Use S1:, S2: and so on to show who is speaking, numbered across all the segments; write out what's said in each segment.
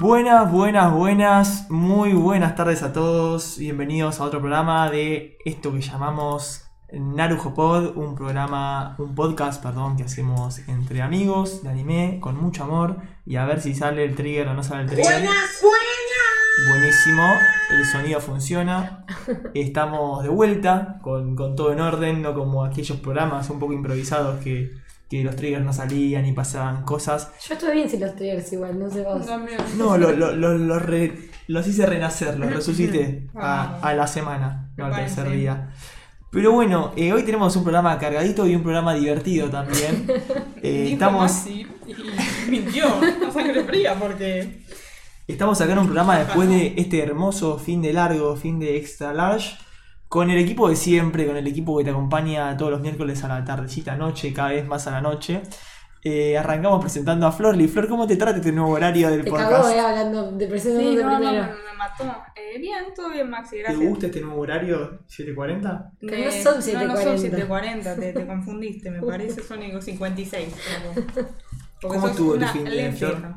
S1: Buenas, buenas, buenas, muy buenas tardes a todos. Bienvenidos a otro programa de esto que llamamos Narujo Pod, un programa, un podcast, perdón, que hacemos entre amigos de anime con mucho amor y a ver si sale el trigger o no sale el trigger.
S2: Buenas, buenas.
S1: Buenísimo, el sonido funciona. Estamos de vuelta con, con todo en orden, no como aquellos programas un poco improvisados que, que los triggers no salían y pasaban cosas.
S3: Yo estuve bien sin los triggers igual, no sé vos.
S1: No, lo- lo- lo- lo re- los hice renacer, los resucité a, a la semana, no al
S4: parece.
S1: tercer día. Pero bueno, eh, hoy tenemos un programa cargadito y un programa divertido también. Eh,
S4: Dijo
S1: estamos,
S4: Maxi y mintió a sangre fría porque
S1: estamos acá en un programa después de este hermoso fin de largo, fin de extra large, con el equipo de siempre, con el equipo que te acompaña todos los miércoles a la tardecita, noche, cada vez más a la noche. Eh, arrancamos presentando a Flor. Flor, ¿cómo te trata este nuevo horario del
S3: Te
S1: podcast?
S3: cagó, eh, hablando de presente
S2: Sí,
S3: de
S2: no, no,
S3: primero.
S2: me, me mató. Eh, bien, todo bien, Maxi,
S1: ¿Te
S2: gracias.
S1: gusta este nuevo horario? ¿740?
S3: Que no son
S4: No, no son
S3: 740.
S4: 740, te, te confundiste, me parece, son digo, 56. como- porque
S1: ¿Cómo
S4: sos
S1: estuvo tu
S4: una
S1: fin de
S4: lenteja.
S1: Flor?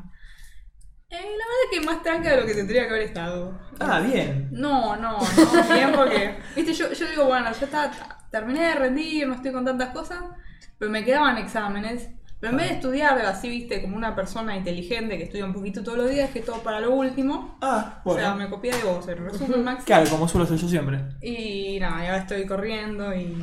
S4: Eh, la verdad que más tranca de lo que tendría que haber estado.
S1: Ah, bien.
S4: No, no, no, bien porque, viste, yo, yo digo, bueno, ya está, ta- terminé de rendir, no estoy con tantas cosas, pero me quedaban exámenes. Pero en vez de estudiar así, viste, como una persona inteligente que estudia un poquito todos los días, que todo para lo último,
S1: Ah,
S4: o sea,
S1: bueno.
S4: me copié de vos, el resumen máximo.
S1: Claro, como suelo hacer yo siempre.
S4: Y nada, ya estoy corriendo y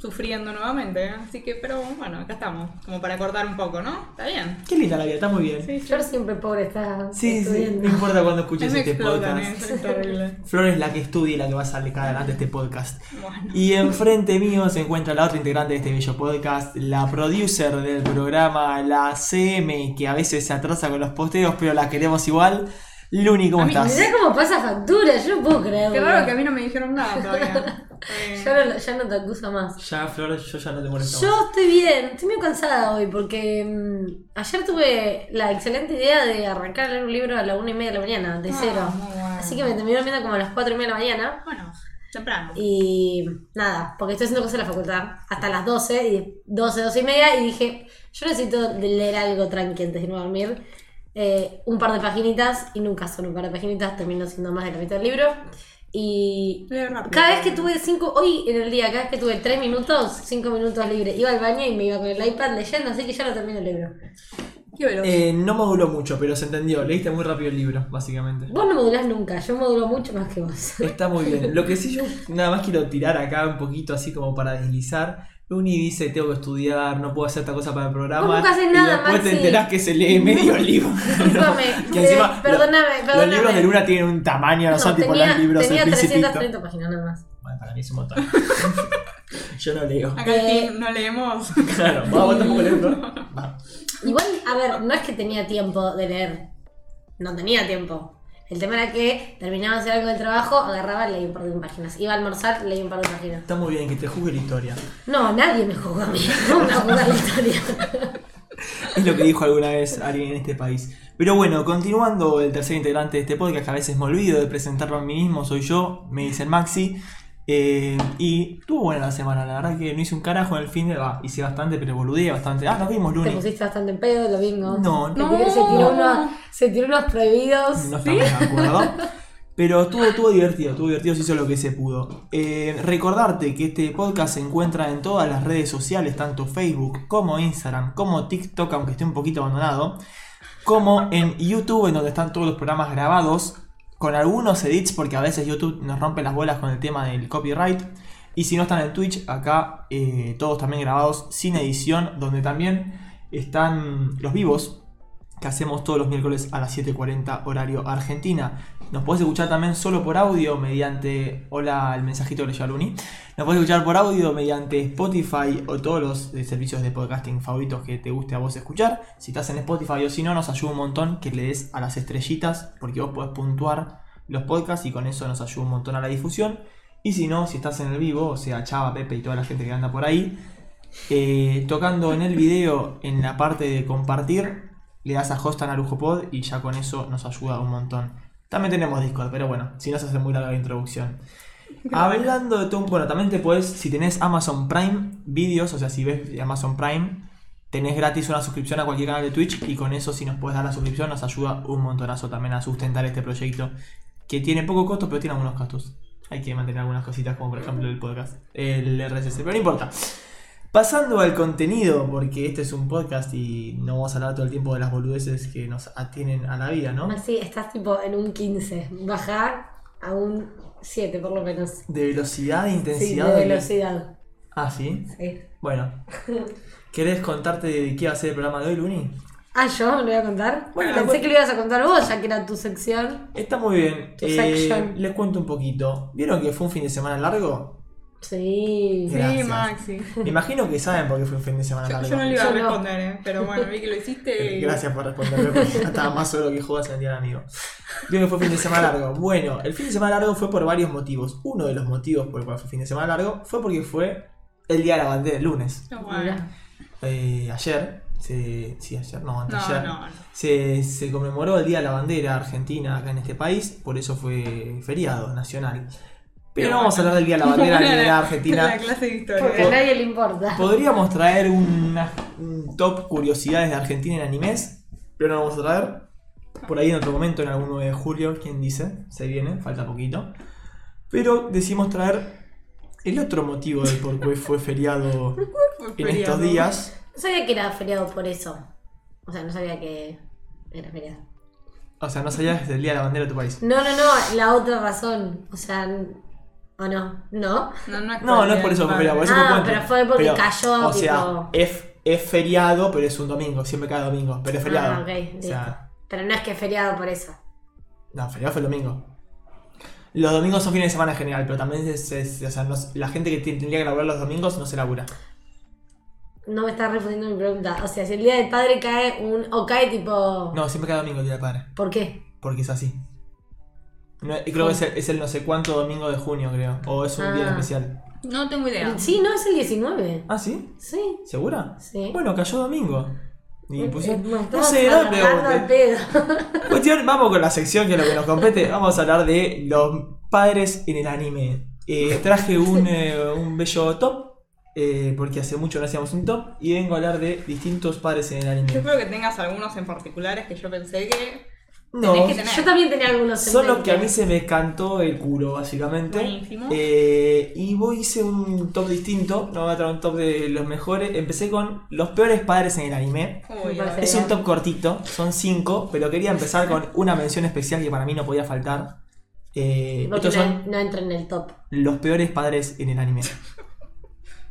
S4: sufriendo nuevamente, ¿eh? así que, pero bueno, acá estamos, como para cortar un poco, ¿no? Está bien.
S1: Qué linda la vida, está muy bien.
S4: Sí,
S3: Flor siempre pobre está
S1: Sí, sí,
S3: estudiando.
S1: no importa cuando
S4: Ahí
S1: escuches
S4: me
S1: este
S4: explotan, ¿eh?
S1: podcast.
S4: es terrible.
S1: Flor es la que estudia y la que va a salir cada adelante este podcast.
S4: Bueno,
S1: Y enfrente mío se encuentra la otra integrante de este bello podcast, la producer del programa, la CM, que a veces se atrasa con los posteos, pero la queremos igual. Luni, ¿cómo
S4: A mí-
S1: estás?
S3: Mirá cómo pasa factura, yo no puedo creerlo.
S4: qué raro que a mí no me dijeron nada todavía. Eh,
S3: Ya no, ya no te acusa más.
S1: Ya, Flor, yo ya no te molesto. más.
S3: Yo estoy bien, estoy medio cansada hoy porque mm, ayer tuve la excelente idea de arrancar a leer un libro a la una y media de la mañana, de
S4: Ah,
S3: cero.
S4: muy bueno.
S3: Así que me terminé durmiendo como a las cuatro y media de la mañana.
S4: Bueno, temprano.
S3: Y nada, porque estoy haciendo cosas en la facultad hasta las 12, y 12, 12 y media, y dije, yo necesito leer algo tranqui antes de irme a dormir. Eh, un par de paginitas, y nunca son un par de paginitas, termino siendo más de la mitad del libro. Y
S4: Lee rápido.
S3: cada vez que tuve 5, hoy en el día, cada vez que tuve 3 minutos, 5 minutos libre, iba al baño y me iba con el iPad leyendo, así que ya no termino el libro.
S4: Qué veloz.
S1: Eh, no moduló mucho, pero se entendió. Leíste muy rápido el libro, básicamente.
S3: Vos no modulás nunca, yo modulo mucho más que vos.
S1: Está muy bien. Lo que sí yo nada más quiero tirar acá un poquito así como para deslizar. Uni dice, tengo que estudiar, no puedo hacer esta cosa para el programa.
S3: Vos nunca haces
S1: y
S3: nada,
S1: después te
S3: Maxi.
S1: enterás que se lee medio libro.
S3: Disculpame,
S1: Que
S3: eh,
S1: encima lo-
S3: perdóname,
S1: Los
S3: perdóname.
S1: libros de Luna tienen un tamaño, no, son tipo los libros del
S3: tenía
S1: principito.
S3: 330 páginas nada más.
S1: Bueno, para mí es un montón. yo no leo.
S4: Acá el
S3: eh,
S4: team no leemos.
S1: Claro, vamos tampoco leo. ¿no? Va.
S3: Igual, a ver, no es que tenía tiempo de leer. No tenía tiempo. El tema era que terminaba de hacer algo del trabajo, agarraba, leía un par de páginas. Iba a almorzar, leía un par de páginas.
S1: Está muy bien que te juzgue la historia.
S3: No, nadie me jugó a mí. No me jugó la historia.
S1: Es lo que dijo alguna vez alguien en este país. Pero bueno, continuando el tercer integrante de este podcast, que a veces me olvido de presentarlo a mí mismo, soy yo, me dicen Maxi. Eh, y tuvo buena la semana, la verdad que no hice un carajo en el fin de. Va, hice bastante, pero boludeé bastante. Ah, nos vimos
S3: Te
S1: lunes.
S3: pusiste bastante en pedo el domingo.
S1: No,
S3: Se tiró- Se, tiró
S4: No.
S3: unos, se tiró unos prohibidos.
S1: No estamos de acuerdo. Pero estuvo, estuvo divertido, estuvo divertido, se hizo lo que se pudo. Eh, recordarte que este podcast se encuentra en todas las redes sociales, tanto Facebook como Instagram, como TikTok, aunque esté un poquito abandonado, como en YouTube, en donde están todos los programas grabados, con algunos edits, porque a veces YouTube nos rompe las bolas con el tema del copyright. Y si no están en Twitch, acá eh, todos también grabados sin edición, donde también están los vivos, que hacemos todos los miércoles a las 7.40 horario Argentina. Nos podés escuchar también solo por audio mediante. Hola, el mensajito de Luni. Nos podés escuchar por audio mediante Spotify o todos los eh, servicios de podcasting favoritos que te guste a vos escuchar. Si estás en Spotify o si no, nos ayuda un montón que le des a las estrellitas porque vos podés puntuar los podcasts y con eso nos ayuda un montón a la difusión. Y si no, si estás en el vivo, o sea, Chava, Pepe y toda la gente que anda por ahí, eh, tocando en el video, en la parte de compartir, le das a host a Narujo Pod y ya con eso nos ayuda un montón. También tenemos Discord, pero bueno, si no se hace muy larga la introducción. Hablando de todo un bueno, también te podés, si tenés Amazon Prime Videos, o sea, si ves Amazon Prime, tenés gratis una suscripción a cualquier canal de Twitch y con eso si nos podés dar la suscripción nos ayuda un montonazo también a sustentar este proyecto que tiene poco costo pero tiene algunos gastos. Hay que mantener algunas cositas como por ejemplo el podcast, el RSS, pero no importa. Pasando al contenido, porque este es un podcast y no vamos a hablar todo el tiempo de las boludeces que nos atienen a la vida, ¿no?
S3: Maxi, estás tipo en un 15. Bajá a un 7 por lo menos.
S1: De velocidad, de
S3: Sí,
S1: intensidad.
S3: de
S1: de-
S3: velocidad.
S1: Ah, sí.
S3: Sí.
S1: Bueno. ¿Querés contarte de qué va a ser el programa de hoy, Luni?
S3: Ah, yo me lo voy a contar.
S1: Bueno,
S3: Pensé
S1: pues-
S3: que lo ibas a contar vos, ya que era tu sección.
S1: Está muy bien.
S3: Tu
S1: Eh,
S3: section.
S1: les cuento un poquito. ¿Vieron que fue un fin de semana largo?
S3: Sí.
S1: Gracias.
S4: Sí, Maxi.
S1: Me imagino que saben por qué fue un fin de semana
S4: Yo,
S1: largo. Eh,
S4: yo no le iba
S3: Yo
S4: a
S3: no.
S4: responder, ¿eh? pero bueno, vi que lo hiciste y...
S1: Gracias por responderme, porque ya estaba más solo que jodas en el día del amigo. Digo que fue fin de semana largo. Bueno, el fin de semana largo fue por varios motivos. Uno de los motivos por el cual fue fin de semana largo fue porque fue el día de la bandera, el lunes.
S4: No, bueno.
S3: Mirá.
S1: Eh, ayer, se- sí, ayer, no, antes
S4: no,
S1: ayer.
S4: no. no.
S1: Se, se conmemoró el Día de la Bandera Argentina acá en este país, por eso fue feriado nacional. Pero no vamos a hablar del Día de la Bandera ni de la
S4: La
S1: Argentina.
S4: clase de
S3: Porque
S4: historia.
S3: a nadie le importa.
S1: Podríamos traer una- un top curiosidades de Argentina en animes, pero no lo vamos a traer. Por ahí en otro momento, en algún 9 de julio, quién dice, se viene, falta poquito. Pero decimos traer el otro motivo del por qué fue feriado
S4: Fue
S1: en
S4: feriado.
S1: estos días.
S3: No sabía que era feriado por eso. O sea, no sabía que era feriado.
S1: O sea, no sabías del Día de la Bandera de tu país.
S3: No, no, no, la otra razón. O sea, n- o no, no.
S4: No, no es,
S1: No, no es por eso, fue
S4: culpa de-
S1: feriado, por eso
S3: Ah,
S1: fue puente.
S3: pero fue porque cayó,
S1: O sea,
S3: tipo-
S1: es, es feriado, pero es un domingo, siempre cae domingo, pero es feriado.
S3: Ah, ok,
S1: O
S3: listo.
S1: sea,
S3: Pero no es que es feriado por eso.
S1: no, feriado fue el domingo. Los domingos son fines de semana en general, pero también es, es- o sea, no- la gente que tiene- tendría que laburar los domingos no se labura.
S3: No me estás respondiendo mi pregunta. O sea, si el día del padre cae un. o cae tipo.
S1: No, siempre cae domingo el día del padre,
S3: ¿Por qué?
S1: porque es así. No, y creo que es el, es el no sé cuánto domingo de junio, creo. O es un día
S3: Ah.
S1: especial.
S4: No tengo idea.
S3: Sí, no, es el 19.
S1: ¿Ah, sí?
S3: Sí,
S1: ¿Segura?
S3: sí.
S1: Bueno, cayó domingo. Y pusieron-
S3: Eh, bueno,
S1: No
S3: estamos
S1: sé, ¿eh? no
S3: agarrando
S1: pregunté.
S3: al pedo.
S1: Cuestión, vamos con la sección que es lo que nos compete. Vamos a hablar de los padres en el anime. Eh, traje un, eh, un bello top, eh, porque hace mucho no hacíamos un top, y vengo a hablar de distintos padres en el
S4: Yo
S1: anime.
S4: espero que tengas algunos en particulares que yo pensé que.
S1: No,
S4: tenés que tener.
S3: Yo también tenía algunos en
S1: son los
S3: mente.
S1: que a mí se me cantó el culo, básicamente.
S4: Buenísimo.
S1: Eh, y voy hice un top distinto, no voy a traer un top de los mejores. Empecé con los peores padres en el anime.
S4: Uy,
S3: Me
S4: a ver.
S3: parece
S1: Es un top cortito, son cinco, pero quería empezar con una mención especial que para mí no podía faltar. Eh,
S3: Porque
S1: estos
S3: no,
S1: son
S3: no entra en el top.
S1: los peores padres en el anime.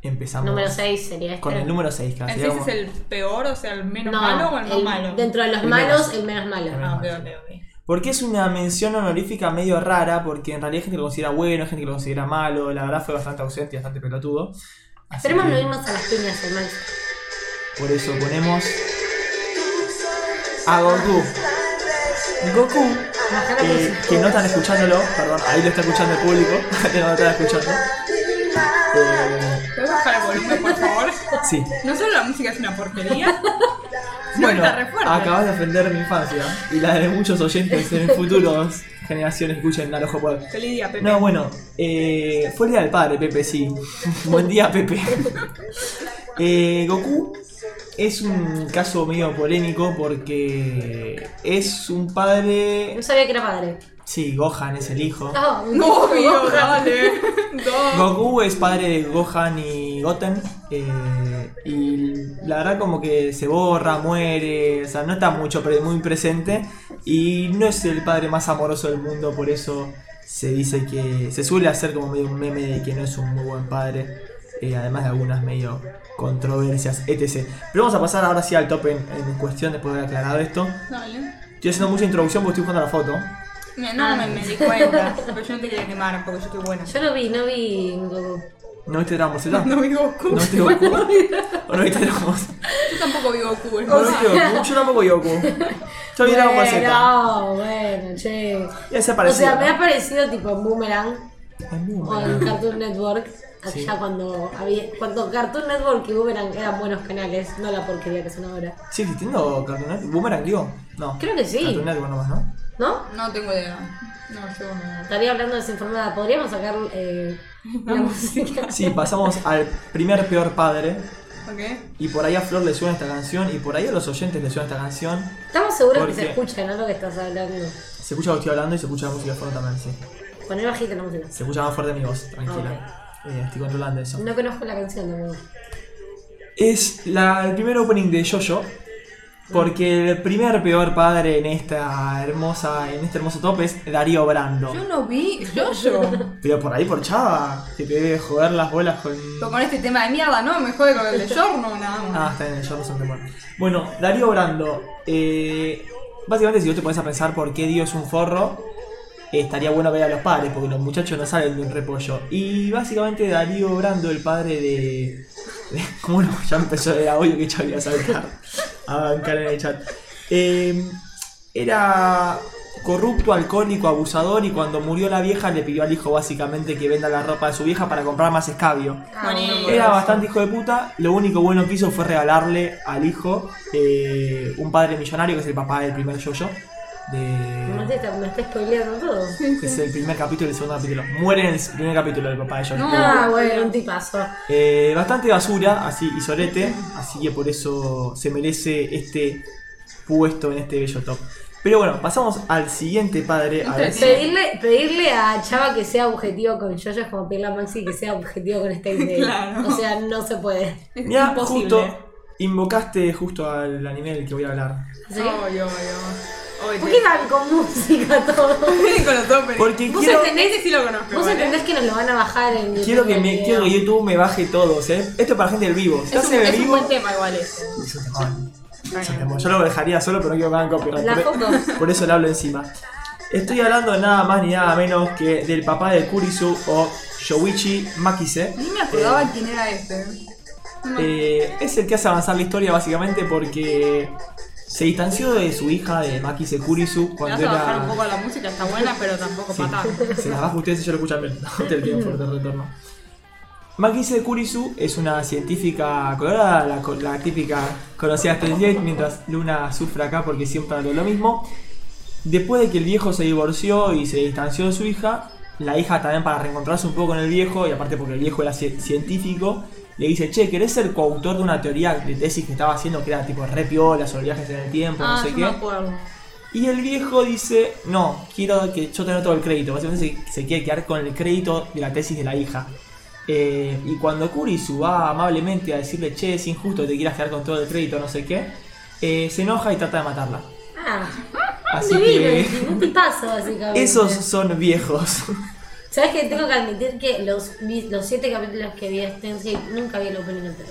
S1: Empezamos
S3: Número 6 sería este.
S1: con el número 6, claro.
S4: ¿El
S1: sería
S4: 6 es
S1: como-
S4: el peor, o sea, el menos malo o el más malo?
S3: Dentro de los
S1: El
S3: malos,
S1: menos.
S3: el menos malo.
S1: El
S4: Ah, ok, ok, ok.
S1: Porque es una mención honorífica medio rara, porque en realidad hay gente que lo considera bueno, hay gente que lo considera malo, la verdad fue bastante ausente y bastante pelotudo. Así
S3: Esperemos no
S1: que
S3: irnos a las piñas, hermano.
S1: Por eso ponemos a Goku. Goku
S3: Bajar la
S1: Eh,
S3: música.
S1: que no están escuchándolo, perdón, ahí lo está escuchando el público, que no lo están escuchando. Eh,
S4: ¿Puedes bajar el volumen, por favor?
S1: sí,
S4: No solo la música es una porquería,
S1: Bueno,
S4: Está re fuerte.
S1: acabas de ofender mi infancia y la de muchos oyentes en futuros generaciones escuchen Narujo Pod.
S4: Feliz día, Pepe.
S1: No, bueno, eh, fue el día del padre, Pepe, sí. Buen día, Pepe. Eh, Goku es un caso medio polémico porque es un padre.
S3: No sabía que era padre.
S1: Sí, Gohan es el hijo.
S3: No,
S4: No, amigo, dale. No.
S1: Goku es padre de Gohan y Goten. eh, y la verdad como que se borra, muere, o sea, no está mucho, pero muy presente. Y no es el padre más amoroso del mundo, por eso se dice que se suele hacer como medio un meme de que no es un muy buen padre. eh, además de algunas medio controversias, etc. Pero vamos a pasar ahora sí al top en, en cuestión después de haber aclarado esto.
S4: Dale.
S1: Estoy haciendo mucha introducción porque estoy buscando la foto.
S4: Mira, no me, me di cuenta. Pero yo no te quería quemar porque yo estoy buena.
S3: Yo no vi, no vi Goku.
S1: ¿No viste Dragon Ball Z?
S4: No vi Goku.
S1: ¿No viste Goku? ¿O no viste Dragon Ball Z?
S4: Yo tampoco vi Goku.
S1: No,
S4: hermano.
S1: no viste Goku, yo tampoco vi Goku. Yo vi Dragon Ball Z.
S3: Bueno, bueno, che.
S1: Ya se
S3: O
S1: parecía.
S3: sea, me
S1: ¿no?
S3: ha parecido tipo en Boomerang
S1: Ay, muy
S3: o
S1: bueno.
S3: en Cartoon Network. Allá cuando había. Cuando Cartoon Network y Boomerang eran buenos canales, no la porquería que son ahora.
S1: ¿Sigue existiendo Cartoon Network? ¿Boomerang, digo? No.
S3: Creo que sí.
S1: Cartoon Network nomás, ¿no?
S3: ¿No?
S4: No tengo idea. No, yo no.
S3: Estaría hablando desinformada. Podríamos sacar eh, la música.
S1: Sí, pasamos al primer peor padre.
S4: ¿Ok?
S1: Y por ahí a Flor le suena esta canción. Y por ahí a los oyentes le suena esta canción.
S3: Estamos seguros
S1: ¿Por
S3: que se
S1: qué?
S3: escucha, ¿no? Lo que estás hablando.
S1: Se escucha lo que estoy hablando y se escucha la música de fondo también, sí.
S3: Poner bajito la música.
S1: Se escucha más fuerte mi voz, tranquila. Eh, estoy controlando eso.
S3: No conozco la canción tampoco.
S1: Es la, el primer opening de Jojo. Porque el primer peor padre en esta hermosa, en este hermoso top es Darío Brando.
S4: Yo no vi Jojo.
S1: Pero por ahí por Chava, que te debe joder las bolas con.
S4: Pero con este tema de mierda, ¿no? Me jode con el de Jorno, nada más.
S1: Ah, está bien, yo no soy temor. Bueno, Darío Brando. eh, básicamente, si vos te pones a pensar por qué Dios es un forro, eh, estaría bueno ver a los padres, porque los muchachos no salen de un repollo. Y básicamente, Darío Brando, el padre de. de- ¿Cómo no? Ya empezó, era obvio que ya iba a saltar a bancar en el chat. Eh, era corrupto, alcohólico, abusador, y cuando murió la vieja le pidió al hijo básicamente que venda la ropa de su vieja para comprar más escabio.
S3: Ah, bueno,
S1: Era bastante hijo de puta, lo único bueno que hizo fue regalarle al hijo eh, un padre millonario, que es el papá del primer yo-yo,
S3: No
S1: de,
S3: te está, me está spoileando todo.
S1: que es el primer capítulo y el segundo capítulo. Muere en el primer capítulo el papá de yo-yo.
S4: No.
S3: Ah, bueno, un tipazo.
S1: Eh, bastante basura, así, y sorete, así que por eso se merece este puesto en este bello top. Pero bueno, pasamos al siguiente padre, a ver si-
S4: Este
S3: Pedirle, pedirle a Chava que sea objetivo con Yoyo es como pedirle a Maxi que sea objetivo con este idea.
S4: Claro.
S3: O sea, no se puede.
S4: Es
S1: Mirá,
S4: imposible.
S1: justo invocaste justo al anime del que voy a hablar.
S3: ¿Sí?
S4: Ay, ay, ay.
S3: ¿Por qué van con música todo?
S4: Vienen con los toppers.
S1: Porque
S4: Vos
S1: quiero-
S4: entendés que sí lo conozco.
S3: Vos
S4: ¿eh?
S3: entendés que nos lo van a bajar en YouTube.
S1: Quiero que,
S3: el
S1: me,
S3: video?
S1: quiero que YouTube me baje todos, ¿eh? Esto es para gente del vivo. Si
S4: Es un,
S1: hace
S4: es
S1: del
S4: un
S1: vivo.
S4: buen tema igual ese.
S1: Es un temón. Es un temón. Yo lo dejaría solo, pero no quiero que me hagan copyright.
S3: La
S1: Por- e-
S3: foto.
S1: Por eso le hablo encima. Estoy hablando nada más ni nada menos que del papá de Kurisu o Shoichi Makise.
S4: Ni me acordaba quién era este.
S1: Eh, es el que hace avanzar la historia básicamente porque se distanció de su hija, de Makise Kurisu,
S4: Le
S1: cuando
S4: vas a bajar un
S1: era.
S4: poco la música, está buena, pero tampoco
S1: Sí.
S4: patada.
S1: Se las bajo ustedes y yo lo escuchan bien. No te lo tienen fuerte el retorno. Makise Kurisu es una científica colorada, la, co- la típica conocida hasta el día, mientras Luna sufre acá porque siempre habló lo mismo. Después de que el viejo se divorció y se distanció de su hija, la hija también para reencontrarse un poco con el viejo, y aparte porque el viejo era ci- científico, le dice, che, ¿querés ser coautor de una teoría de tesis que estaba haciendo que era tipo re piola sobre viajes en el tiempo,
S4: Ah,
S1: no sé
S4: yo
S1: qué?
S4: me acuerdo.
S1: Y el viejo dice, no, quiero que yo tenga todo el crédito. Básicamente se, se quiere quedar con el crédito de la tesis de la hija. Eh, y cuando Kurisu va amablemente a decirle, che, es injusto que te quieras quedar con todo el crédito, no sé qué, eh, se enoja y trata de matarla.
S3: Ah,
S1: Así que
S3: divino, un tipazo básicamente.
S1: esos son viejos.
S3: ¿Sabes que Tengo que admitir que los, vi- los siete capítulos que vi de Stensei nunca vi el opening entero.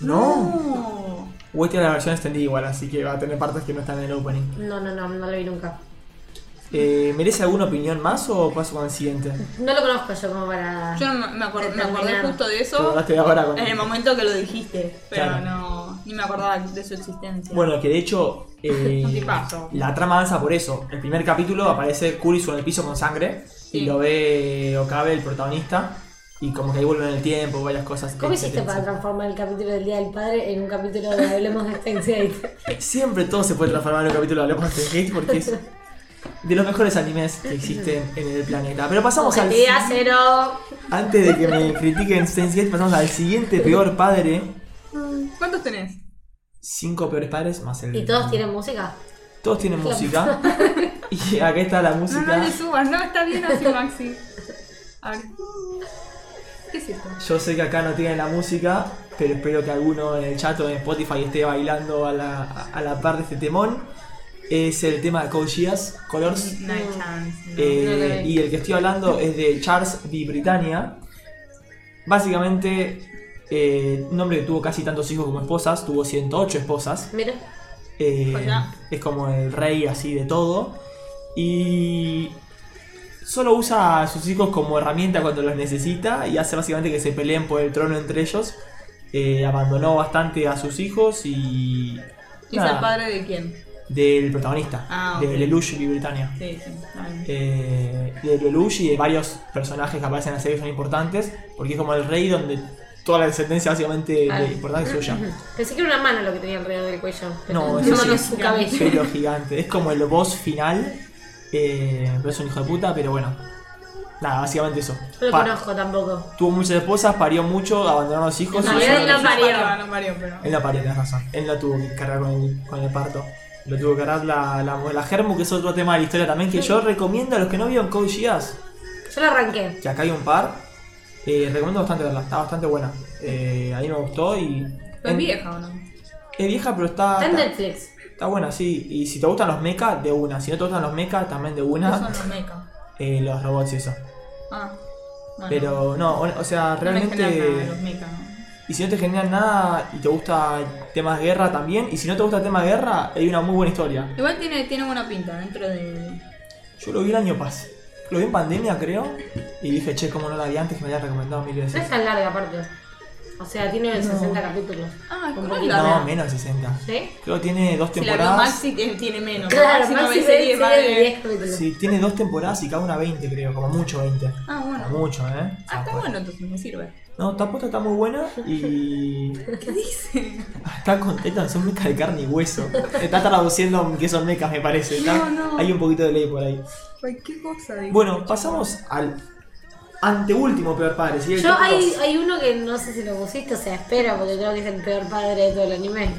S1: No.
S4: No.
S1: Wait tiene la versión extendida igual, así que va a tener partes que no están en el opening.
S3: No, no, no, no lo vi nunca.
S1: Eh, ¿Merece alguna opinión más o paso al siguiente?
S3: No lo conozco yo como para.
S4: Yo no me- me, acuerdo, me acordé
S3: Determinar.
S4: justo de
S1: Te
S4: eso
S1: acordaste ahora con-
S4: en el momento que lo dijiste, pero
S1: Claro.
S4: no, ni me acordaba de su existencia.
S1: Bueno, que de hecho eh,
S4: Un tipazo.
S1: la trama avanza por eso. El primer capítulo aparece Kurisu en el piso con sangre y
S4: Sí.
S1: lo ve Okabe, el protagonista, Y como que ahí vuelven en el tiempo, varias cosas.
S3: ¿Cómo
S1: etcétera,
S3: hiciste para
S1: etcétera.
S3: transformar el capítulo del Día del Padre en un capítulo de Hablemos de Steins Gate?
S1: Steins Gate. Eh, Siempre todo se puede transformar en un capítulo de Hablemos de Steins Gate porque es de los mejores animes que existen en el planeta. Pero pasamos al.
S3: Objetividad cero.
S1: Antes de que me critiquen Steins Gate, pasamos al siguiente peor padre.
S4: ¿Cuántos tenés?
S1: Cinco peores padres más el.
S3: ¿Y todos tienen música?
S1: Todos tienen
S3: Claro.
S1: música. Y acá está la
S4: No,
S1: música.
S4: no le subas, no, está bien así, Maxi. A ver. ¿Qué es esto?
S1: Yo sé que acá no tienen la música, pero espero que alguno en el chat o en Spotify esté bailando a la, a- a la par de este temón. Es el tema de Code Geass, Colors.
S4: No hay chance. no.
S1: Eh,
S3: Mm, no lo vi.
S1: y el que estoy hablando es de Charles B. Britannia. Básicamente, eh, un hombre que tuvo casi tantos hijos como esposas, tuvo 108 esposas.
S3: Mira.
S1: Eh,
S4: Hola.
S1: es como el rey así de todo. Y solo usa a sus hijos como herramienta cuando los necesita y hace básicamente que se peleen por el trono entre ellos. Eh, abandonó bastante a sus hijos y...
S4: ¿Y es
S1: nada,
S4: el padre de quién?
S1: Del protagonista,
S4: Ah,
S1: de
S4: ok.
S1: Lelouch y Britannia.
S4: Sí, sí. no, no.
S1: Eh, de Lelouch y de varios personajes que aparecen en la serie que son importantes, porque es como el rey donde toda la descendencia básicamente
S3: Claro.
S1: de importante es suya.
S3: Pensé que era una mano lo que tenía alrededor del cuello.
S1: No,
S3: eso
S1: eso
S3: mano
S1: sí.
S3: es su cabello.
S1: pelo gigante. Es como el boss final. Eh, pero es un hijo de puta, pero bueno. Nada, básicamente eso.
S3: No lo
S1: Pa-
S3: conozco tampoco.
S1: Tuvo muchas esposas, parió mucho, abandonó a los hijos.
S3: En
S1: y solo-
S3: realidad él no parió.
S4: No parió, pero.
S1: Él no parió, tenés razón. Él no tuvo que cargar con el, con el parto. Lo tuvo que cargar la, la, la Germu, que es otro tema de la historia también, que yo recomiendo a los que no vieron Code Geass,
S3: Yo lo arranqué.
S1: que acá hay un par. eh, recomiendo bastante verla, está bastante buena. Eh, a mí me gustó y...
S4: ¿Pero es vieja o no?
S1: Es vieja, pero está...
S3: Ah, Está en
S1: está-
S3: Netflix.
S1: Está buena, Ah, sí. Y si te gustan los mechas, de una. Si no te gustan los mechas, también de
S4: No
S1: una.
S4: son los mecha.
S1: Eh, los robots y eso.
S4: Ah. Bueno.
S1: Pero no, o, o sea,
S4: No me generan nada los
S1: realmente...
S4: mecha, ¿no?
S1: Y si no te generan nada y te gusta temas de guerra también. Y si no te gusta el tema de guerra, hay una muy buena historia.
S4: Igual tiene, tiene buena pinta dentro de.
S1: Yo lo vi el año pasado. Lo vi en pandemia, creo. Y dije, che, como no la vi antes, que me la había recomendado mil
S3: No es
S1: veces.
S3: tan larga, aparte. O sea, tiene 60 capítulos.
S4: Ah,
S3: Un
S4: ¿cómo es
S3: poquito.
S4: la
S1: No,
S4: verdad?
S1: menos de 60.
S3: ¿Sí?
S1: Creo que tiene dos
S4: Si la vio
S1: temporadas.
S4: Maxi, que tiene menos.
S3: Claro,
S4: Maxi no
S3: Maxi
S4: ve
S3: ve
S4: series,
S3: serie
S4: va
S3: de
S4: de-
S3: 10 capítulos.
S1: Sí, tiene dos temporadas y cada una 20, creo. Como mucho 20.
S4: Ah,
S1: Como
S4: bueno.
S1: mucho, ¿eh?
S4: Ah, está
S1: Ah,
S4: bueno, entonces me sirve.
S1: No, está puesta, está muy buena y.
S4: ¿Qué dice?
S1: Está contenta, son mecas de carne y hueso. Está traduciendo que son mecas, me parece. está-
S4: No, no.
S1: Hay un poquito de ley por ahí.
S4: Cualquier cosa. digo.
S1: Bueno, pasamos al anteúltimo peor padre. ¿sí? El
S3: Yo
S1: top
S3: hay,
S1: dos.
S3: hay uno que no sé si lo pusiste, o sea, espero, porque creo que es el peor padre de todo el anime.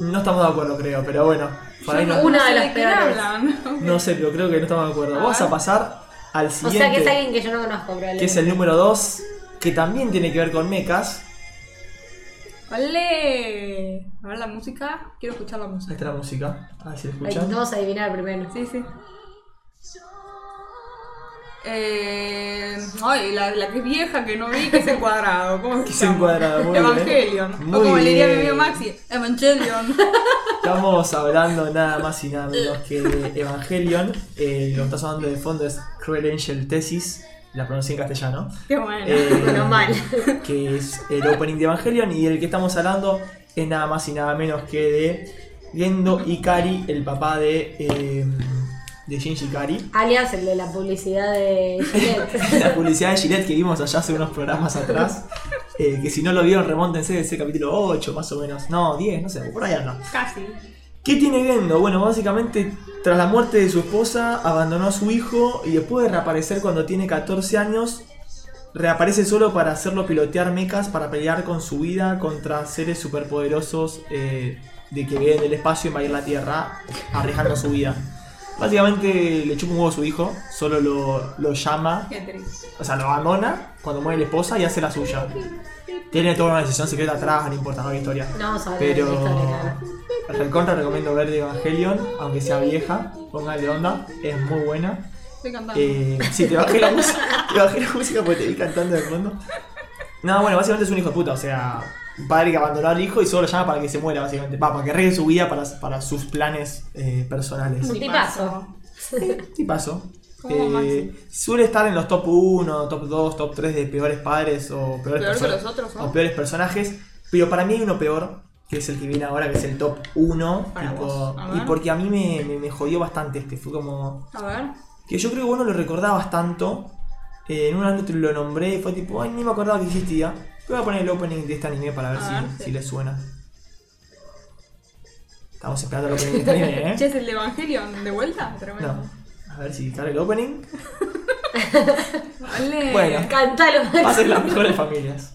S1: No estamos de acuerdo, creo, pero bueno. Por ahí
S4: Yo
S1: no,
S3: Una de las
S4: sé qué
S3: peores.
S4: hablan.
S1: no sé, pero creo que no estamos de acuerdo. Vamos a pasar al
S3: O sea, que
S1: siguiente,
S3: es alguien que yo no conozco, probablemente.
S1: que es el número 2, que también tiene que ver con mecas.
S4: Vale. A ver la música. Quiero escuchar la
S1: Ahí
S4: música.
S1: está la música. A ver si la
S3: Ay,
S1: escuchan.
S3: Vamos a adivinar primero.
S4: Sí, sí. Eh, ay, la, la que es vieja que no vi, que es el cuadrado. ¿Cómo
S1: Que
S4: se
S1: es el
S4: llama?
S1: cuadrado, muy bien.
S4: Evangelion.
S1: Muy
S4: o como le diría a mi
S1: bien.
S4: amigo Maxi, Evangelion.
S1: Estamos hablando nada más y nada menos que de Evangelion. Eh, lo que está sonando de fondo es Cruel Angel Thesis. La pronuncié en castellano.
S4: Qué bueno.
S1: Eh,
S3: Bueno, mal.
S1: Que es el opening de Evangelion. Y el que estamos hablando es nada más y nada menos que de Gendo Ikari, el papá de, eh, de Shinji Ikari.
S3: Alias, el de la publicidad de Gillette.
S1: La publicidad de Gillette que vimos allá hace unos programas atrás. Eh, que si no lo vieron, remóntense ese capítulo 8 más o menos. No, 10, no sé, por allá no.
S4: Casi.
S1: ¿Qué tiene Gendo? Bueno, básicamente tras la muerte de su esposa abandonó a su hijo y después de reaparecer cuando tiene 14 años, reaparece solo para hacerlo pilotear mechas para pelear con su vida contra seres superpoderosos eh, de que vienen del espacio invadir la Tierra, arriesgando su vida. Básicamente le chupa un huevo a su hijo, solo lo, lo llama,
S4: Qué triste.
S1: o sea, lo abandona cuando muere la esposa y hace la suya. Tiene toda una decisión secreta atrás, no importa, no hay historia.
S3: No vamos a hablar de la historia,
S1: Pero
S3: claro.
S1: recontra recomiendo ver de Evangelion, aunque sea vieja, póngale onda, es muy buena.
S4: Estoy cantando.
S1: Eh, sí, te bajé la música, te bajé la música porque te vi cantando de fondo. No, bueno, básicamente es un hijo de puta, o sea, un padre que abandonó al hijo y solo lo llama para que se muera, básicamente. Va, para que arregle su vida para, para sus planes eh, personales.
S3: Un tipazo.
S1: Y pasó. Eh,
S4: Como Maxi.
S1: suele estar en los top 1, top 2, top 3 de peores padres o peores,
S4: Peor que
S1: personas-
S4: los otros, ¿no?
S1: o peores personajes. Pero para mí hay uno peor, que es el que viene ahora, que es el top 1.
S4: Para
S1: tipo-
S4: vos, a
S1: y
S4: ver.
S1: porque a mí me, me- me jodió bastante este. Fue como.
S4: A ver.
S1: Que yo creo que vos no lo recordabas tanto. eh, en una vez lo nombré y fue tipo, ay, ni me acordaba que existía. Pero voy a poner el opening de este anime para ver
S4: A
S1: si,
S4: ver, sí.
S1: si les suena. Estamos esperando el opening de este anime,
S4: Che,
S1: ¿eh?
S4: es el de Evangelion, de vuelta, tremendo.
S1: No. A ver si carga el opening.
S4: Vale.
S1: Bueno.
S3: Cantalo,
S1: Va a ser las mejores familias.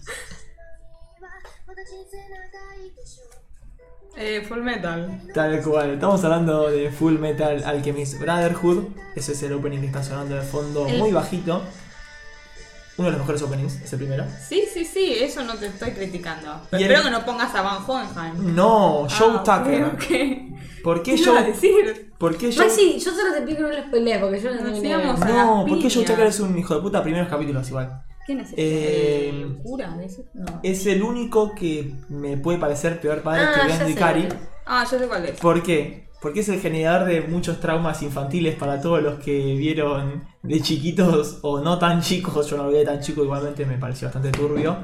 S4: Eh, full metal.
S1: Tal cual, estamos hablando de Full Metal Alchemist Brotherhood. Ese es el opening que está sonando de fondo,
S3: El-
S1: muy bajito. Uno de los mejores openings, es el primero.
S4: Sí, sí, sí, eso no te estoy criticando.
S1: Y el-
S4: Espero que no pongas a Van Hohenheim.
S1: No, Joe
S4: Ah, ok,
S1: Tucker.
S4: ok.
S1: ¿Por qué
S4: ¿Qué iba a
S1: Joe?
S4: decir?
S1: ¿Por qué Joe?
S3: Maxi, yo solo te pido que no lo spoilees porque yo no
S4: Nos
S3: tengo ni idea.
S4: íbamos a-
S1: No,
S4: las
S1: ¿por qué Joe
S4: piñas.
S1: Tucker es un hijo de puta? Primeros capítulos igual.
S4: ¿Quién es
S1: Eh,
S4: ese? ¿El cura de ese? No.
S1: Es el único que me puede parecer peor padre
S3: Ah,
S1: que
S3: ya
S1: Gandhi
S3: sé.
S1: Cari.
S4: Ah, yo sé cuál es.
S1: ¿Por qué? Porque es el generador de muchos traumas infantiles para todos los que vieron de chiquitos o no tan chicos. Yo no lo vi de tan chico, igualmente me pareció bastante turbio.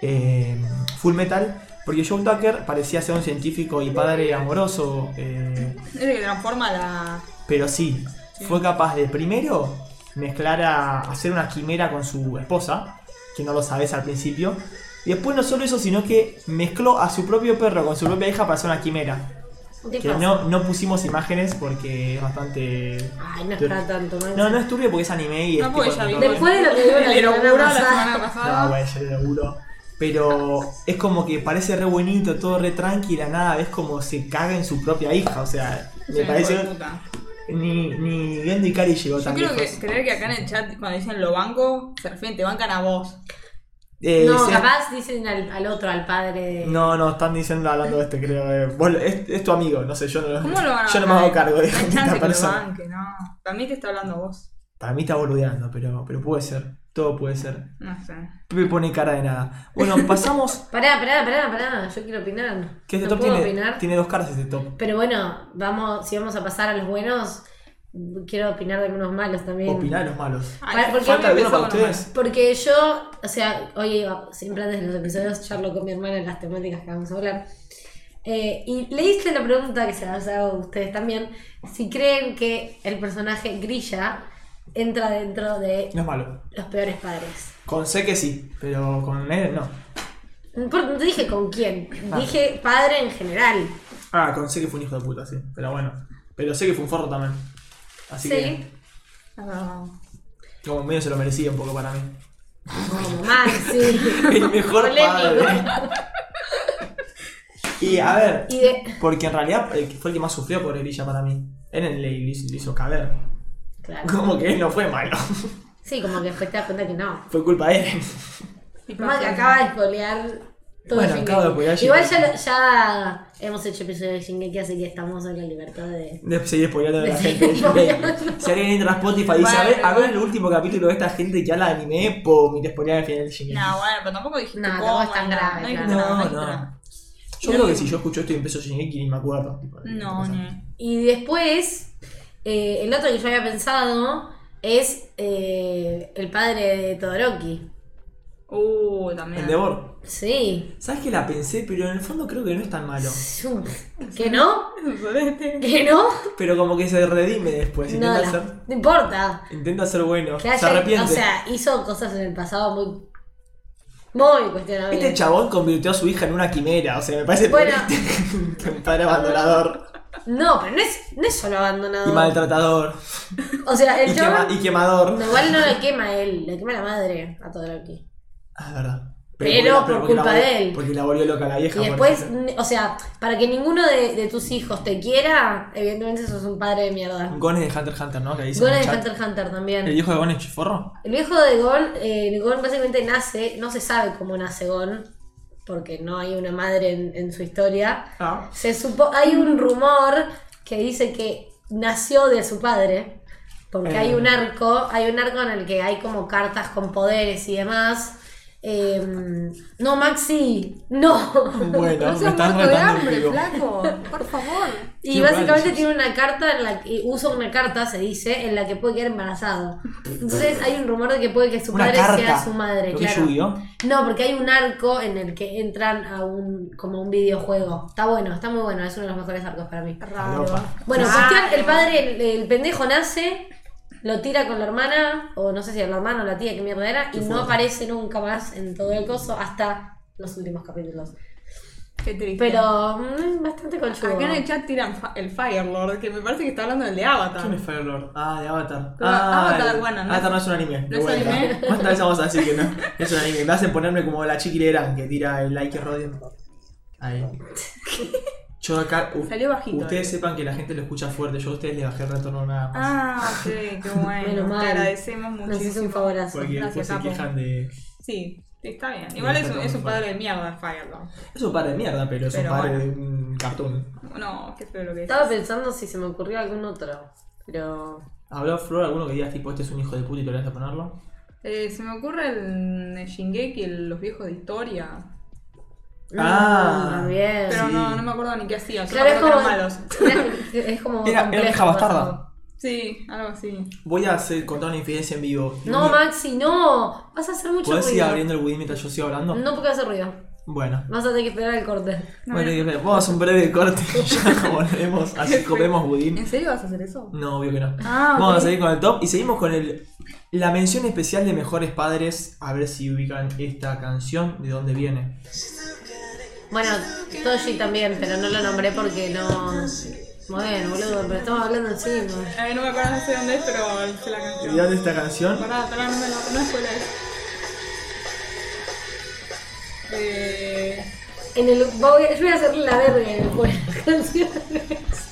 S1: eh, Full Metal. Porque Joe Tucker parecía ser un científico y padre amoroso. eh,
S4: Es el que transforma la.
S1: pero sí, fue capaz de primero mezclar a hacer una quimera con su esposa, que no lo sabes al principio. Y después no solo eso, sino que mezcló a su propio perro con su propia hija para hacer una quimera.
S3: ¿Qué
S1: Que
S3: pasa?
S1: no, no pusimos imágenes porque es bastante.
S3: Ay, no es para tanto, Maxi.
S1: No, no es turbio porque es anime y es
S4: No, porque
S1: tipo-
S4: ya vimos.
S3: Después de lo que vimos la
S4: El
S3: semana
S4: Erocura la
S3: pasada.
S4: semana pasada.
S1: No, bueno, yo le laburo. Pero es como que parece re buenito, todo re tranquila, nada, ves como se caga en su propia hija, o sea, me
S4: Sí, hijo de
S1: parece.
S4: puta.
S1: Ni, ni Gendo Ikari llegó
S4: Yo
S1: tan
S4: quiero
S1: lejos.
S4: que, creer que acá en el chat, cuando dicen lo banco, se refieren, te bancan a vos.
S1: Eh,
S3: No,
S1: sí,
S3: capaz dicen al, al otro, al padre de.
S1: No, no, están diciendo hablando de este, creo. eh, vos lo- es, es tu amigo, no sé, yo no,
S4: ¿Cómo lo van a
S1: yo no me
S4: bancar?
S1: hago cargo de
S4: No hay
S1: esta
S4: chance que lo
S1: persona.
S4: banque, no. Para mí te está hablando vos.
S1: Para mí está boludeando, pero, pero puede ser, todo puede ser.
S4: No sé.
S1: Pepe pone cara de nada. Bueno, pasamos.
S3: Pará, pará, pará, pará. Yo quiero opinar.
S1: Que este
S3: no
S1: top
S3: puedo
S1: tiene,
S3: opinar.
S1: tiene dos caras este top.
S3: Pero bueno, vamos, si vamos a pasar a los buenos, quiero opinar de algunos malos también.
S1: Opinar los malos.
S4: Ay,
S3: Para- porque-
S4: yo
S1: ¿Falta
S4: me
S1: alguno para
S4: empezó con
S1: ustedes?
S3: Porque yo, o sea, hoy iba- siempre antes de los episodios charlo con mi hermana en las temáticas que vamos a hablar. Eh, y le hice la pregunta que se las hago a ustedes también, si creen que el personaje Grilla entra dentro de
S1: No es malo.
S3: los peores padres.
S1: Con C que sí, pero con él no.
S3: Por- No te dije con quién,
S1: Ah.
S3: dije padre en general.
S1: Ah, con C que fue un hijo de puta, sí. Pero bueno. Pero sé que fue un forro también. Así
S3: Sí,
S1: que
S4: Ah,
S1: como medio se lo merecía un poco para mí.
S3: como Maxi.
S1: El mejor
S3: Polémico.
S1: padre. Y a ver,
S3: Y de...
S1: Porque en realidad el que fue el que más sufrió por Grilla para mí. Él le, le hizo- le hizo caber.
S3: Claro.
S1: Como que él no fue malo.
S3: Sí, como que después te das cuenta que no.
S1: Fue culpa de él.
S4: y
S3: Mamá que
S4: pasa-
S3: acaba de spoilear todo
S1: Bueno,
S3: el
S1: acabo de spoilear
S3: Igual
S1: Shingeki.
S3: ya, lo- ya hemos hecho episodio de Shingeki, así que estamos en la libertad de.
S1: Después seguí spoileando de la gente. si alguien entra a Spotify y dice, a ver, a ver el último capítulo de esta gente que habla de anime, pum, y te spoilean el final de Shingeki.
S4: No, bueno, pero tampoco dijiste
S3: No,
S4: cómo.
S3: tampoco es tan
S4: no,
S3: grave,
S4: No, hay
S3: claro.
S4: nada, no,
S1: no,
S4: hay nada.
S1: no. Yo creo que si yo escucho esto y empiezo Shingeki ni me acuerdo. Tipo, de
S4: No,
S1: cosas.
S4: ni.
S3: Y después, eh, el otro que yo había pensado es eh, el padre de Todoroki.
S4: Uh, también.
S1: El Devor.
S3: Sí.
S1: ¿Sabes que la pensé? Pero en el fondo creo que no es tan malo.
S3: Es un- ¿Que no?
S4: Solete.
S3: ¿Que no?
S1: Pero como que se redime después.
S3: No,
S1: Intenta,
S3: la-
S1: ser,
S3: no importa.
S1: intenta ser bueno. se
S3: Que haya-
S1: arrepiente.
S3: o sea, hizo cosas en el pasado muy. Muy cuestionables.
S1: Este chabón convirtió a su hija en una quimera, o sea, me parece
S3: Bueno.
S1: triste que un padre abandonador
S3: No, pero no es, no es solo abandonado.
S1: y maltratador
S3: O sea,
S1: y,
S3: el chabón.
S1: quema- y quemador.
S3: No, igual no lo quema él, lo quema la madre a Todoroki.
S1: Ah, es verdad.
S3: Pero
S1: porque la- porque la
S3: por culpa
S1: volvió-
S3: de él.
S1: Porque la volvió loca la vieja.
S3: Y
S1: por
S3: después,
S1: ejemplo.
S3: n- o sea, para que ninguno de, de tus hijos te quiera, evidentemente sos un padre de mierda.
S1: Gon es de Hunter x Hunter, ¿no? Que dice
S3: Gon
S1: en el
S3: es de
S1: chat.
S3: Hunter x Hunter
S1: ¿El
S3: también.
S1: hijo de Gon es chiforro?
S3: El viejo de Gon, eh, Gon básicamente nace, no se sabe cómo nace Gon, porque no hay una madre en, en su historia.
S1: Ah.
S3: Se supo, hay un rumor que dice que nació de su padre, porque
S1: Eh.
S3: hay un arco, hay un arco en el que hay como cartas con poderes y demás. Em, no, Maxi, no.
S1: Bueno,
S4: No
S1: me
S4: seas
S1: estás retando
S4: muerto de
S1: en
S4: hambre,
S1: vivo.
S4: flaco. Por favor.
S3: Y
S1: Tiene
S3: básicamente
S1: varios.
S3: tiene una carta, en la que, usa una carta, se dice, en la que puede quedar embarazado. Entonces hay un rumor de que puede que su
S1: Una
S3: padre
S1: carta.
S3: sea su madre,
S1: ¿Lo que
S3: claro.
S1: Yu-Gi-Oh?
S3: No, porque hay un arco en el que entran a un como un videojuego. Está bueno, está muy bueno, es uno de los mejores arcos para mí.
S4: Raro.
S1: Falopa.
S3: Bueno,
S4: Raro.
S3: cuestión, el padre, el, el pendejo nace, lo tira con la hermana, o no sé si era la hermana o la tía, que mierda era, y
S1: Qué
S3: no
S1: fuerte.
S3: aparece nunca más en todo el coso hasta los últimos capítulos.
S4: Qué triste.
S3: Pero mm, bastante conchudo.
S4: Acá en el chat tiran fa- el Firelord, que me parece que está hablando del de Avatar.
S1: ¿Quién es Firelord? Ah, de Avatar.
S4: Pero
S1: ah,
S4: Avatar,
S1: el-
S4: bueno, no
S1: Avatar
S4: es-
S1: no es un anime.
S4: no
S1: de
S4: es
S1: vuelta.
S4: anime.
S1: Esta vez vamos a decir que no. Es un anime. Me hacen ponerme como la chiquilera que tira el like Rodion. Ahí. Yo acá. u-
S4: Salió bajito.
S1: Ustedes sepan que la gente lo escucha fuerte. Yo a ustedes les bajé el retorno nada más.
S4: Ah, sí, qué bueno.
S3: Menos mal.
S4: Te agradecemos
S3: Nos hizo
S4: muchísimo.
S3: un favorazo.
S1: porque
S4: gracias,
S1: después se
S4: capo.
S1: quejan de.
S4: Sí, sí, está bien. Igual
S1: Sí,
S4: es, un-
S1: está
S4: es un
S1: todo
S4: padre de mierda el Firelord.
S1: Es un padre de mierda, pero es
S4: Pero
S1: un padre
S4: bueno.
S1: de un cartoon.
S4: No, qué feo lo que es.
S3: Estaba pensando si se me ocurrió algún otro, pero...
S1: ¿Habló Flor alguno que digas tipo este es un hijo de puta y te lo vas a ponerlo?
S4: Eh, se me ocurre el, el Shingeki, el- los viejos de historia.
S1: Ah.
S3: Mm, también.
S4: Pero
S1: Sí.
S4: no, no me acuerdo ni qué hacía. Solo
S3: Claro, es
S4: me acuerdo
S3: como-
S4: que eran malos.
S3: Era- es como
S1: Era, era
S3: complejo,
S1: vieja
S3: pasado.
S1: bastarda.
S4: Sí, algo así.
S1: Voy a hacer, contar una infidencia en vivo.
S3: No,
S1: Mi-
S3: Maxi, no. Vas a hacer mucho
S1: ¿Podés ir
S3: ruido.
S1: abriendo el Wii mientras yo sigo hablando?
S3: No porque hace ruido.
S1: Bueno.
S3: Vas a tener que esperar el corte.
S4: No,
S1: bueno,
S4: no.
S1: y vamos a hacer un breve corte y ya volvemos. Así comemos budín.
S4: ¿En serio vas a hacer eso?
S1: No, obvio que no.
S4: Ah, ok.
S1: Vamos a seguir con el top y seguimos con el la mención especial de Mejores Padres. A ver si ubican esta canción, de dónde viene.
S3: Bueno, Toshi también, pero no lo nombré porque no. Bueno, boludo, pero estamos hablando encima.
S4: Eh, no me acuerdo, no sé dónde es, pero sé la canción.
S1: ¿De dónde esta canción?
S4: Pará, pará, no me lo. No es spoiler. Eh,
S3: En el, voy, yo voy a hacer la verga en el juego. canciones.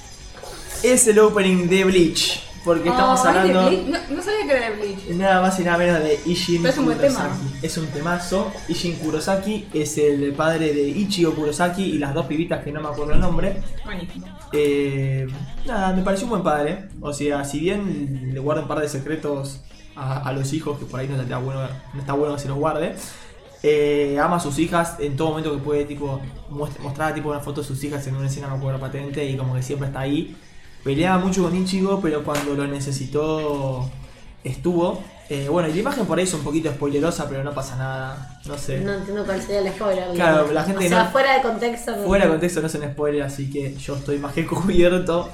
S1: Es el opening de Bleach. Porque estamos
S4: ah, ¿es de
S1: hablando
S4: Bleach? No, no sabía que era de Bleach.
S1: nada más y nada menos de Ishin
S4: Pero es un buen tema.
S1: Es un temazo. Ishin Kurosaki es el padre de Ichigo Kurosaki y las dos pibitas que no me acuerdo el nombre.
S4: Buenísimo.
S1: Eh, nada, me pareció un buen padre. O sea, si bien le guarda un par de secretos a, a los hijos, que por ahí no está bueno, no está bueno que se los guarde, eh, ama a sus hijas en todo momento que puede, tipo, muest- mostrar tipo, una foto de sus hijas en una escena, me acuerdo, patente, y como que siempre está ahí. Peleaba mucho con Ichigo, pero cuando lo necesitó, estuvo. Eh, bueno, y la imagen por ahí es un poquito spoilerosa, pero no pasa nada. No sé.
S3: No entiendo cuál sería el spoiler.
S1: Claro, la gente
S3: O sea,
S1: no-
S3: fuera de contexto.
S1: Fuera de contexto no es un spoiler, así que yo estoy más que cubierto.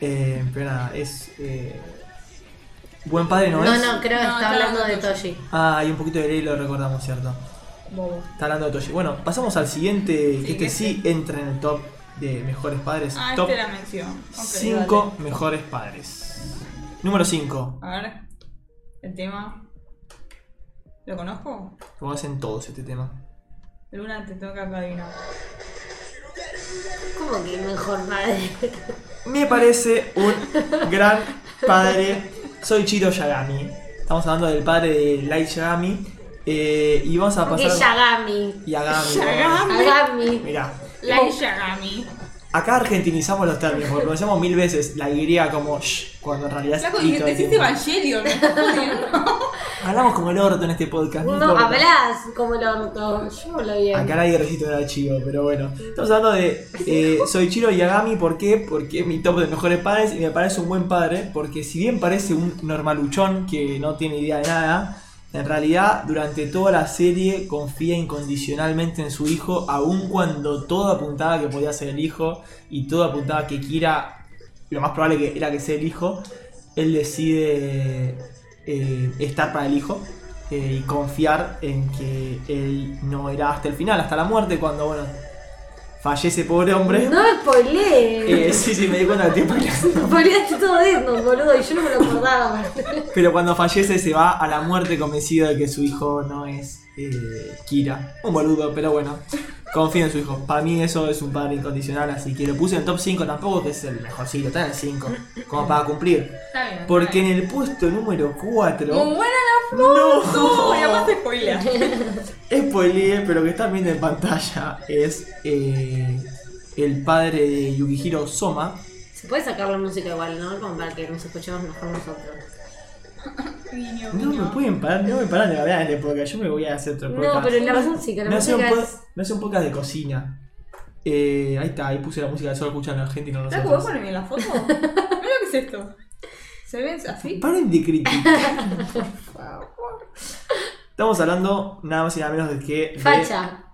S1: Eh, pero nada, es. eh, Buen padre no,
S3: No,
S1: es.
S3: no, creo que
S4: No,
S3: está
S4: está
S3: hablando de
S4: hablando
S3: Toshi.
S1: Ah, y un poquito de ley lo recordamos, ¿cierto?
S4: Bobo.
S1: Está hablando de Toshi. Bueno, pasamos al siguiente, que este sí entra en el top de mejores padres.
S4: Ah,
S1: top
S4: este la mención. Ok,
S1: 5 mejores padres. Número 5.
S4: dale. A ver. El tema. ¿Lo conozco?
S1: Lo hacen todos este tema.
S4: Luna, te tengo que adivinar.
S3: ¿Cómo que mejor madre?
S1: Me parece un gran padre. Soy Chiro Yagami. Estamos hablando del padre de Light Yagami. Eh, y vamos a
S3: Porque
S1: pasar.
S3: es Yagami.
S1: Yagami.
S4: Yagami.
S3: Yagami.
S1: Mirá,
S4: La
S1: Oh.
S4: Ishagami.
S1: acá argentinizamos los términos, porque pronunciamos mil veces la Y como sh, cuando en realidad
S4: Flaco,
S1: es
S4: y
S1: I todo
S4: te
S1: el
S4: hiciste
S1: tiempo.
S4: Evangelion. me estás jodiendo.
S1: Hablamos como el orto en este podcast. no
S3: No,
S1: importa.
S3: hablas como el orto. Yo hablo bien.
S1: Acá nadie recito era chido, pero bueno. Estamos hablando de eh, Soichiro Yagami, ¿por qué? Porque es mi top de mejores padres y me parece un buen padre, porque si bien parece un normaluchón que no tiene idea de nada, en realidad durante toda la serie confía incondicionalmente en su hijo, aun cuando todo apuntaba que podía ser el hijo y todo apuntaba que Kira, lo más probable que era que sea el hijo, él decide eh, estar para el hijo eh, y confiar en que él no era hasta el final, hasta la muerte, cuando, bueno, fallece pobre hombre.
S3: No me spoilees.
S1: Eh, sí, sí, me di cuenta de tiempo.
S3: Spoileaste todo Death boludo, y yo no me lo acordaba.
S1: Pero cuando fallece se va a la muerte convencido de que su hijo no es eh, Kira. Un boludo, pero bueno. Confía en su hijo. Para mí eso es un padre incondicional, así que lo puse en el top 5 tampoco, que es el mejorcito, está en el 5. Como para cumplir.
S4: Está bien.
S1: Porque
S4: está
S1: en el puesto número 4...
S4: bien. Muy buena la
S1: ¡No!
S4: foto. Y además te spoilea.
S1: Spoiler, pero lo que están viendo en pantalla es eh, el padre de Yukihiro Soma.
S3: Se puede sacar la música igual, ¿no? Como para que nos escuchemos mejor nosotros.
S4: Niño,
S1: No me
S4: niño.
S1: pueden parar, no me paran de hablar en el podcast, yo me voy a hacer otro podcast.
S3: No, pero la música, la
S1: me, hace un
S3: música
S1: po-
S3: es...
S1: me hace un podcast de cocina. Eh, ahí está, ahí puse la música, solo escuchan la gente y no
S4: Flaco, ¿vos
S1: nosotros.
S4: poneme la foto? Mira lo que es esto. ¿Se ven así?
S1: Paren de criticar, por favor. Estamos hablando nada más y nada menos de que... de
S3: Facha.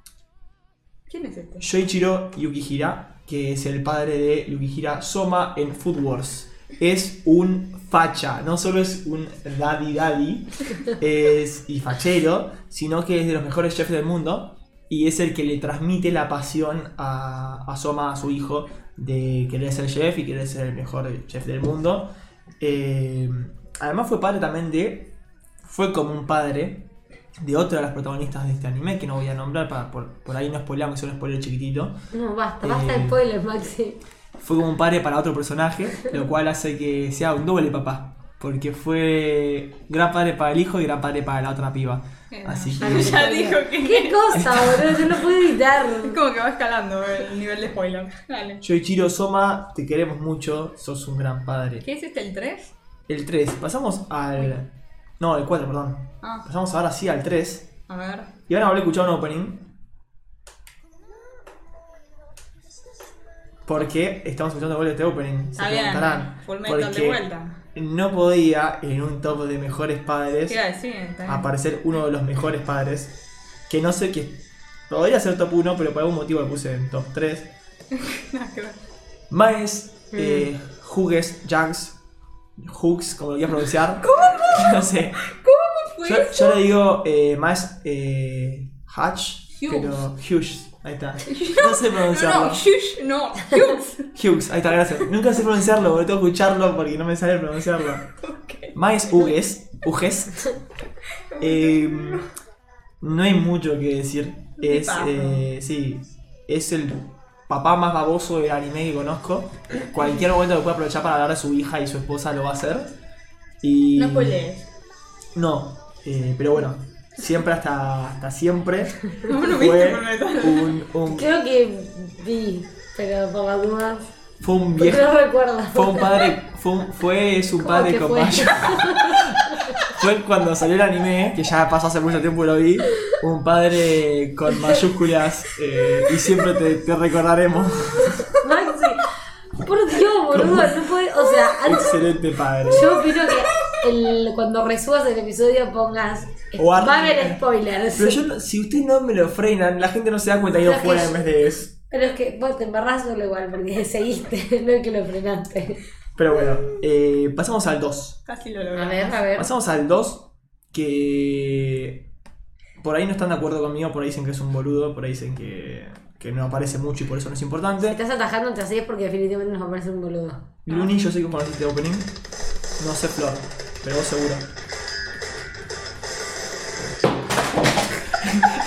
S4: ¿Quién es este?
S1: Yoichiro Yukihira, que es el padre de Yukihira Soma en Food Wars. Es un facha. No solo es un daddy daddy es, y fachero, sino que es de los mejores chefs del mundo y es el que le transmite la pasión a, a Soma, a su hijo, de querer ser chef y querer ser el mejor chef del mundo. Eh, además fue padre también de... Fue como un padre de otra de las protagonistas de este anime, que no voy a nombrar, para, por, por ahí no spoileamos, es un spoiler chiquitito
S3: No, basta, basta
S1: Eh.
S3: de spoilers, Maxi.
S1: fue como un padre para otro personaje, lo cual hace que sea un doble papá. Porque fue gran padre para el hijo y gran padre para la otra piba.
S4: Eh,
S1: Así
S3: Ya
S1: que.
S3: no
S4: Ya
S3: spoileo.
S4: dijo que-
S3: ¡Qué cosa, boludo! Yo no pude evitar.
S4: Es como que va escalando el nivel de spoiler. Dale.
S1: Yoichiro Soma, te queremos mucho, sos un gran padre.
S4: ¿Qué es este, el 3?
S1: El 3, pasamos al. No, el 4, perdón.
S4: Ah,
S1: Pasamos ahora sí al 3.
S4: a ver.
S1: Y ahora habré escuchado un opening. Porque estamos escuchando de vuelta este opening. Se
S4: Está bien.
S1: preguntarán.
S4: Full metal de
S1: porque
S4: vuelta.
S1: No podía en un top de mejores padres.
S4: ¿Qué ¿eh? iba a decir? Está bien.
S1: aparecer uno de los mejores padres. Que no sé qué. Podría ser top 1, pero por algún motivo lo puse en top 3.
S4: Nada que ver.
S1: Maes,
S4: Mm.
S1: eh, Hugues, Jags, Hooks, como lo quieras pronunciar. ¿Cómo? No sé.
S4: Fue
S1: Yo, yo le digo eh, Maes eh, Hutch,
S4: Hughes.
S1: pero Hughes. Ahí está. No sé
S4: No,
S1: pronunciarlo.
S4: no, shush, no. Hughes.
S1: Hughes, ahí está, gracias. Nunca sé pronunciarlo, porque tengo que escucharlo porque no me sale pronunciarlo.
S4: Ok.
S1: Maes Hugues, Hugues. Eh, no hay mucho que decir. Es,
S4: Tipazo.
S1: eh, sí, es el papá más baboso del anime que conozco. Cualquier momento que pueda aprovechar para hablar de su hija y su esposa lo va a hacer. Y...
S4: No spoilees.
S1: No, eh, pero bueno, siempre hasta, hasta siempre.
S4: No, no viste
S1: fue,
S4: por metal.
S1: un, un-
S3: Creo que vi, pero por las dudas.
S1: fue un
S3: Porque
S1: viejo.
S3: no recuerdo.
S1: Fue un padre, fue, un- fue es un
S3: ¿Cómo
S1: padre
S3: que
S1: con
S3: fue?
S1: mayo. fue cuando salió el anime, que ya pasó hace mucho tiempo que lo vi, un padre con mayúsculas eh, y siempre te, te recordaremos.
S3: Maxi, por Dios, boludo, no puede. O sea, antes-
S1: Excelente padre.
S3: yo opino que el- cuando resubas el episodio pongas.
S1: O
S3: va a
S1: ar-
S3: haber spoilers.
S1: Pero yo, no- si ustedes no me lo frenan, la gente no se da cuenta que yo
S3: Pero que
S1: fuera en
S3: yo-
S1: vez de eso.
S3: Pero es que vos te embarrás solo igual, porque seguiste, no es que lo frenaste.
S1: Pero bueno, eh, pasamos al 2.
S4: Casi lo logré.
S3: A ver, a ver.
S1: Pasamos al 2, que por ahí no están de acuerdo conmigo, por ahí dicen que es un boludo, por ahí dicen que, que no aparece mucho y por eso no es importante.
S3: Estás atajando entre así porque definitivamente nos aparece un boludo.
S1: Luni, yo sé que conociste este opening. No sé Flor, pero vos seguro.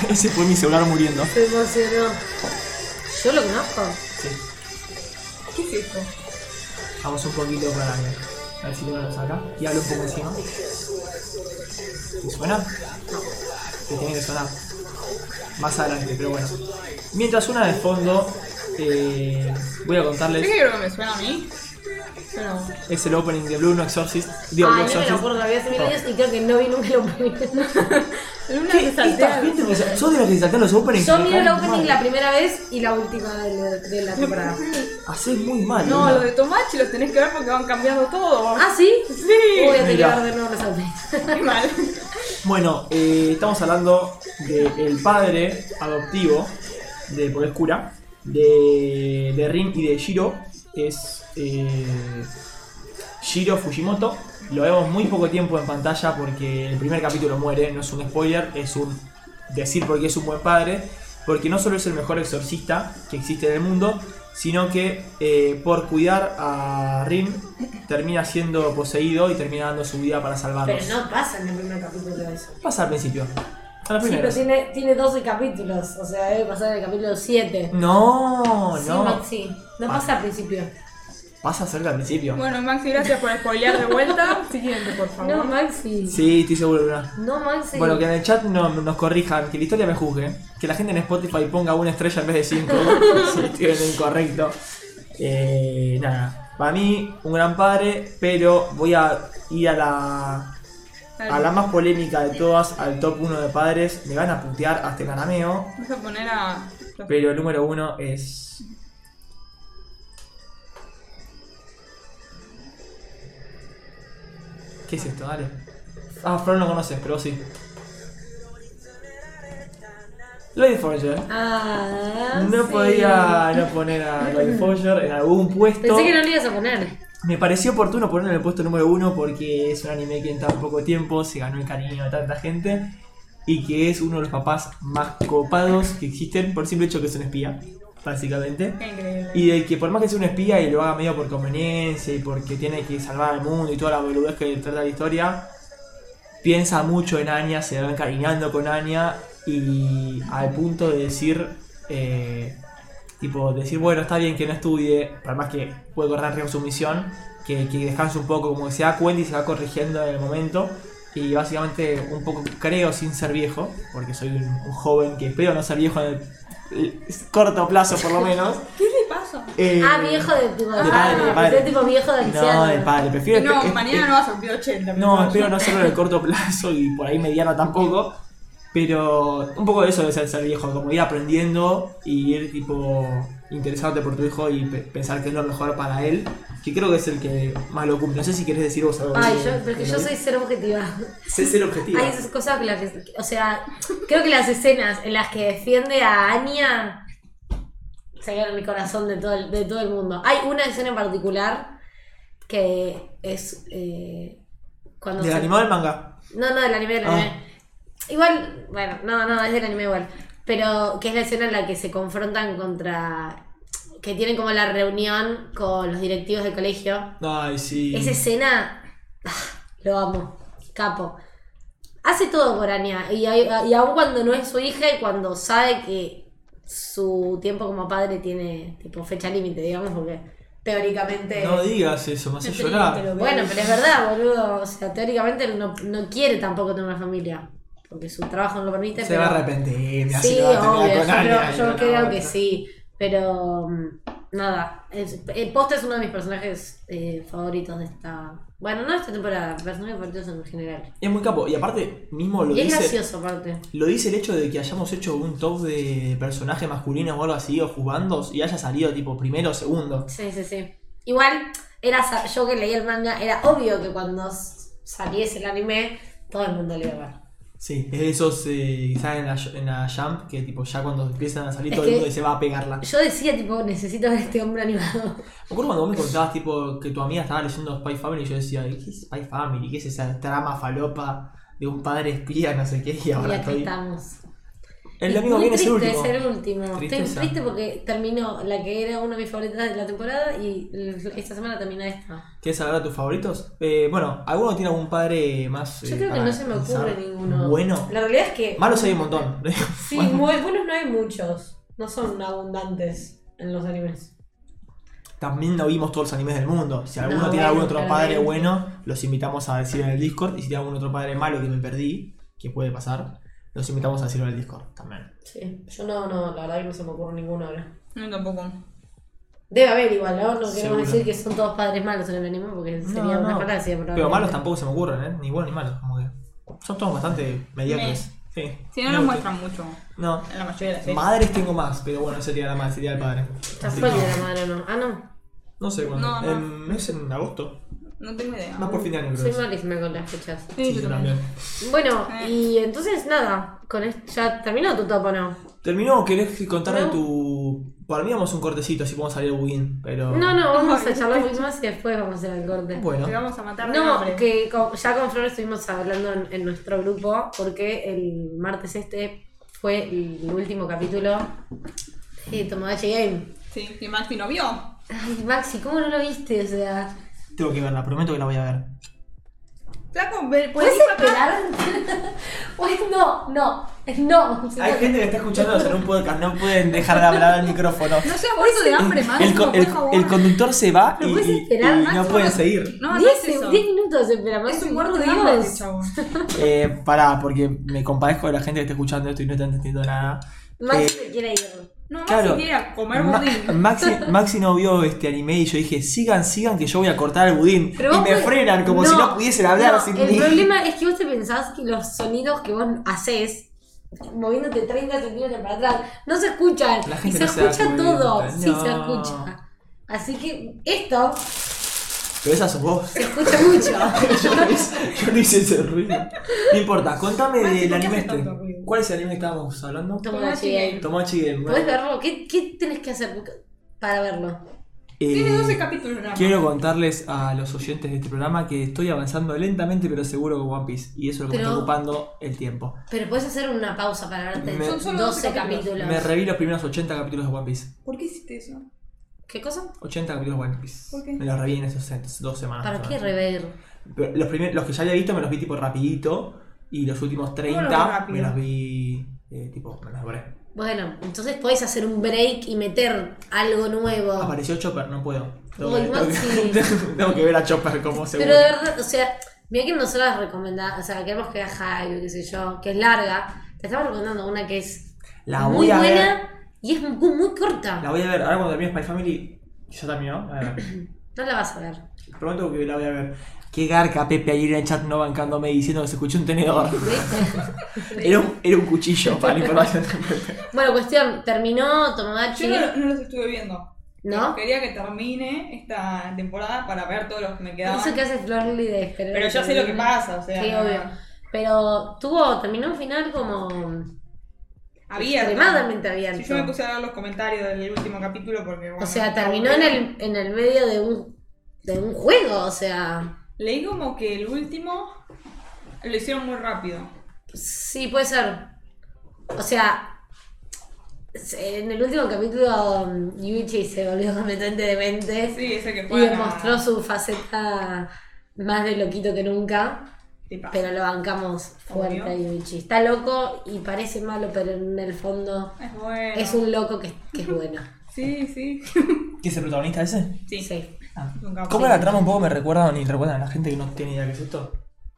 S1: Ese fue mi celular muriendo.
S3: Se emocionó. Yo lo conozco.
S1: Sí.
S4: ¿Qué es esto?
S1: Vamos un poquito para acá. A ver si uno lo saca. Y hablo un poco encima. ¿Te suena? Te tiene que sonar. Más adelante, pero bueno. Mientras suena de fondo, eh, voy a
S4: Yo
S1: contarles.
S4: que creo que me suena a mí. Pero
S1: Es el opening de Blue No Exorcist. Digo, Blue
S3: Ay, no me lo
S1: Exorcist.
S3: acuerdo, lo vi hace
S1: Oh.
S3: mil años y creo que no vi nunca lo
S4: Luna
S1: ¿Qué?
S4: se saltea.
S1: Esta gente que se- ¿Sos de los que se saltan los openings?
S3: Yo
S1: Me
S3: miré el
S1: cago en tu
S3: opening
S1: madre.
S3: la primera vez y la última de la, de la temporada.
S1: Hacés muy mal.
S4: No,
S1: Luna.
S4: los de Tomachi los tenés que ver porque van cambiando todo.
S3: ¿Ah, sí?
S4: Sí.
S3: Uy, voy a tener que
S1: Mira.
S3: ver de nuevo los outfits.
S4: Qué mal.
S1: Bueno, eh, estamos hablando del padre adoptivo de por el cura, de, de Rin y de Shiro. Es eh, Shiro Fujimoto. Lo vemos muy poco tiempo en pantalla porque el primer capítulo muere, no es un spoiler, es un decir porque es un buen padre. Porque no solo es el mejor exorcista que existe en el mundo, sino que eh, por cuidar a Rin termina siendo poseído y termina dando su vida para salvarlos.
S3: Pero no pasa en el primer capítulo eso.
S1: Pasa al principio. A la
S3: Sí,
S1: primera.
S3: pero tiene, tiene 12 capítulos, o sea, debe pasar en el capítulo 7.
S1: No,
S3: Sí,
S1: no.
S3: Maxi, no pasa al principio.
S1: Pasa cerca al principio.
S4: Bueno, Maxi, gracias por spoilear de vuelta. Siguiente, por
S3: No,
S4: favor.
S3: Maxi.
S1: Ah. Sí, estoy seguro, Luna.
S3: No, Maxi.
S1: Bueno, que en el chat no- nos corrijan, que la historia me juzgue, que la gente en Spotify ponga una estrella en vez de cinco, si estoy en lo incorrecto. Eh, nada, para mí un gran padre, pero voy a ir a la a la más polémica de todas, al top 1 de padres. Me van a putear hasta el arameo,
S4: Vamos a poner a.
S1: pero el número uno es ¿Qué es esto? Dale. Ah, Flor no conoces, pero sí. Lady Forger.
S3: Ah,
S1: No
S3: sí.
S1: podía no poner a Lady Forger en algún puesto.
S3: Pensé que no le ibas a poner.
S1: Me pareció oportuno ponerlo en el puesto número uno porque es un anime que en tan poco tiempo se ganó el cariño de tanta gente y que es uno de los papás más copados que existen por el simple hecho que es un espía, básicamente.
S4: Qué increíble.
S1: Y de que por más que sea un espía y lo haga medio por conveniencia y porque tiene que salvar al mundo y toda la boludez que trata la historia, piensa mucho en Anya, se va encariñando con Anya y al punto de decir, eh, tipo, decir, bueno, está bien que no estudie, por más que puede correr riesgo su misión, que, que descanse un poco, como que se da cuenta y se va corrigiendo en el momento. Y básicamente un poco creo sin ser viejo, porque soy un, un joven que espero no ser viejo en el- el corto plazo por lo menos.
S4: ¿Qué le pasa?
S1: Eh,
S3: Ah, viejo de tipo.
S1: De padre, de
S3: ah,
S1: padre.
S3: pensé tipo viejo de anciano.
S1: No, de padre. Prefiero.
S4: No,
S1: espe-
S4: mañana no vas a cumplir 80.
S1: espe- no,
S4: mi
S1: espero
S4: amor.
S1: no hacerlo en el corto plazo y por ahí mediano tampoco. Pero un poco de eso de ser, ser viejo, como ir aprendiendo y ir tipo interesarte por tu hijo y pe- pensar que es lo mejor para él, que creo que es el que más lo cumple. No sé si querés decir vos algo.
S3: Ay,
S1: de-
S3: yo, porque
S1: de
S3: yo
S1: él.
S3: soy cero objetiva.
S1: Sé ser objetivo.
S3: Hay esas cosas que las. O sea, creo que las escenas en las que defiende a Anya se quedan en mi corazón de todo, el, de todo el mundo. Hay una escena en particular que es. eh, cuando
S1: ¿Del
S3: se-
S1: animado del manga?
S3: No, no, del anime, del
S1: Ah.
S3: anime. Igual, bueno, no, no, es del anime igual. Pero que es la escena en la que se confrontan contra. que tienen como la reunión con los directivos del colegio.
S1: Ay, sí.
S3: Esa escena. ah, Lo amo. Capo. Hace todo por Anya. Y, hay- y aun cuando no es su hija y cuando sabe que su tiempo como padre tiene tipo fecha límite, digamos, porque teóricamente.
S1: No digas eso, me hace llorar.
S3: Bueno, pero es verdad, boludo. O sea, teóricamente él no, no quiere tampoco tener una familia. Porque su trabajo no lo permite.
S1: Se
S3: pero-
S1: va a arrepentir, mira, si
S3: Sí,
S1: lo va a terminar
S3: obvio. Yo
S1: con Anya,
S3: creo,
S1: y
S3: yo
S1: no,
S3: creo
S1: no,
S3: que
S1: no.
S3: sí. Pero mm, nada. Es, eh, Posta es uno de mis personajes eh, favoritos de esta. Bueno, no de esta temporada, personajes favoritos en general.
S1: Es muy capo. Y aparte, mismo lo
S3: Y es
S1: dice.
S3: gracioso aparte.
S1: Lo dice el hecho de que hayamos hecho un top de personajes masculinos o algo así, o jugando, y haya salido tipo primero o segundo.
S3: Sí, sí, sí. Igual, era sa- yo que leí el manga, era obvio que cuando s- saliese el anime, todo el mundo lo iba a ver.
S1: Sí, es de esos eh, que salen en la, en la Jump, que tipo ya cuando empiezan a salir
S3: Es
S1: todo el
S3: que-
S1: mundo dice va a pegarla. Me
S3: Yo decía, tipo, necesito ver este hombre animado.
S1: acuerdo cuando vos me contabas tipo que tu amiga estaba leyendo Spy Family y yo decía, "Ay, ¿qué es Spy Family? ¿Qué es esa trama falopa de un padre espía, no sé qué? Y
S3: Y
S1: ahora
S3: acá
S1: estoy...
S3: estamos.
S1: El
S3: Es
S1: domingo
S3: muy
S1: viene es el
S3: triste
S1: último.
S3: ser el último.
S1: Tristeza.
S3: Estoy triste porque terminó la que era una de mis favoritas de la temporada y l- esta semana termina esta.
S1: ¿Quieres hablar de tus favoritos? Eh, bueno, ¿alguno tiene algún padre más...
S3: Yo
S1: eh,
S3: creo que
S1: para
S3: no se me
S1: pensar?
S3: ocurre ninguno.
S1: Bueno.
S3: La realidad es que.
S1: Malos hay un montón.
S3: Sí, muy buenos no hay muchos. No son abundantes en los animes.
S1: También no vimos todos los animes del mundo. Si alguno
S3: No,
S1: tiene algún
S3: bueno,
S1: otro
S3: claramente.
S1: padre bueno, los invitamos a decirlo en el Discord. Y si tiene algún otro padre malo que me perdí, que puede pasar, los invitamos a decirlo en el Discord también.
S3: Sí. Yo no, no, la verdad que no se me ocurre ninguno ahora.
S4: No, tampoco.
S3: Debe haber igual, ¿no? No queremos
S1: Seguro.
S3: decir que son todos padres malos en el anime porque
S1: No,
S3: sería una
S1: no.
S3: falacia.
S1: Pero
S3: probablemente.
S1: malos tampoco se me ocurren, ¿eh? Ni buenos ni malos. Como que son todos bastante mediocres. Sí.
S4: Si no, nos
S1: Neutro.
S4: muestran mucho
S1: No.
S4: en la mayoría de las series.
S1: Madres tengo más, pero bueno, sería la madre, sería el padre. Así
S3: Tampoco
S1: que-
S3: era madre, no. Ah, no.
S1: no sé cuándo.
S4: No, no.
S1: En- es en agosto.
S4: No tengo idea.
S1: Más por fin de año, creo. que
S3: Soy
S1: es.
S3: malísima con las fechas.
S4: Sí,
S1: Sí,
S4: yo
S1: yo
S4: también.
S1: también.
S3: Bueno,
S4: Eh.
S3: y entonces nada, con esto ya terminó tu topo, ¿no?
S1: ¿Terminó o querés contarme
S3: No.
S1: tu. Para mí vamos un cortecito, así podemos salir de Win, pero.
S3: No, no, vamos
S4: Ay,
S3: a charlar mucho más y después vamos a hacer el corte.
S1: Bueno.
S4: Te vamos a matar de hambre.
S3: No, que con- ya con Flor estuvimos hablando en, en nuestro grupo porque el martes este fue el último capítulo de Tomodachi Game.
S4: Sí, y Maxi no vio.
S3: Ay, Maxi, ¿cómo no lo viste? O sea,
S1: Tengo que verla, prometo que la voy a ver.
S4: Flaco, ve-
S3: ¿puedes
S4: pues,
S3: esperar? pues no, no, no. O sea,
S1: Hay gente que está escuchándonos en un podcast, no pueden dejar de hablar al micrófono.
S4: No seas muerto de hambre, Maxi,
S1: El, co-
S4: por
S1: el-
S4: favor.
S1: el conductor se va y,
S3: ¿Lo puedes
S1: y-
S3: esperar,
S1: y
S3: Maxi?
S1: no pueden seguir.
S4: No, no
S3: diez,
S4: es eso.
S3: diez minutos esperamos.
S4: Es un
S3: por
S4: muerto de
S3: Dios.
S4: hambre, ese chabón.
S1: Eh, pará, porque me compadezco de la gente que está escuchando esto y no está entendiendo nada.
S3: Maxi
S1: Eh,
S3: se quiere ir.
S4: No, Maxi
S1: Claro.
S4: quiere ir a comer
S1: Ma-
S4: budín.
S1: Maxi, Maxi no vio este anime y yo dije, sigan, sigan, que yo voy a cortar el budín.
S3: Pero
S1: y
S3: vos
S1: me
S3: podés-
S1: frenan como si no pudiesen hablar
S3: no,
S1: sin
S3: El
S1: mí.
S3: problema es que vos te pensás que los sonidos que vos haces, moviéndote 30 centímetros para atrás, no se escuchan.
S1: La
S3: Y
S1: gente
S3: se
S1: no se da
S3: escucha
S1: cuenta,
S3: todo. Sí,
S1: no.
S3: se escucha. Así que esto
S1: Pero esa sos vos.
S3: se escucha mucho.
S1: yo, no hice, yo no hice ese ruido. No importa, contame
S4: Maxi,
S1: del
S4: ¿por qué
S1: anime
S4: hace
S1: este.
S4: tanto ruido?
S1: ¿Cuál es el anime que estábamos hablando?
S3: Tomodachi Game.
S1: Tomodachi Game.
S3: ¿Podés verlo? ¿Qué, qué tenés que hacer para verlo?
S1: Eh,
S4: Tiene 12 capítulos nada más.
S1: Quiero contarles a los oyentes de este programa que estoy avanzando lentamente pero seguro con One Piece y eso es lo que me
S3: Pero-
S1: está ocupando el tiempo.
S3: Pero puedes hacer una pausa para verte
S1: Me-
S4: Son solo
S3: 12
S4: 12
S3: capítulos.
S1: Me reví los primeros 80 capítulos de One Piece.
S4: ¿Por qué hiciste eso?
S3: ¿Qué cosa?
S1: 80 capítulos de One Piece.
S4: ¿Por qué?
S1: Me los reví en esos en esas dos semanas.
S3: ¿Para
S1: más o
S3: qué
S1: menos.
S3: rever?
S1: Pero los, primer- los que ya había visto me los vi tipo rapidito y los últimos
S4: los
S1: 30
S4: ves
S1: me
S4: rápido?
S1: los vi eh, tipo, me los devoré.
S3: Bueno, entonces podés hacer un break y meter algo nuevo.
S1: Apareció Chopper, no puedo. Tengo,
S3: Uy,
S1: que, tengo
S3: Maxi.
S1: que- tengo que ver a Chopper como se
S3: Pero de verdad, o sea, mira que nosotras recomendamos, o sea, queremos que haga algo, qué sé yo, que es larga. Te estamos recomendando una que es
S1: La
S3: muy
S1: voy a
S3: buena
S1: ver.
S3: y es muy, muy corta.
S1: La voy a ver. Ahora cuando termine Spy Family, que ya terminó. A ver.
S3: No la vas a ver.
S1: Pronto que la voy a ver. Qué garca Pepe ayer en el chat no bancándome diciendo que se escuchó un tenedor. Era un, era un cuchillo para la información de Pepe.
S3: Bueno, cuestión, terminó Tomodachi.
S4: Yo no, no los estuve viendo.
S3: Ah, ¿No?
S4: Quería que termine esta temporada para ver todos los que me quedaban.
S3: Eso que hace Florly de esperar.
S4: Pero ya sé lo que pasa, o sea.
S3: Sí, obvio. Pero tuvo, terminó un final como
S4: Abierto.
S3: extremadamente abierto.
S4: Sí, yo me puse a ver los comentarios del último capítulo porque. bueno,
S3: O sea, terminó en el, en el medio de un, de un juego, o sea.
S4: Leí como que el último lo hicieron muy rápido.
S3: Sí, puede ser. O sea, en el último capítulo um, Yuichi se volvió completamente demente
S4: Sí, ese que
S3: y
S4: fue.
S3: demostró su faceta más de loquito que nunca, pero lo bancamos fuerte
S4: Obvio.
S3: a Yuichi. Está loco y parece malo, pero en el fondo
S4: Es bueno.
S3: es un loco que, que es bueno.
S4: Sí, sí.
S1: ¿Quién es el protagonista ese?
S4: Sí,
S3: Sí.
S1: Ah.
S4: Es un capo.
S1: ¿Cómo la trama un poco me recuerda ni recuerdan a la gente que no tiene idea qué es esto?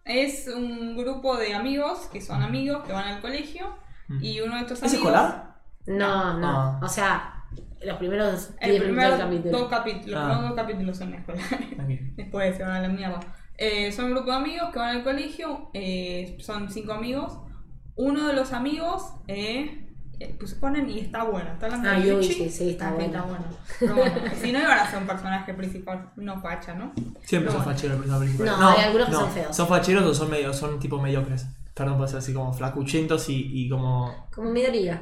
S4: Es un grupo de amigos que son amigos que van al colegio
S1: Mm.
S4: y uno de estos
S1: ¿Es
S4: amigos.
S1: escolar?
S3: No, no.
S1: Ah.
S3: O sea, los primeros 10
S4: El
S3: minutos
S4: primer
S3: del capítulo.
S4: dos capítulos,
S1: Ah.
S4: los primeros dos capítulos son escolares.
S1: Tranquilo.
S4: Después se van a la mierda. Eh, son un grupo de amigos que van al colegio, eh, son cinco amigos. Uno de los amigos, eh, eh, pues se ponen y está bueno. Está hablando
S3: Ah,
S4: de
S3: Yuichi,
S4: Yuichi.
S3: sí, está
S4: Ah,
S3: bueno.
S4: Pero bueno, si no iban a ser un personaje principal, no facha, ¿no?
S1: Siempre son
S4: No.
S1: facheros los personajes principales.
S3: No, hay algunos que son feos.
S1: Son facheros o son medio, son tipo mediocres. Perdón por ser así como flacuchentos y, y como.
S3: Como Midoriya.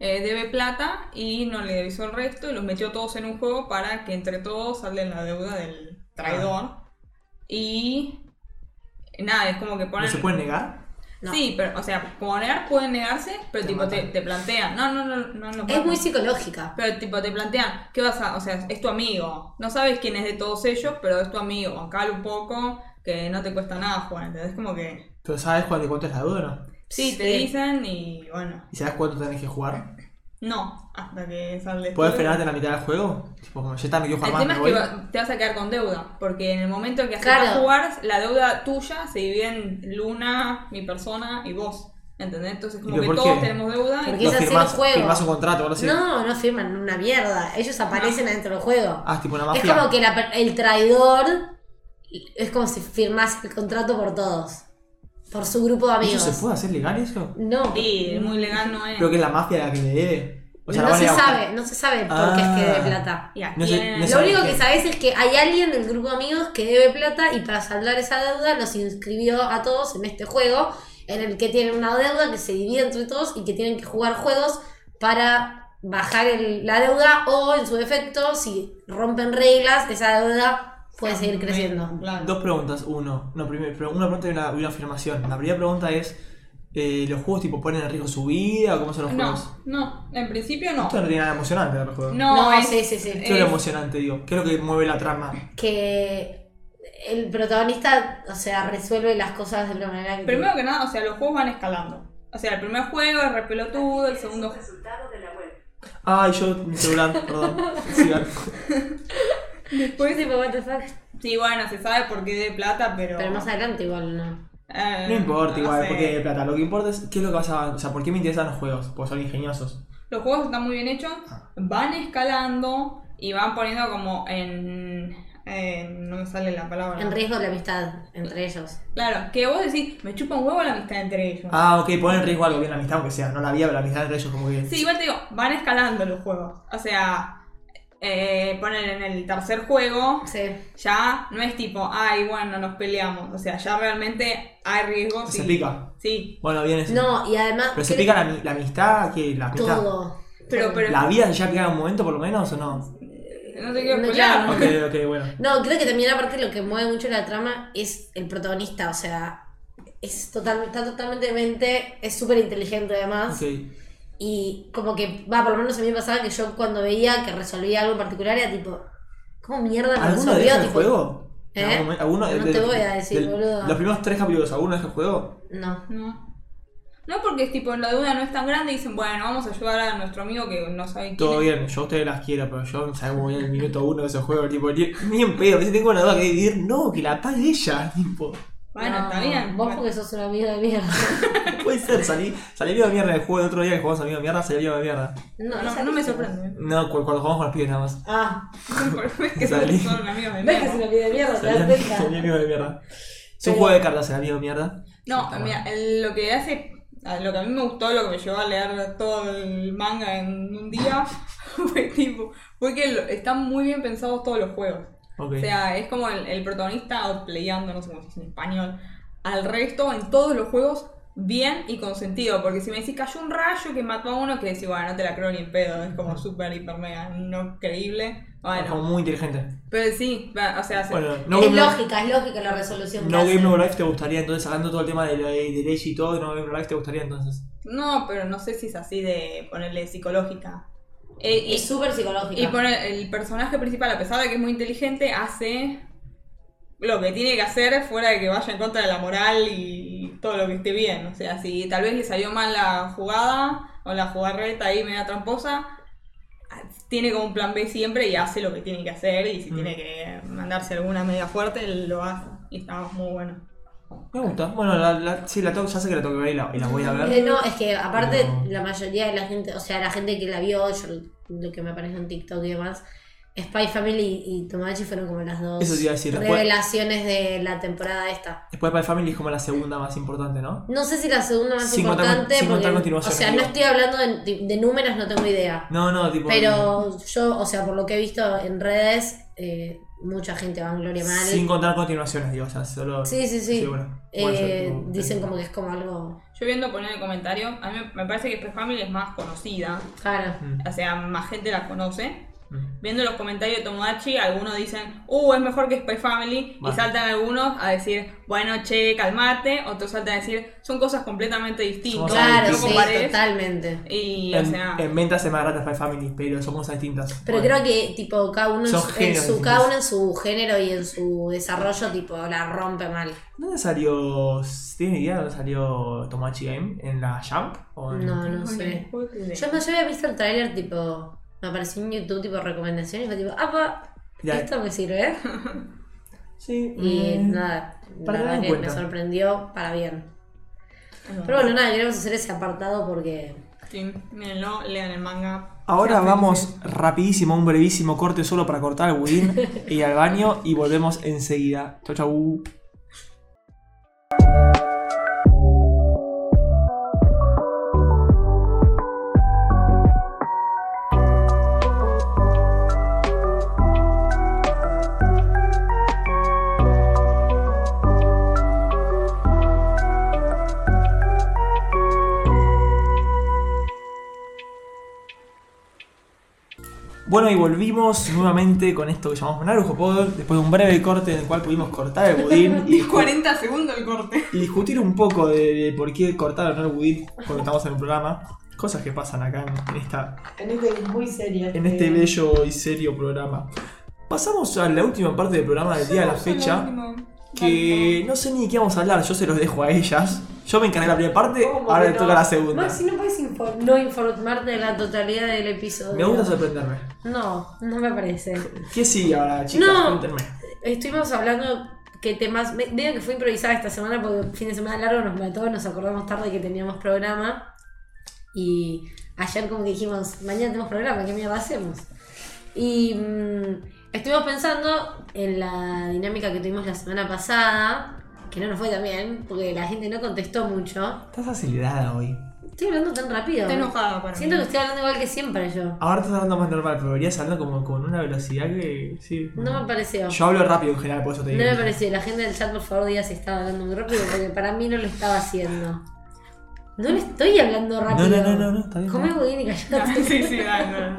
S4: Eh, debe plata y no le avisó el resto y los metió todos en un juego para que entre todos salden la deuda del traidor.
S3: Ah.
S4: Y eh, nada, es como que
S1: ¿No
S4: ponen...
S1: se pueden negar?
S3: No.
S4: Sí, pero, o sea, poner pueden negarse, pero
S1: Te
S4: tipo te,
S1: matan.
S4: te plantean. No, no, no, no, no.
S3: Es
S4: matan.
S3: muy psicológica.
S4: Pero tipo te plantean, ¿qué vas a...? O sea, es tu amigo. No sabes quién es de todos ellos, pero es tu amigo. Bancalo un poco, que no te cuesta nada jugar, ¿entendés? Como que...
S1: Pero ¿sabes cuánto, cuánto es la deuda o no?
S4: Sí, te
S3: Sí.
S4: dicen y bueno.
S1: ¿Y sabes cuánto tenés que jugar?
S4: No, hasta que sale...
S1: ¿Puedes
S4: todo.
S1: frenarte en la mitad del juego? Tipo, como ya está, no quiero
S4: El
S1: jugar
S4: tema
S1: más,
S4: es
S1: me voy.
S4: que va- te vas a quedar con deuda, porque en el momento que aceptas
S3: Claro.
S4: jugar, la deuda tuya se divide en Luna, mi persona y vos. ¿Entendés? Entonces, como
S1: ¿Pero
S4: que
S1: por
S4: todos
S1: qué?
S4: tenemos deuda.
S3: Porque
S4: Y...
S3: es
S1: Lo
S3: hacer un
S1: firmás,
S3: juego.
S1: firmás un contrato, algo así.
S3: No, no firman una mierda. Ellos aparecen adentro del juego.
S1: Ah, es tipo una
S3: es
S1: mafia.
S3: como que la per- el traidor es como si firmase el contrato por todos. Por su grupo de amigos.
S1: ¿Eso se puede hacer legal eso?
S3: No.
S4: Sí, muy legal no es.
S1: Creo que es la mafia la que le debe. O sea, la
S3: no
S1: van a
S3: se
S1: ir a buscar.
S3: sabe, no se sabe por qué es que debe
S1: Ah.
S3: plata.
S4: Y aquí
S1: No sé-
S4: en-
S1: no sé-
S3: Lo único
S1: saben
S3: que
S1: qué.
S3: sabes es que hay alguien del grupo de amigos que debe plata y para saldar esa deuda los inscribió a todos en este juego en el que tienen una deuda que se divide entre todos y que tienen que jugar juegos para bajar el- la deuda o en su defecto si rompen reglas esa deuda puede seguir creciendo.
S4: Claro.
S1: Dos preguntas. Uno, no, primero, pero una pregunta y una, y una afirmación. La primera pregunta es: eh, ¿los juegos tipo ponen en riesgo su vida? ¿O ¿Cómo son los juegos?
S4: No, no, en principio no.
S1: Esto no tiene nada emocionante de los juegos.
S4: No,
S3: No,
S4: es-
S3: sí, sí, sí.
S1: Esto es lo
S4: es-
S1: emocionante, digo. ¿Qué es lo que mueve la trama?
S3: Que el protagonista, o sea, resuelve las cosas de una manera que...
S4: Primero que nada, o sea, los juegos van escalando. O sea, el primer juego es repelotudo, el segundo.
S1: Ay, yo, mi celular, perdón. Sigan.
S3: Después tipo, what the fuck.
S4: Sí, bueno, se sabe por qué de plata, pero.
S3: Pero más adelante igual no.
S4: Eh,
S1: No importa, igual,
S4: sé.
S1: porque de plata. Lo que importa es qué es lo que vas a. O sea, ¿por qué me interesan los juegos? Porque son ingeniosos.
S4: Los juegos están muy
S1: Ah.
S4: bien hechos, van escalando y van poniendo como en, en no me sale la palabra.
S3: En riesgo la amistad entre ellos.
S4: Claro, que vos decís, me chupa un huevo la amistad entre ellos.
S1: Ah, ok, pone en riesgo algo bien la amistad, aunque sea. No la había, pero la amistad entre ellos como que.
S4: Sí, igual te digo, van escalando los juegos. O sea, eh, ponen en el tercer juego,
S3: Sí.
S4: ya no es tipo, ay, bueno, nos peleamos. O sea, ya realmente hay riesgos.
S1: Se
S4: y-
S1: pica.
S4: Sí,
S1: Bueno, bien eso.
S3: No, y además.
S1: Pero se
S3: creo-
S1: pica la, ami- la amistad, que la amistad.
S3: todo.
S4: pero, pero
S1: ¿La vida se llega a picar en un momento por lo menos o no?
S4: no te quiero
S3: No,
S4: pelear.
S3: claro.
S1: Ok, ok, bueno.
S3: No, creo que también aparte lo que mueve mucho la trama es el protagonista, o sea, es total, está totalmente mente, es súper inteligente además.
S1: Ok.
S3: Y como que, va, por lo menos a mí me pasaba que yo cuando veía que resolvía algo en particular era tipo, ¿cómo mierda lo
S1: ¿Alguno
S3: resolvió?
S1: deja el
S3: Tipo,
S1: juego?
S3: Ah, ¿Eh?
S1: ¿En algún momento? ¿Alguno
S3: No
S1: de-
S3: te
S1: de-
S3: voy a decir,
S1: del-
S3: boludo.
S1: Los primeros tres capítulos, ¿alguno deja el juego?
S3: No.
S4: No. No, porque es tipo, la duda no es tan grande y dicen, bueno, vamos a ayudar a nuestro amigo que no sabe quién
S1: Todo
S4: es.
S1: bien, yo a ustedes las quiero, pero yo no sé cómo voy en el minuto uno de esos juegos. Tipo, ni, ni en pedo, si tengo una duda que dividir, no, que la pague ella. Tipo,
S4: Bueno,
S3: No,
S4: está bien.
S3: Vos
S4: Bueno.
S3: porque sos un amigo de mierda.
S1: puede ser, salí, salí de mierda del juego el otro día que jugamos a de mierda, salí de mierda.
S4: No,
S3: No,
S4: no, no me sorprende.
S1: No, cu- cuando jugamos con los pibes nada más.
S3: Ah,
S4: es que
S1: Salí.
S4: son amigos de
S3: ves que es un
S4: mierda.
S3: amigo de mierda, te das
S1: Salí,
S3: cuenta.
S1: salí amigo de mierda. Es un
S3: Pero-
S1: juego de cartas, el amigo de mierda.
S4: No, mira, el- lo que hace, a lo que a mí me gustó, lo que me llevó a leer todo el manga en un día, fue tipo, fue que lo- están muy bien pensados todos los juegos.
S1: Ok.
S4: O sea, es como el, el protagonista outplayando, no sé cómo se dice en español, al resto en todos los juegos bien y con sentido. Porque si me decís cayó un rayo que mató a uno, que decís, bueno, no te la creo ni en pedo, es como súper, hiper, mega, no creíble.
S1: Es como
S4: Bueno,
S1: muy inteligente.
S4: pero sí, va- o sea, se-
S1: Bueno, no
S3: es
S1: Game No-
S3: lógica, es lógica la resolución. que
S1: No Game
S3: hacen.
S1: No Life te gustaría entonces, sacando todo el tema de, la- de Leiji y todo, No Game No Life te gustaría entonces.
S4: no, pero no sé si es así de ponerle psicológica. Eh, y-
S3: Es súper psicológica.
S4: Y por el, el personaje principal, a pesar de que es muy inteligente, hace lo que tiene que hacer fuera de que vaya en contra de la moral y todo lo que esté bien. O sea, si tal vez le salió mal la jugada o la jugarreta ahí media tramposa, tiene como un plan B siempre y hace lo que tiene que hacer y si
S1: Mm.
S4: tiene que mandarse alguna media fuerte, lo hace. Y está muy bueno.
S1: Me gusta. Bueno, la, la- sí, la tengo- ya sé que la tengo que ver y la, y la voy a ver.
S3: Eh, no, es que aparte
S1: No.
S3: la mayoría de la gente, o sea, la gente que la vio, yo lo que me aparece en TikTok y demás, Spy Family y, y Tomodachi fueron como las dos
S1: Eso te iba a decir, después-
S3: revelaciones de la temporada esta.
S1: Después Spy Family es como la segunda más importante, ¿no?
S3: No sé si la segunda más
S1: Sin contar-
S3: importante,
S1: sin contar
S3: porque, o
S1: continuaciones,
S3: sea, no
S1: digo.
S3: estoy hablando de, de números, no tengo idea.
S1: No, no, tipo. mm,
S3: Pero yo, o sea, por lo que he visto en redes, eh, mucha gente va en Gloria Mal.
S1: Sin contar continuaciones, digo, o sea, solo.
S3: Sí, sí, sí.
S1: bueno,
S3: Eh,
S1: puede ser, tipo,
S3: dicen como que es como algo...
S4: Yo viendo poner el comentario, a mí me parece que Spy Family es más conocida,
S3: Claro.
S1: Mm,
S4: o sea, más gente la conoce.
S1: mm.
S4: Viendo los comentarios de Tomodachi, algunos dicen, uh, es mejor que Spy Family,
S1: Bueno.
S4: y saltan algunos a decir, bueno, che, calmate, otros saltan a decir, son cosas completamente distintas.
S1: Somos
S3: Claro,
S4: no
S1: adictivos.
S3: sí,
S4: compares".
S3: totalmente.
S4: Y, o
S1: En,
S4: sea,
S1: en ventas es más grata Spy Family, pero son cosas distintas.
S3: Pero
S1: Bueno.
S3: creo que tipo cada uno en
S1: Son
S3: su, en
S1: géneros
S3: su-
S1: distintos.
S3: cada uno en su género y en su desarrollo tipo la rompe mal.
S1: ¿Dónde salió. ¿Tienes idea de dónde salió Tomachi Game? ¿En la Jump? ¿O en-
S3: No, no
S4: Oye,
S3: sé.
S4: ¿puedo creer?
S3: Yo me yo había visto el trailer tipo me apareció en YouTube tipo recomendaciones y fue tipo, "Apa,
S1: Ya,
S3: esto me sirve."
S1: Sí.
S3: Y
S1: mm.
S3: nada, la
S1: Para tener
S3: verdad
S1: en
S3: que me
S1: cuenta.
S3: sorprendió para bien.
S4: No.
S3: Pero bueno, nada, queremos hacer ese apartado porque
S4: Sí, mírenlo, lean el manga.
S1: Ahora
S4: Sean
S1: vamos
S4: felices.
S1: rapidísimo, un brevísimo corte solo para cortar el budín y al baño y volvemos enseguida. Chau, chau. Bueno, y volvimos nuevamente con esto que llamamos Narujo Pod, después de un breve corte en el cual pudimos cortar el budín y,
S4: 40 segundos el corte.
S1: y discutir un poco de, de por qué cortar o no el budín cuando estamos en un programa. Cosas que pasan acá en, en esta
S5: En este es muy seria.
S1: en este bello y serio programa. Pasamos a la última parte del programa del día de la fecha, que no sé ni de qué vamos a hablar, yo se los dejo a ellas. Yo me encargué de la primera parte,
S5: ¿Cómo
S1: ahora
S5: que
S1: le
S5: no?
S1: toca la segunda.
S5: Maxi, no puedes informar.
S3: no informarte de la totalidad del episodio.
S1: Me gusta sorprenderme.
S3: No, no me parece.
S1: ¿Qué sigue ahora, chicas?
S3: No.
S1: Cuéntenme.
S3: Estuvimos hablando qué temas. me- Medio que fue improvisada esta semana porque el fin de semana largo nos mató, nos acordamos tarde que teníamos programa. Y ayer, como que dijimos, mañana tenemos programa, ¿qué mierda hacemos? Y mm, Estuvimos pensando en la dinámica que tuvimos la semana pasada, que no nos fue tan bien, porque la gente no contestó mucho.
S1: Estás acelerada hoy.
S3: Estoy hablando tan rápido.
S4: Está enojada para
S3: Siento
S4: mí.
S3: que estoy hablando igual que siempre yo.
S1: Ahora estás hablando más normal, pero verías hablando como con una velocidad que. Sí.
S3: No me pareció.
S1: Yo hablo rápido en general, por eso te
S3: No
S1: digo.
S3: me pareció. La gente del chat, por favor, diga si estaba hablando muy rápido, porque para mí no lo estaba haciendo. No le estoy hablando rápido.
S1: no, no, no, está bien.
S3: Come budín y callate.
S4: sí, sí, dale, dale.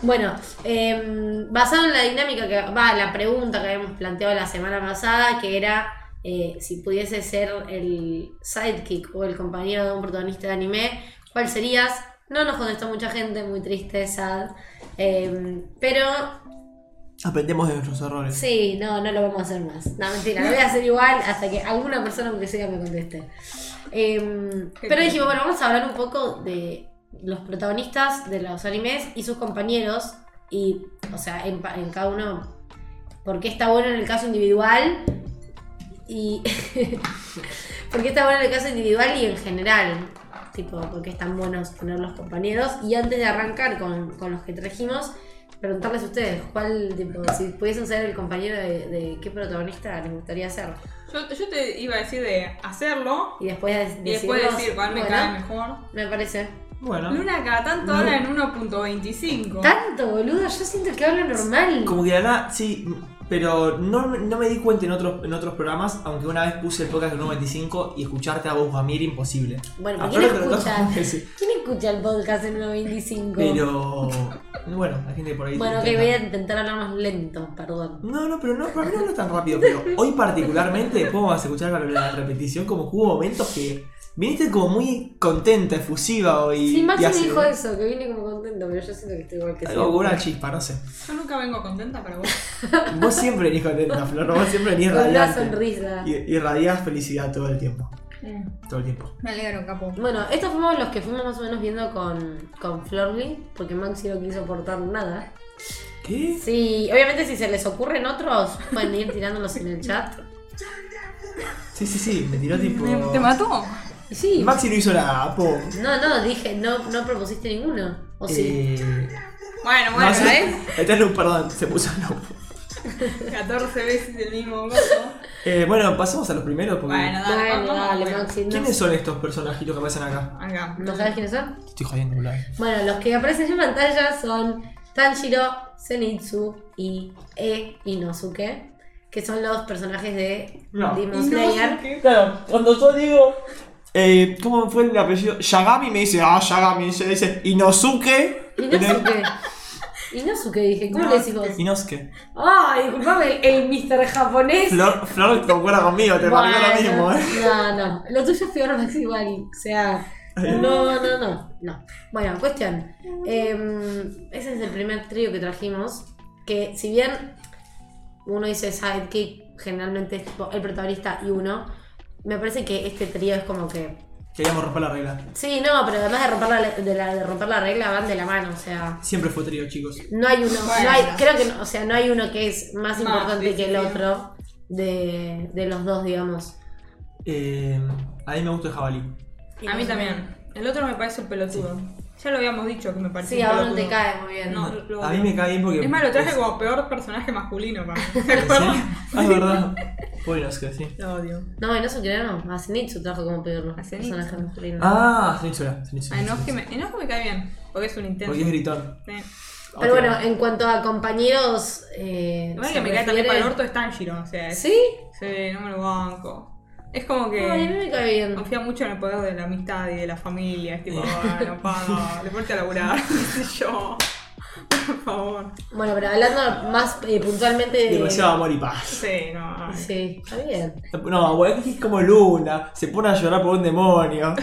S3: Bueno, eh, basado en la dinámica que va, la pregunta que habíamos planteado la semana pasada, que era eh, si pudiese ser el sidekick o el compañero de un protagonista de anime, ¿cuál serías? No nos contestó mucha gente, muy triste, sad. Eh, pero
S1: Aprendemos de nuestros errores.
S3: sí, no, no lo vamos a hacer más. No, mentira, lo voy a hacer igual hasta que alguna persona, aunque sea, me conteste. Eh, pero dijimos, bueno, vamos a hablar un poco de los protagonistas de los animes y sus compañeros. Y, o sea, en, pa- en cada uno, porque está bueno en el caso individual y. porque está bueno en el caso individual y en general. Tipo, porque están buenos tener los compañeros. Y antes de arrancar con, con los que trajimos, preguntarles a ustedes cuál, tipo, si pudiesen ser el compañero de, de qué protagonista les gustaría ser.
S4: Yo, yo te iba a decir de hacerlo
S3: Y después de-
S4: y después
S3: decirnos,
S4: decir cuál me
S3: bueno,
S4: cae mejor.
S3: Me parece.
S1: Bueno.
S4: Luna cada tanto
S1: No.
S4: habla en 1.25.
S3: Tanto, boludo, yo siento que hablo normal.
S1: Como que la verdad, sí, pero no, no me di cuenta en otros, en otros programas, aunque una vez puse el podcast del 95 y escucharte a vos, a mí era imposible.
S3: Bueno,
S1: A
S3: ¿quién
S1: Flor, pero no,
S3: escucha?
S1: sí.
S3: ¿Quién escucha el podcast en 1.25?
S1: Pero. Bueno, la gente por ahí.
S3: Bueno, ok,
S1: intenta.
S3: voy a intentar hablar más lento, perdón.
S1: No, no, pero no, para mí no hablo tan rápido. Pero hoy, particularmente, podemos escuchar la, la repetición como que hubo momentos que. Viniste como muy contenta, efusiva hoy.
S3: Sí, Maxi
S1: y
S3: me
S1: así,
S3: dijo eso, que vine como contento, pero yo siento que estoy igual que
S1: Algo como una
S3: siempre.
S1: chispa, no sé.
S4: Yo nunca vengo contenta para vos.
S1: Vos siempre venís contenta, Flor. Vos siempre venís
S3: Con una
S1: radiante.
S3: sonrisa.
S1: Y, y radiás felicidad todo el tiempo.
S3: Mm.
S1: Todo el tiempo.
S4: Me alegro, capo.
S3: Bueno, estos fuimos los que fuimos más o menos viendo con, con Florly, porque Maxi no quiso aportar nada.
S1: ¿Qué?
S3: Sí, obviamente si se les ocurren otros, pueden ir tirándolos en el chat.
S1: Sí, sí, sí, me tiró tipo.
S4: ¿Te, te mató?
S3: Y sí.
S1: Maxi no hizo nada, po.
S3: No, no, dije, no, no propusiste ninguno. O sí.
S1: Eh,
S4: Bueno, bueno,
S1: no sé.
S4: ¿eh?
S1: Este es un perdón, se puso no.
S4: 14 veces el mismo gozo.
S1: Eh, bueno, pasemos a los primeros. Porque...
S4: Bueno, dale,
S3: Bueno,
S4: vamos,
S3: dale,
S4: bueno.
S3: Maxi. No,
S1: ah, ¿Quiénes son estos personajitos que aparecen acá?
S4: Acá.
S3: ¿No sabes quiénes son?
S1: Estoy jodiendo, boludo.
S3: Bueno, los que aparecen en pantalla son Tanjiro, Zenitsu y E Inosuke, que son los personajes de
S1: No.
S3: Demon
S4: Y no
S3: Slayer.
S4: sé qué.
S1: Claro, cuando yo digo. Eh, ¿Cómo fue el apellido? Yagami me dice, ah, Yagami, se dice Inosuke.
S3: Inosuke. Inosuke dije, ¿cómo le decís vos?
S1: Inosuke.
S3: Ay, disculpame, el, el Mr. japonés.
S1: Flor, Flor concuerda conmigo, te
S3: Bueno,
S1: marcó lo mismo, eh.
S3: No, no. Lo tuyo es peor, Max, igual. O sea.
S1: eh.
S3: No, no, no. no. Bueno, cuestión. Eh, ese es el primer trío que trajimos. Que si bien uno dice sidekick, generalmente es tipo el protagonista y uno. Me parece que este trío es como que.
S1: Queríamos romper la regla.
S3: Sí, no, pero además de romper la, de la- de romper la regla van de la mano, o sea.
S1: Siempre fue trío, chicos.
S3: No hay uno,
S4: Bueno.
S3: no hay, creo que no, o sea, no hay uno que es más
S4: Más,
S3: importante
S4: sí,
S3: que
S4: sí,
S3: el
S4: sí.
S3: otro de, de los dos, digamos.
S1: Eh, a mí me gusta el jabalí.
S4: A mí también. El otro me parece un pelotudo. Ya lo habíamos dicho que me parecía
S3: Sí,
S4: un
S3: a vos no
S4: pelotudo.
S3: te cae muy bien.
S4: No, lo-
S1: A mí me cae bien porque.
S4: Es más, lo traje
S1: es-
S4: como peor personaje masculino para mí. ¿Te
S1: ¿En serio?
S4: acuerdas?
S1: Ah, es verdad. Pobre Inosuke, sí.
S4: Lo odio.
S3: No, y no se no. A Zenitsu trajo como peor
S4: A Zenitsu.
S3: personaje masculino.
S1: Ah, Zenitsura.
S4: A
S1: Zenitsura.
S4: Enoch me, Enoch me cae bien, porque es un intenso.
S1: Porque es gritón.
S4: Sí.
S3: Pero
S1: Ok.
S3: bueno, en cuanto a compañeros. Eh,
S4: Igual
S3: se
S4: que me cae también
S3: refiere-
S4: para el orto ¿eh? es Tanjiro, o sea, es-
S3: ¿Sí?
S4: sí, no me lo banco. Es como que
S3: Ay, a mí me cae bien.
S4: confía mucho en el poder de la amistad y de la familia. Es tipo, bueno, pago, le ponte a laburar, qué sé yo. Por favor.
S3: Bueno, pero hablando más eh, puntualmente de.
S1: Demasiado amor y paz.
S4: Sí, no. ay.
S3: Sí, está bien.
S1: No, güey, es que es como Luna, se pone a llorar por un demonio.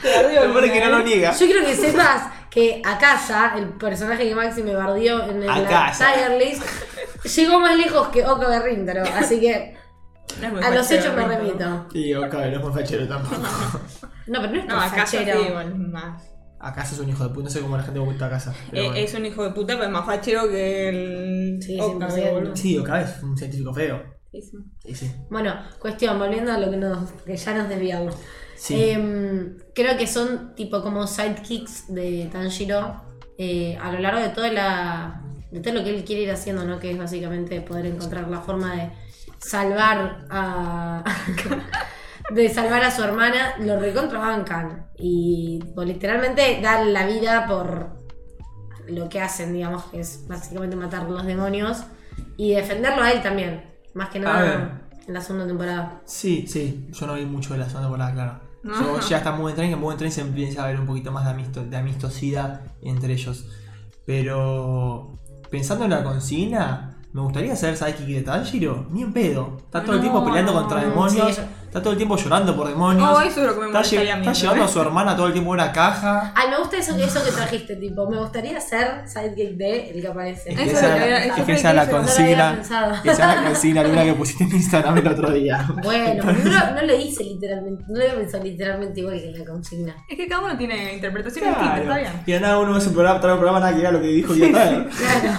S1: Se pone que no
S4: ¿eh?
S1: lo niega.
S3: Yo quiero que sepas que Akasa, el personaje que Maxi me bardió en el
S1: Akasa.
S3: Tiger List, llegó más lejos que Oka de Rintaro. Así que
S4: No es muy
S3: a los
S4: fachero,
S3: hechos me
S4: ¿no?
S3: remito.
S1: Y ok, no es muy fachero tampoco.
S3: No, pero no es
S4: No,
S3: tan
S4: acá sí,
S3: fachero.
S4: igual, más.
S1: Acaso es un hijo de puta, no sé cómo la gente gusta a casa. pero
S4: Eh,
S1: bueno.
S4: Es un hijo de puta, pero es más fachero que el.
S3: Sí,
S4: Oca,
S3: 100%.
S4: boludo.
S1: Sí, Oka es un científico feo.
S4: Sí, sí.
S1: Sí, sí.
S3: Bueno, cuestión, volviendo a lo que, nos, que ya nos desviamos.
S4: Eh,
S1: Sí.
S3: Em, creo que son tipo como sidekicks de Tanjiro eh, a lo largo de toda la, de todo lo que él quiere ir haciendo, ¿no? Que es básicamente poder encontrar la forma de salvar a. de salvar a su hermana, lo recontrabancan. Y tipo, literalmente dan la vida por lo que hacen, digamos, que es básicamente matar a los demonios y defenderlo a él también. Más que
S1: A ver.
S3: nada en la segunda temporada.
S1: Sí, sí, yo no vi mucho de la segunda temporada, claro.
S4: No.
S1: Yo ya está muy en tren, que muy en tren se empieza a ver un poquito más de, amisto- de amistosidad entre ellos. Pero pensando en la consigna, me gustaría ser Saiki de Tanjiro, ni en pedo. Está todo el
S4: No,
S1: tiempo peleando contra
S3: no,
S1: demonios,
S3: sí.
S1: está todo el tiempo llorando por demonios.
S4: Oh, eso es lo que me ¿eh?
S1: Está, lle-
S4: molestaría a mí.
S1: está
S4: ¿no?
S1: llevando a su hermana todo el tiempo a una caja.
S3: Ay, me gusta eso, eso que trajiste, tipo, me gustaría ser sidekick de el que aparece.
S1: Es
S3: No
S1: que
S4: Eso
S1: esa,
S4: es lo que-
S1: es
S4: eso
S1: que
S4: es
S1: esa es
S4: lo
S1: la
S4: que yo- no
S3: lo había
S1: consigna.
S3: pensado.
S1: Esa es la consigna alguna que pusiste en Instagram el otro día.
S3: Bueno, pero no, lo- no lo hice literalmente, no lo había pensado literalmente igual que en la consigna.
S4: Es que cada uno tiene interpretaciones distintas, está
S1: Claro.
S4: bien.
S1: Y de nada, uno es un programa, trae un programa nada que ver a lo que dijo y tal.
S3: Claro.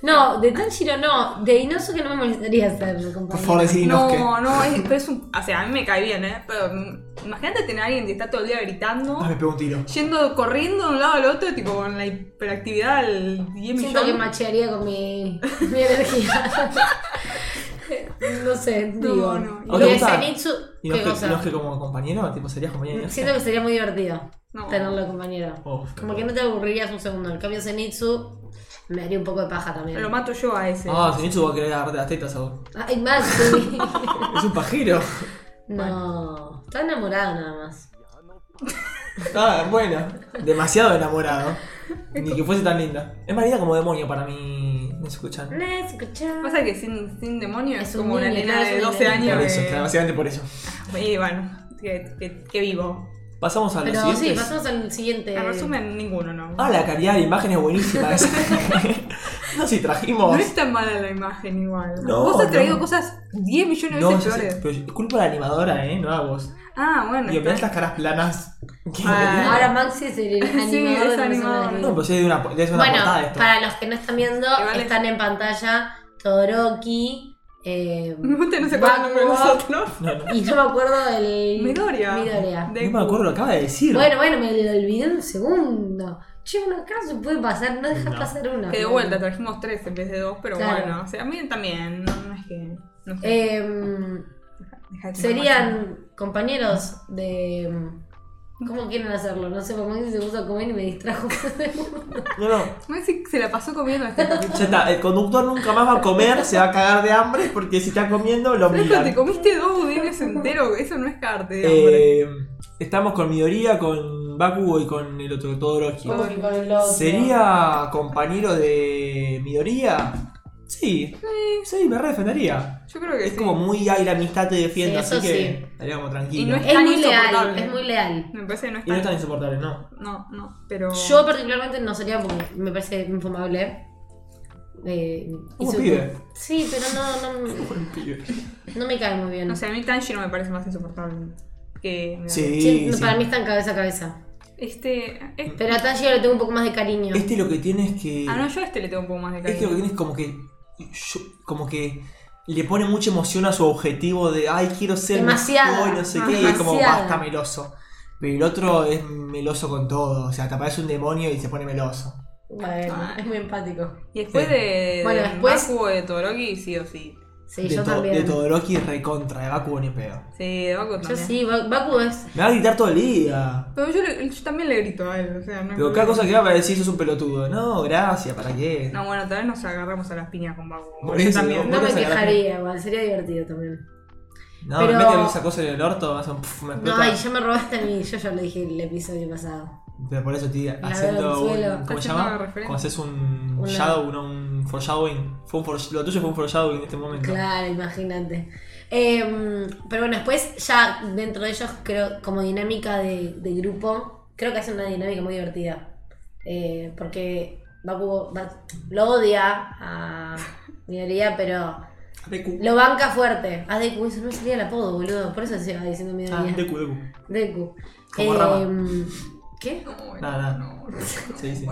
S3: No, de Tanjiro no, de Inosuke no me molestaría ser compañero.
S1: Por favor, decidinos
S4: No,
S1: que.
S4: no, es, pero es un. O sea, a mí me cae bien, ¿eh? Pero mm, imagínate tener a alguien que está todo el día gritando,
S1: Ah, me pegó un tiro.
S4: yendo corriendo de un lado al otro, tipo con la hiperactividad al 10
S3: Siento que
S4: millones.
S3: machearía con mi, mi energía. no sé,
S4: No,
S3: digo.
S4: no.
S3: Y
S1: ¿O te
S3: de
S1: gusta?
S3: Zenitsu,
S1: ¿Y
S3: ¿qué
S1: no es, que,
S3: cosa?
S1: no es que como compañero? ¿Tipo serías compañero? de
S3: Siento que sería muy divertido
S4: No.
S3: tenerlo compañero.
S1: Oh,
S3: Como que no te aburrirías un segundo. En cambio, Zenitsu me daría un poco de paja también.
S4: Lo mato yo a ese.
S1: Ah, Zenitsu va a querer agarrarte las tetas a vos.
S3: Ay, más, sí.
S1: Es un pajero.
S3: no, está enamorado nada más.
S1: Ah, bueno. Demasiado enamorado. Ni que fuese tan linda. Es marida como demonio para mí. ¿Me escuchan?
S3: Let's go, chao.
S4: Pasa que sin, sin demonio es,
S3: Es un
S4: como una
S3: niño,
S4: nena
S3: claro, es
S4: de
S3: un
S4: 12
S3: niño.
S4: años.
S1: Por eso,
S4: de-
S1: claro, básicamente por eso.
S4: Y bueno, que, que- que vivo.
S1: Pasamos a los
S3: Pero sí,
S1: siguientes.
S3: pasamos al siguiente.
S4: En resumen, ninguno, ¿no?
S1: Ah, la calidad de imagen es buenísima. esa. no sé si
S4: No
S1: trajimos.
S4: es tan mala la imagen igual.
S1: No,
S4: Vos has traído
S1: no.
S4: cosas 10 millones de
S1: No,
S4: veces
S1: yo sé,
S4: peores.
S1: pero es culpa de la animadora, ¿eh? No a vos.
S4: Ah, bueno.
S1: Digo, mirá
S4: está-
S1: estas caras planas. ¿Qué?
S4: Ah.
S3: Ahora Maxi es el animador
S4: es
S3: de Persona
S4: animador.
S3: Grey.
S1: no, pero sí es de una, es una
S3: Bueno,
S1: portada esto.
S3: para los que no están viendo,
S4: Igual es-
S3: están en pantalla Todoroki. Eh,
S4: Usted no se acuerda el nombre de
S3: Bakugo,
S4: nosotros.
S1: No, no,
S3: Y no me acuerdo el.
S4: Midoriya.
S3: Midoriya.
S4: De-
S1: no me acuerdo lo acaba de decir.
S3: Bueno, bueno, me lo olvidé un segundo. Che, una acá no se puede pasar, no dejas
S1: No.
S3: pasar una.
S4: Que de vuelta trajimos tres en vez de dos, pero
S3: Ah, Claro.
S4: bueno. O sea, a mí también. No, no es que. No es que-
S3: Em,
S4: deja de tomar mate.
S3: serían compañeros de. ¿Cómo quieren hacerlo? No sé, porque se puso a comer y me distrajo.
S1: No, no.
S4: Maxi se la pasó comiendo este capítulo.
S1: Ya está, el conductor nunca más va a comer, se va a cagar de hambre porque si está comiendo lo
S4: Fresco, te
S1: miran.
S4: comiste dos budines enteros. Eso no es carte de hambre.
S1: Eh, estamos con Midoriya, con Bakugo y con el otro Todoroki.
S5: Como que con el otro.
S1: ¿Sería compañero de Midoriya? Sí, sí, me re defendería.
S4: Yo creo que
S1: Es
S4: sí.
S1: como muy, ay, la amistad te defiende,
S3: Sí, eso
S1: así que
S3: sí.
S1: estaría como
S4: Y no
S1: tranquilo.
S4: es
S3: es
S4: tan
S3: muy leal,
S4: insoportable.
S3: es muy leal.
S4: Me parece que no es
S1: Y no es tan
S4: tan.
S1: insoportable, no.
S4: No, no, pero.
S3: Yo particularmente no sería porque me parece infumable. Eh, y
S1: Como
S3: su-
S1: pibe.
S3: Sí, pero no, no,
S1: Buen pibe.
S3: no me cae muy bien.
S4: No sé, a mí Tanji no me parece más insoportable que. Midoriya.
S1: Sí,
S3: Sí, no,
S1: sí.
S3: Para mí están cabeza a cabeza.
S4: Este. este-
S3: Pero a Tanjiro le tengo un poco más de cariño.
S1: Este lo que tiene es que.
S4: Ah, no, yo a este le tengo un poco más de
S1: Este lo que
S4: cariño.
S1: tiene es como que. yo- como que. Le pone mucha emoción a su objetivo de. Ay, quiero ser.
S3: Demasiada. Ah,
S1: mejor", y no sé qué. Y es como
S3: Demasiada.
S1: basta meloso. Pero el otro es meloso con todo. O sea, te aparece un demonio y se pone meloso.
S3: Bueno,
S4: Ah.
S3: es muy empático.
S4: Y después
S1: Sí.
S4: de.
S3: Bueno,
S4: de
S3: después-
S4: Bakugo de Todoroki, sí o sí.
S3: Sí,
S1: de,
S3: yo
S1: to-
S3: también.
S1: de Todoroki es recontra. De Bakugo ni pedo.
S4: Sí, de Bakugo
S3: Yo
S4: también.
S3: sí, Ba- Bakugo es.
S1: Me va a gritar todo el día.
S4: Pero yo, le- yo también le grito a él, o sea, no hay
S1: Pero
S4: problema.
S1: cada cosa que va a decir sos un pelotudo. No, gracias, ¿para qué?
S4: No, bueno, tal vez nos agarramos a las piñas con Bakugo.
S1: Por eso,
S4: también.
S3: No me
S1: Bakugo se agarra-
S3: quejaría, igual, sería divertido también.
S1: No, me
S3: Pero-
S1: mete esa cosa en el orto, me hace un pff, me
S3: No,
S1: explota.
S3: ay, ya me robaste a mí, yo ya lo dije el episodio pasado.
S1: Pero por eso, tía,
S3: La
S1: haciendo
S3: veo en el suelo.
S1: un. ¿Cómo se
S4: Haciendo una
S1: llama?
S4: referencia.
S1: Cuando haces un
S3: Una-
S1: shadow, no un foreshadowing. Fue un fore- lo tuyo fue un foreshadowing en este momento.
S3: Claro, imagínate. Em, pero bueno, después ya dentro de ellos, creo, como dinámica de, de grupo, creo que hace una dinámica muy divertida. Eh, porque Bakugo Ba- lo odia a Midoriya, pero
S1: Deku.
S3: lo banca fuerte. A Deku, eso no sería el apodo, boludo. Por eso se va diciendo
S1: Ah,
S3: Midoriya.
S1: Deku, Deku.
S3: Deku.
S1: Como Rama.
S3: Em, ¿Qué?
S1: Nada, nada. Sí, sí.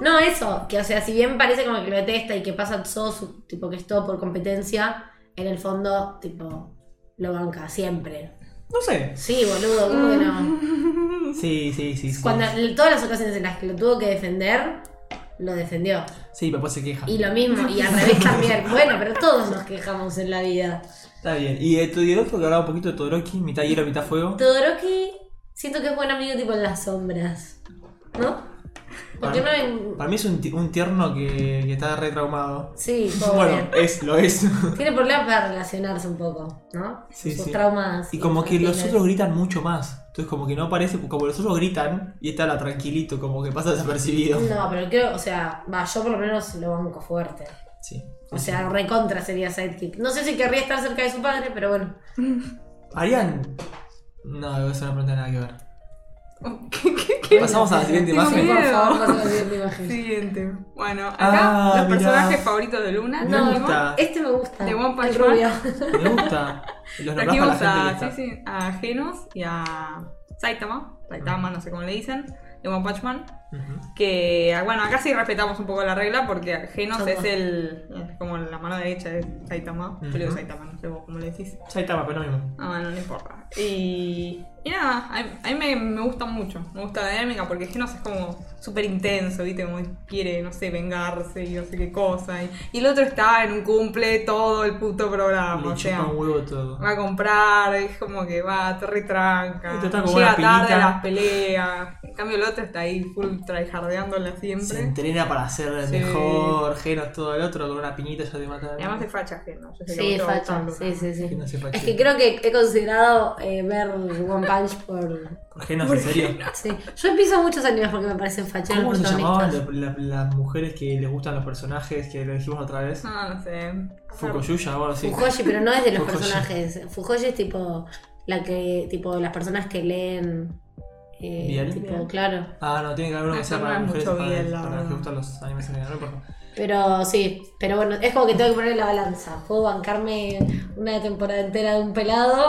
S3: No, eso, que o sea, si bien parece como que lo detesta y que pasa todo su, tipo que es todo por competencia, en el fondo, tipo, lo banca siempre.
S1: No sé.
S3: Sí, boludo, ¿cómo que no?
S1: Sí, sí, sí. sí.
S3: Cuando, en todas las ocasiones en las que lo tuvo que defender, lo defendió.
S1: Sí, papá se queja.
S3: Y lo mismo, y al revés también. Bueno, pero todos nos quejamos en la vida.
S1: Está bien. Y de Todoroki, que hablaba un poquito de Todoroki, mitad hielo, mitad fuego.
S3: Todoroki, siento que es buen amigo tipo en las sombras. ¿No? Porque no en.
S1: Para mí es un, ti- un tierno que, que está re traumado.
S3: Sí, pobre.
S1: Bueno, es, lo es.
S3: Tiene problemas para relacionarse un poco, ¿no?
S1: Sí,
S3: Sus
S1: sí.
S3: traumas.
S1: Y como que los
S3: infantiles.
S1: otros gritan mucho más. Entonces como que no aparece, como los otros gritan y está la tranquilito, como que pasa desapercibido.
S3: No, pero creo, o sea, va, yo por lo menos lo banco fuerte.
S1: Sí.
S3: O sea, recontra sería sidekick. No sé si querría estar cerca de su padre, pero bueno.
S1: Harían... No, eso no pregunta nada que ver.
S4: ¿Qué, qué, qué?
S1: Pasamos a la siguiente
S4: Tengo
S1: imagen.
S3: Sí, por
S4: miedo.
S3: favor, pasa a la siguiente imagen.
S4: Siguiente. Bueno, acá
S1: Ah,
S4: los
S1: mirá.
S4: personajes favoritos de Luna.
S1: Me
S4: ¿no?
S1: gusta.
S3: Este me gusta.
S4: De One Punch
S3: el rubio.
S1: Me gusta. Los nombrás para la
S4: Trajimos
S1: gente que
S4: a,
S1: está.
S4: sí, sí, a Genos y a Saitama. Saitama, no sé cómo le dicen. De One Punch Man.
S1: Ujú.
S4: Que, bueno, acá sí respetamos un poco la regla porque Genos
S3: Son
S4: es
S3: dos.
S4: el. es como la mano derecha de Saitama. Yo le digo
S1: Ujú.
S4: Saitama, no sé vos cómo le decís.
S1: Saitama, pero no mismo.
S4: Ah, bueno, no importa. Y, y nada, a mí, a mí me, me gusta mucho. Me gusta la dinámica porque Genos es como súper intenso, ¿viste? Como que quiere, no sé, vengarse y no sé qué cosa. Y, y el otro está en un cumple todo el puto programa.
S1: Ah, Le
S4: o sea, Ah,
S1: chupa un huevo todo.
S4: va a comprar, es como que va, te retranca.
S1: Y te Este está como
S4: Llega
S1: una
S4: tarde
S1: pilita.
S4: a las peleas. En cambio, el otro está ahí full tryhardeándola
S1: Se
S4: siempre.
S1: entrena para ser
S4: Sí.
S1: mejor, Genos, todo el otro, con una piñita ya te mata.
S4: Además, es facha Genos. Yo sé que a
S3: Sí,
S4: vos te va a gustar,
S3: facha.
S4: Luna.
S3: Sí, sí, sí.
S1: Genos es facha.
S3: Es que creo que he considerado eh, ver One Punch por.
S1: ¿Por Genos, en serio?
S3: Sí. Yo empiezo muchos animes porque me parecen facheros
S1: ¿Cómo
S3: los
S1: se llamaban
S3: protagonistas.
S1: la- la- las mujeres que les gustan los personajes que lo dijimos otra vez?
S4: Ah, no sé.
S1: Fukoyuya o algo así.
S3: Fujoshi, pero no es de los
S1: Fujoshi.
S3: personajes. Fujoshi es tipo la que, tipo las personas que leen. eh,
S1: Bien.
S3: Tipo,
S4: Bien.
S3: claro.
S1: Ah, no, tiene que haber uno que
S4: Ah,
S1: sea
S4: sí,
S1: para
S4: no es
S1: mujeres,
S4: mucho
S1: para,
S4: bien, la
S1: para las que
S4: verdad.
S1: gustan los animes en general. por favor.
S3: Pero sí, pero bueno, es como que tengo que poner la balanza. ¿Puedo bancarme una temporada entera de un pelado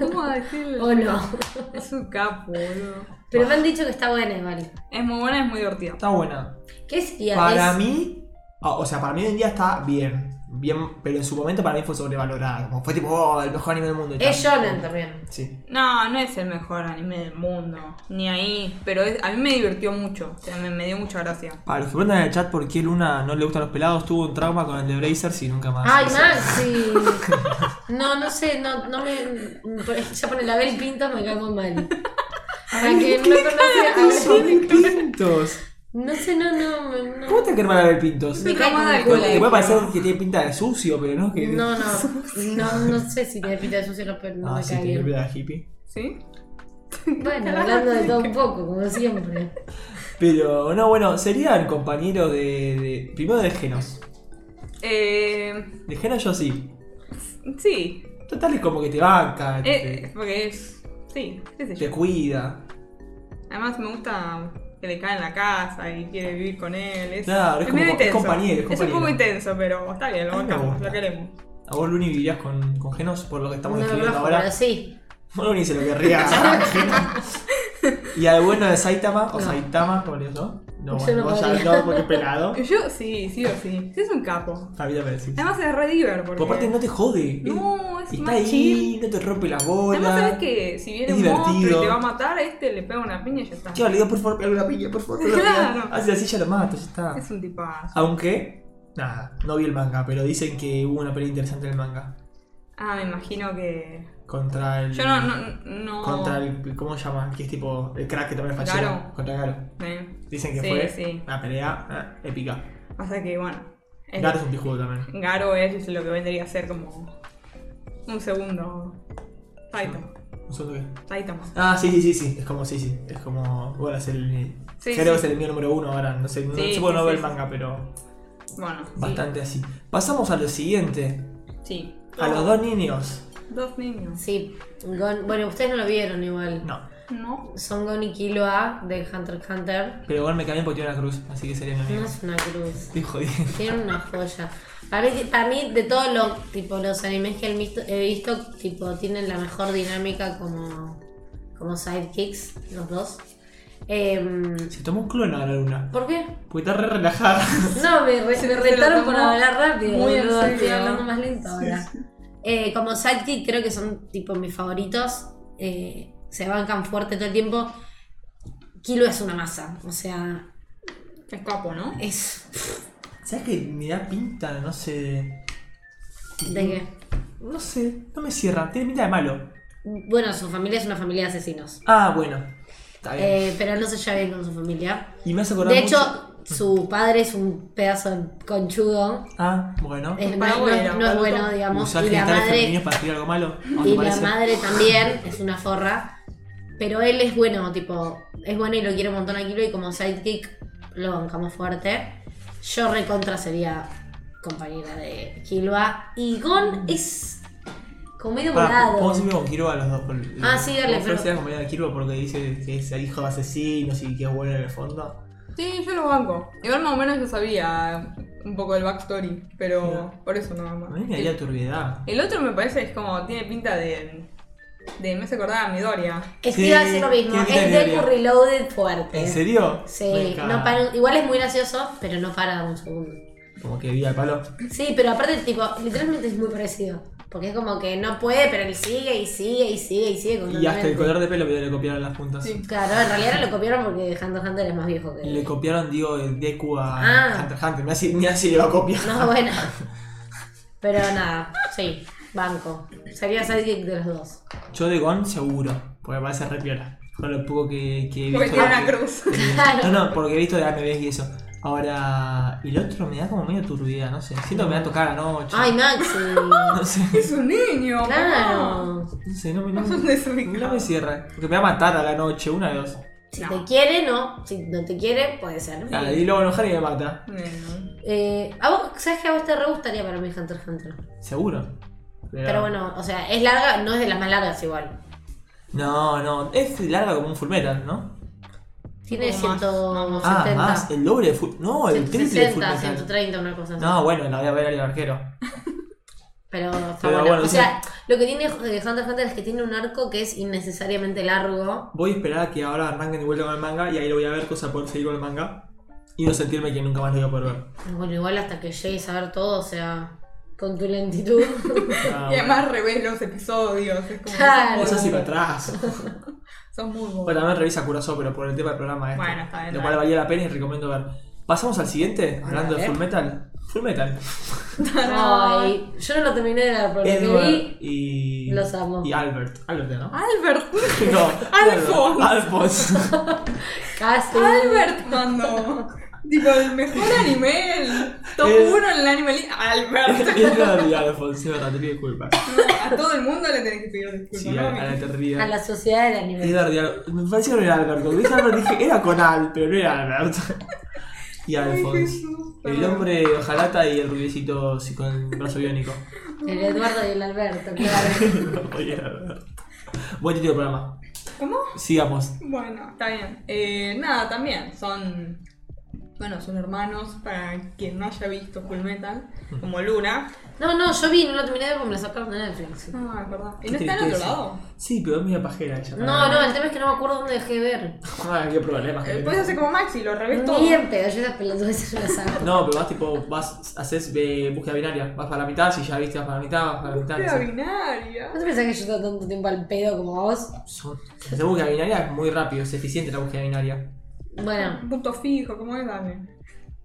S4: ¿Cómo va a decirlo?
S3: o no?
S4: Es un capo, boludo.
S3: Pero me han dicho que está buena igual.
S4: Es muy buena, es muy divertida.
S1: Está buena.
S3: ¿Qué sería?
S1: Para
S3: Es-
S1: mí, ah, o sea, para mí hoy en día está bien. Bien, pero en su momento para mí fue sobrevalorada. Como fue tipo, oh, el mejor anime del mundo. y
S3: Es
S1: tal.
S3: Shonen también.
S1: Sí.
S4: No, no es el mejor anime del mundo, ni ahí, pero es- a mí me divirtió mucho, o sea, me, me dio mucha gracia.
S1: Para los que preguntan en el chat por qué Luna no le gustan los pelados, tuvo un trauma con el de Blazers y nunca más.
S3: ¡Ay,
S1: hizo.
S3: Maxi! No, no sé, no, no me. Ya pone la Bel Pinto, me cae muy mal. Para que no conoce a Abel-
S1: Son pintos.
S3: No sé, no, no. me- no.
S1: ¿Cómo te querés ver pintos?
S3: Me cae
S4: Cómoda
S3: como el
S4: y
S3: culo.
S1: Te puede parecer que tiene pinta de sucio, pero no que.
S3: No, no, no, no sé si tiene pinta de sucio, no, pero no
S1: Ah,
S3: me
S1: sí,
S3: cae
S1: tiene
S3: bien.
S1: pinta de hippie.
S4: ¿Sí?
S3: Bueno, hablando de todo un poco, como siempre.
S1: Pero no, bueno, serían compañeros de, de- Primero de Genos.
S4: Eh,
S1: De Genos yo sí.
S4: sí,
S1: Total es como que te banca,
S4: eh, porque es... Sí, qué sé
S1: te, te
S4: yo.
S1: cuida.
S4: Además me gusta que le cae en la casa y quiere vivir con él. Es,
S1: Claro, es como-
S4: medio
S1: es
S4: intenso.
S1: compañero, es
S4: Es un poco
S1: compañero.
S4: intenso, pero está bien, lo
S1: A mí me
S4: bancamos,
S1: gusta.
S4: lo queremos.
S1: ¿A vos, Luni, vivirías con, con Genos por lo que estamos
S3: no me
S1: describiendo
S3: bajo,
S1: ahora?
S3: pero sí.
S1: Bueno, Luni se lo querría. y al bueno de Saitama, o
S3: No.
S1: Saitama, ¿cómo le digo? No,
S3: Yo
S1: bueno,
S3: no
S1: vos ya
S3: podría.
S1: no, porque es pelado.
S4: Yo sí, sí o sí. Sí es un capo.
S1: A mí me decís.
S4: Además es re diver, porque...
S1: Porque aparte no te jode.
S4: No, es
S1: Está
S4: más
S1: ahí,
S4: chill.
S1: no te rompe las bolas.
S4: Además sabes que si viene
S1: Es
S4: un monstruo
S1: divertido.
S4: y te va a matar, a este le pega una piña y ya está.
S1: Claro, le digo, por favor, pegale una piña, por favor. pegale una piña.
S4: Claro.
S1: Hace así, ya lo mato, ya está.
S4: Es un tipazo.
S1: Aunque, nada, no vi el manga, pero dicen que hubo una pelea interesante del manga.
S4: Ah, me imagino que.
S1: Contra el.
S4: Yo no. no, no...
S1: Contra el. ¿Cómo se llama? Que es tipo. El crack que también es fachero.
S4: Garo.
S1: Contra Garo.
S4: Eh,
S1: Dicen que
S4: Sí,
S1: fue
S4: sí.
S1: una pelea ah, épica.
S4: O sea que, bueno. el-
S1: Garo es un pijudo también.
S4: Garo es lo que vendría a ser como. Un segundo. Taito.
S1: ¿Un segundo qué?
S4: Taito.
S1: Ah, sí, sí, sí, sí. Es como, sí, sí. Es como. Bueno, es el.
S4: Sí,
S1: creo que
S4: sí.
S1: es el enemigo número uno ahora. No sé, no,
S4: Sí,
S1: supongo
S4: sí,
S1: no
S4: sí,
S1: veo el
S4: sí.
S1: manga, pero.
S4: Bueno. sí,
S1: Bastante así. Pasamos a lo siguiente.
S4: Sí.
S1: A los dos niños.
S4: Dos niños.
S3: Sí. Gon- bueno, ustedes no lo vieron igual.
S1: No.
S4: No.
S3: Son Gon y Killua de Hunter x Hunter.
S1: Pero igual me cambié porque tiene una cruz, así que sería mi amigo.
S3: No es una cruz.
S1: Estoy jodiendo.
S3: Tiene una joya. Para mí, para mí, de todos los, tipo, los animes que he visto, he visto, tipo, tienen la mejor dinámica como, como sidekicks, los dos. Em,
S1: Se tomó un clon a la luna.
S3: ¿Por qué?
S1: Porque está re relajada.
S3: No, me, re-
S4: Se-
S3: me
S4: se
S3: retaron
S4: lo
S3: por
S4: tomó
S3: hablar rápido.
S4: muy en
S3: boludo. Estoy
S4: serio.
S3: hablando más lento ahora. Eh, como sidekick creo que son tipo mis favoritos. Eh, se bancan fuerte todo el tiempo. Kilo es una masa. O sea,
S4: Es capo, ¿no?
S3: Es.
S1: ¿Sabes que me da pinta, no sé.
S3: ¿De qué?
S1: No sé, no me cierra, tiene pinta de malo.
S3: Bueno, su familia es una familia de asesinos.
S1: Ah, bueno. Está bien.
S3: Eh, pero no se lleva bien con su familia.
S1: y me hace acordar
S3: De
S1: mucho-
S3: hecho, su padre es un pedazo de conchudo.
S1: Ah, bueno.
S3: Es-
S4: Un
S3: no, es- no es-
S4: paruelo,
S3: no es
S4: un
S3: bueno,
S4: paruto.
S3: digamos.
S1: Usar
S3: Y la
S1: genitales
S3: madre,
S1: femeninos para decir algo malo. ¿no te
S3: y la
S1: parece?
S3: madre también es una forra. Pero él es bueno, tipo, es bueno y lo quiere un montón a Kilo y como sidekick lo bancamos fuerte. Yo recontra sería compañera de Kilua. Y Gon es como medio
S1: Pará,
S3: morado.
S1: podemos irme con Kirua a los dos. Con,
S3: Ah, sí, dale,
S1: pero...
S3: pero-
S1: la compañía de Kirua porque dice que es el hijo de asesinos y que vuelve en el fondo.
S4: Sí, yo lo banco. Igual más o menos yo sabía un poco del backstory, pero por eso nada
S1: A
S4: más.
S1: mí me daría turbiedad.
S4: El otro me parece que es como, tiene pinta de... de me hace acordar a Midoriya.
S3: Es que
S1: Sí,
S3: iba a decir lo mismo.
S1: tiene pinta
S3: Es
S1: de
S3: Deku
S1: Midoriya.
S3: Reloaded fuerte.
S1: ¿En serio? Me
S3: Sí,
S1: encanta.
S3: no para- igual es muy gracioso, pero no para un segundo.
S1: Como que viva el palo.
S3: Sí, pero aparte, tipo, literalmente es muy parecido. Porque es como que no puede, pero él sigue y sigue y sigue y sigue.
S1: Y hasta el
S3: constantemente.
S1: color de pelo que le copiaron las puntas.
S4: Sí.
S3: Claro, en realidad lo copiaron porque Hunter x Hunter es más viejo que
S1: Le copiaron, digo, de Deku a
S3: Ah.
S1: Hunter x Hunter. Mirá si, mirá si le va a copiar.
S3: No, bueno. Pero nada, sí, banco. Sería sidekick de los dos.
S1: Yo de Gon seguro, porque me parece re piola. Con lo poco que, que he visto.
S4: Porque tiene una
S1: de-
S4: cruz.
S1: No,
S3: Claro.
S1: no, porque he visto de AMBs y eso. Ahora, el otro me da como medio turbidez, no sé. Siento que me va a tocar anoche.
S3: Ay, Maxi.
S1: No sé,
S4: Es un niño. papá.
S3: Claro.
S1: no sé, no me, no,
S4: Es un
S1: me- no
S4: desubicado.
S1: me cierra. Porque me va a matar a la noche, una de dos.
S3: Si te quiere, no. Si no te quiere, puede ser.
S1: Nada, y luego enojar y me mata.
S4: Bueno.
S3: Eh, a vos, ¿sabes que a vos te re gustaría para mí Hunter x Hunter?
S1: Seguro.
S3: Pero bueno, o sea, es larga, no es de las más largas igual.
S1: No, no, es larga como un Fullmetal, ¿no?
S3: Tiene
S4: Un poco más,
S3: 170.
S4: vamos.
S1: Ah, más, el doble de Full... No, el triple de
S3: 160,
S1: Fullmetal.
S3: 130, una cosa así.
S1: No, bueno, la voy a ver al arquero.
S3: Pero está
S1: Pero
S3: buena.
S1: bueno,
S3: o sea, lo que tiene eh, Hunter x Hunter es que tiene un arco que es innecesariamente largo.
S1: Voy a esperar a que ahora arranquen de vuelta con el manga y ahí lo voy a ver, cosa por seguir con el manga. Y no sentirme que nunca más lo voy a poder ver.
S3: Bueno, igual hasta que llegues a ver todo, o sea, con tu lentitud.
S1: Ah,
S4: Y además revés los episodios. Es como.
S3: Claro.
S1: Eso sí para atrás.
S4: Son muy buenos.
S1: Bueno, también revisa Curazo, pero por el tema del programa este.
S4: Bueno, está bien,
S1: Lo
S4: dale.
S1: cual valía la pena y recomiendo ver. Pasamos al siguiente, hablando de
S3: dale.
S1: Full Metal. Full Metal.
S3: Ay, yo no lo terminé de ver, pero lo que
S1: Edward
S3: vi.
S1: y.
S3: los amo.
S1: Y Albert. Albert, ¿no?
S4: Albert.
S1: No.
S4: Ah, Alphonse.
S1: Alphonse.
S3: Casi.
S4: Albert mandó. Tipo, el mejor anime. El top
S1: Es-
S4: uno en el anime. li- Albert.
S1: Edward y Alphonse, verdad, te pido disculpas.
S4: A todo el mundo le tenés que pedir disculpas.
S1: Sí,
S4: ¿no?
S1: a, a la
S3: A
S1: eternidad.
S3: la sociedad del anime.
S1: Edward y Albert. Me parecía que no era Albert. Cuando dije Albert dije, era con Al, pero no era Albert. Y
S4: Ay,
S1: Alphonse.
S4: Jesús,
S1: El hombre ojalata y el rubiecito sí, con el brazo biónico.
S3: El Eduardo y el Alberto, claro.
S1: Oye, Albert. Buen título de programa.
S4: ¿Cómo?
S1: Sigamos.
S4: Bueno, está bien. Eh, nada, también son. Bueno, son hermanos, para quien no haya visto Full Metal, como Luna.
S3: No, no, yo vi, no lo terminé de ver porque me lo sacaron de Netflix.
S4: Ah, es verdad. ¿Y
S1: ¿Qué
S4: no está en
S1: tristeza?
S4: otro lado?
S1: Sí, pero es medio pajera ella.
S3: No, no, el tema es que no me acuerdo dónde dejé de ver.
S1: Ah, qué problema.
S4: Eh, Puedes hacer como Maxi, lo revés todo.
S3: Ni en pedo, yo esas pelotudeces no las saco.
S1: No, pero vas tipo, vas, haces eh, búsqueda binaria. Vas para la mitad, si ya viste, vas para la mitad, vas para la mitad.
S4: Búsqueda
S1: no sé.
S4: binaria.
S3: ¿No te pensás que yo tengo tanto tiempo al pedo como vos?
S1: Son- si haces búsqueda binaria es muy rápido, es eficiente la búsqueda binaria.
S3: Bueno,
S4: Un punto fijo, ¿cómo es? Dale.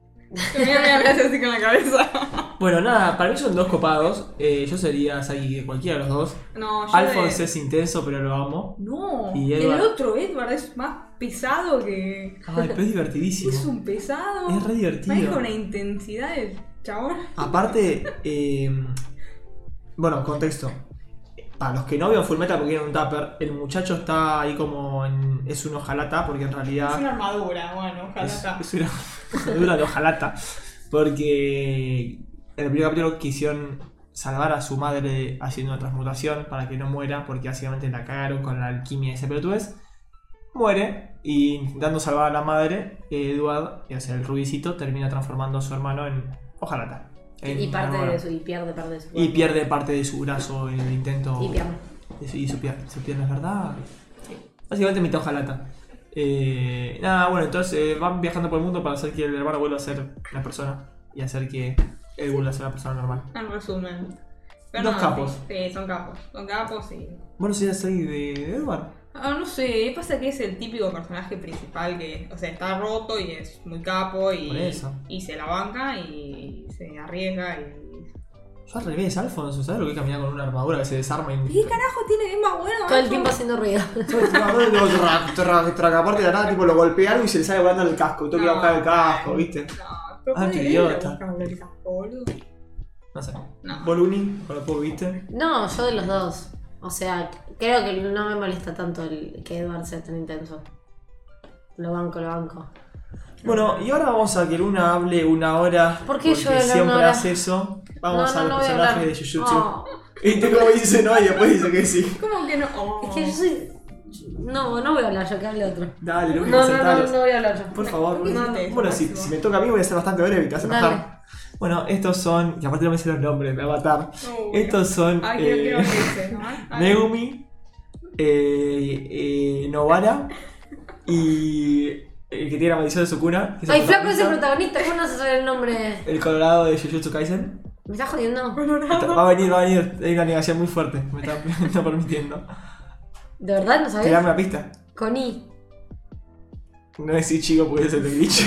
S4: Mira, mira, me hace así con la cabeza.
S1: Bueno, nada, para mí son dos copados. Eh, yo sería Sagi de cualquiera de los dos.
S4: No, yo.
S1: Alphonse
S4: de-
S1: es intenso, pero lo amo.
S4: No,
S1: Y
S4: el
S1: Edward.
S4: otro Edward es más pesado que.
S1: Ay, pero es divertidísimo.
S4: Es un pesado.
S1: Es re divertido.
S4: Maneja una intensidad el chabón.
S1: Aparte, eh, bueno, contexto. Para los que no vieron Fullmetal porque era un tupper, el muchacho está ahí como en, es un ojalata porque en
S4: Es
S1: realidad
S4: una armadura, bueno, ojalá
S1: es,
S4: está.
S1: es una armadura de ojalata. Porque en el primer capítulo quisieron salvar a su madre haciendo una transmutación para que no muera porque básicamente la cagaron con la alquimia de ese pelotudez. Muere y intentando salvar a la madre, Eduard, o sea, el rubicito, termina transformando a su hermano en ojalata. En
S3: y parte
S1: hermano.
S3: de su, y pierde parte de su
S1: Y
S3: cuerpo.
S1: pierde parte de su brazo en el intento.
S3: Y pierna.
S1: de su- y su pierna. Su pierna es verdad. Básicamente mitad hojalata. Eh, nada, bueno, entonces eh, van viajando por el mundo para hacer que el hermano vuelva a ser la persona. Y hacer que él vuelva a ser la persona normal.
S4: En resumen. Pero
S1: Dos
S4: no,
S1: capos.
S4: Sí, sí, son capos. Son capos y.
S1: Bueno, si ya soy de Edward.
S4: Ah, no sé, pasa que es el típico personaje principal que, o sea, está roto y es muy capo y,
S1: Por eso.
S4: y se la banca y se arriesga y...
S1: Yo al revés, Alfonso, ¿sabes lo que es caminar con una armadura que se desarma en...
S4: ¿Y qué carajo tiene? Es más bueno.
S3: Todo el
S4: macho.
S3: tiempo haciendo ruido.
S1: Aparte de la nada, tipo, lo golpea algo y se le sale volando el casco. Y tengo que ir a buscar el casco, ¿viste?
S4: No, pero
S1: Ah,
S4: ponele
S1: qué
S4: él,
S1: idiota.
S4: busca un Lolita, boludo.
S1: No sé.
S4: No.
S1: Voluni, con lo poco viste.
S3: No, yo de los dos. O sea, creo que no me molesta tanto el que Edward sea tan intenso. Lo banco, lo banco.
S1: Bueno, y ahora vamos a que Luna hable una hora.
S3: ¿Por qué
S1: porque
S3: yo voy a hablar
S1: siempre
S3: una hora?
S1: hace eso. Vamos
S3: no,
S1: a los
S3: no, no voy a
S1: personajes
S3: hablar.
S1: de Jujutsu.
S3: Oh,
S1: Y tú como dice no y después dice que sí.
S4: ¿Cómo que no? Oh.
S3: es que yo soy. No, no voy a hablar yo, que hable otro.
S1: Dale, Luna,
S3: No, no, no,
S1: sentales.
S3: no voy a hablar yo.
S1: Por favor.
S4: ¿Por qué
S1: Luna.
S4: hiciste eso,
S1: Bueno, si,
S4: Máximo?
S1: si me toca a mí voy a ser bastante breve y te vas a
S3: Dale.
S1: enojar. Bueno, estos son... Y aparte no me sé los nombres, me va a matar.
S4: Oh,
S1: Estos son...
S4: Ay,
S1: eh,
S4: quiero, quiero que dices, ¿no? Ay.
S1: Megumi, eh, eh, Novara y el que tiene la maldición de su cuna. que es el
S3: Ay, Flaco es el
S1: protagonista,
S3: protagonista, ¿cómo no se sabe el nombre?
S1: El colorado de Jujutsu Kaisen.
S3: ¿Me estás jodiendo?
S1: Está- va a venir, va a venir. Hay una negación muy fuerte. Me está, me está permitiendo.
S3: ¿De verdad no
S1: Te dame
S3: sabes?
S1: una pista.
S3: Con I.
S1: No es chico porque es el de dicho.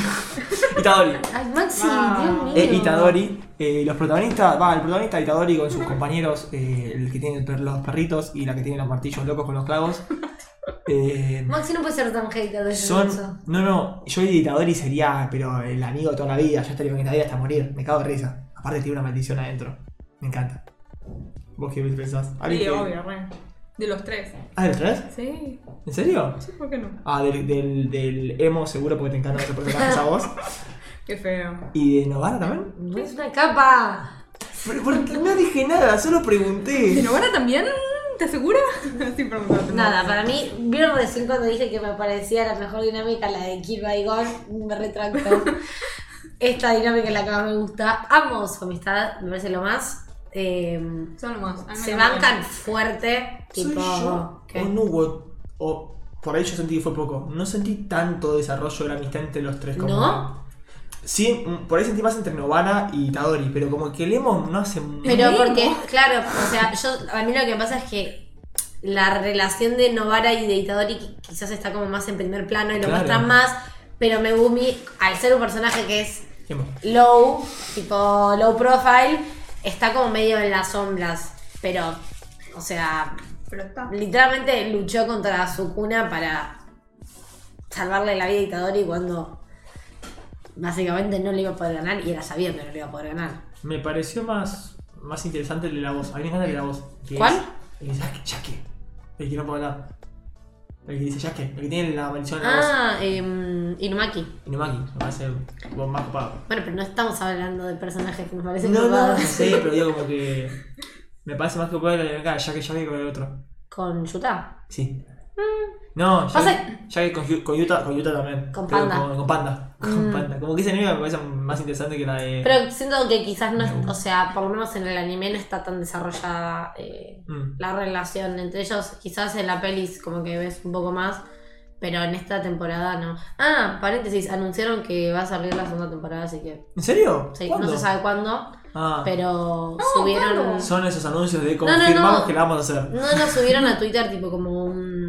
S1: Itadori.
S3: Ay, Maxi,
S4: Wow.
S3: Dios mío.
S1: Eh, Itadori, eh, los protagonistas, va, el protagonista Itadori con sus compañeros, eh, el que tiene el per- los perritos y la que tiene los martillos locos con los clavos. Eh,
S3: Maxi no puede ser tan hater de
S1: Son.
S3: Son...
S1: No, no, yo editador y sería, pero el amigo de toda la vida. Yo estaría con Itadori hasta morir. Me cago de risa. Aparte, tiene una maldición adentro. Me encanta. ¿Vos qué pensás? ¿Alguien
S4: Sí,
S1: que-
S4: obvio, re. De los tres.
S1: ¿Ah, del tres?
S4: Sí,
S1: ¿En serio?
S4: sí, ¿por qué no?
S1: Ah, del, del, del emo, seguro, porque te encanta ese personaje, esa voz.
S4: Qué feo.
S1: ¿Y de Novara también?
S3: No es una capa.
S1: Pero, Porque no dije nada, solo
S4: ¿De
S1: pregunté.
S4: Novara también? ¿Te aseguras? Sin preguntarte.
S3: Nada, para mí, vieron recién cuando dije que me parecía la mejor dinámica, la de Kill by Gone, me retracto. Esta dinámica es la que más me gusta. Amo su amistad, me parece lo más. Eh,
S4: Son lo más. Ah, A mí
S3: se
S4: me encanta.
S3: bancan fuerte,
S1: ¿Soy
S3: tipo.
S1: yo?
S3: ¿qué?
S1: ¿O no hubo.? O por ahí yo sentí que fue poco. No sentí tanto desarrollo de la amistad entre los tres como.
S3: ¿No?
S1: Sí, mm, por ahí sentí más entre Novara y Itadori, pero como que Lemon no hace
S3: Pero
S1: mucho.
S3: porque, claro, o sea, yo a mí lo que pasa es que la relación de Novara y de Itadori qui- quizás está como más en primer plano y lo
S1: Claro.
S3: muestran más, pero Megumi, al ser un personaje que es
S1: Emo.
S3: low, tipo low profile, está como medio en las sombras, pero, o sea,
S4: Pero está.
S3: literalmente luchó contra su cuna para salvarle la vida a Itadori cuando básicamente no le iba a poder ganar y era sabiendo que no le iba a poder ganar.
S1: Me pareció más, más interesante el de la voz. A mí me encanta el de la voz. que
S3: ¿Cuál?
S1: es- El que dice "Ah, Yaque. El que no puede hablar. El que dice Yaque. El que tiene la maldición en la voz.
S3: Ah, em, Inumaki.
S1: Inumaki. Me parece como más copado.
S3: Bueno, pero no estamos hablando de personajes que nos parecen
S1: No, no, no
S3: copados.
S1: sé, pero digo como que. Me parece más copado el de acá, Yaque Yaque con el otro.
S3: Con Yuta.
S1: Sí. No,
S3: Pasa-
S1: Yaque Yaque con, Yu- con Yuta, con Yuta también.
S3: Mm. Con
S1: pero
S3: Panda. Mm.
S1: Con, con Panda. Con Panda. Como que esa enemiga me parece más interesante que la de.
S3: Pero siento que quizás no, es- o sea, por lo menos en el anime no está tan desarrollada eh,
S1: Mm.
S3: la relación entre ellos. Quizás en la pelis como que ves un poco más, pero en esta temporada no. Ah, paréntesis, anunciaron que va a salir la segunda temporada, así que
S1: ¿En serio?
S3: sí,
S1: ¿Cuándo?
S3: no se sabe cuándo,
S1: Ah.
S3: pero subieron...
S4: ¿cuándo?
S1: Son esos anuncios de
S3: no, no.
S1: confirmamos que la vamos a hacer.
S3: No, no subieron a Twitter tipo como un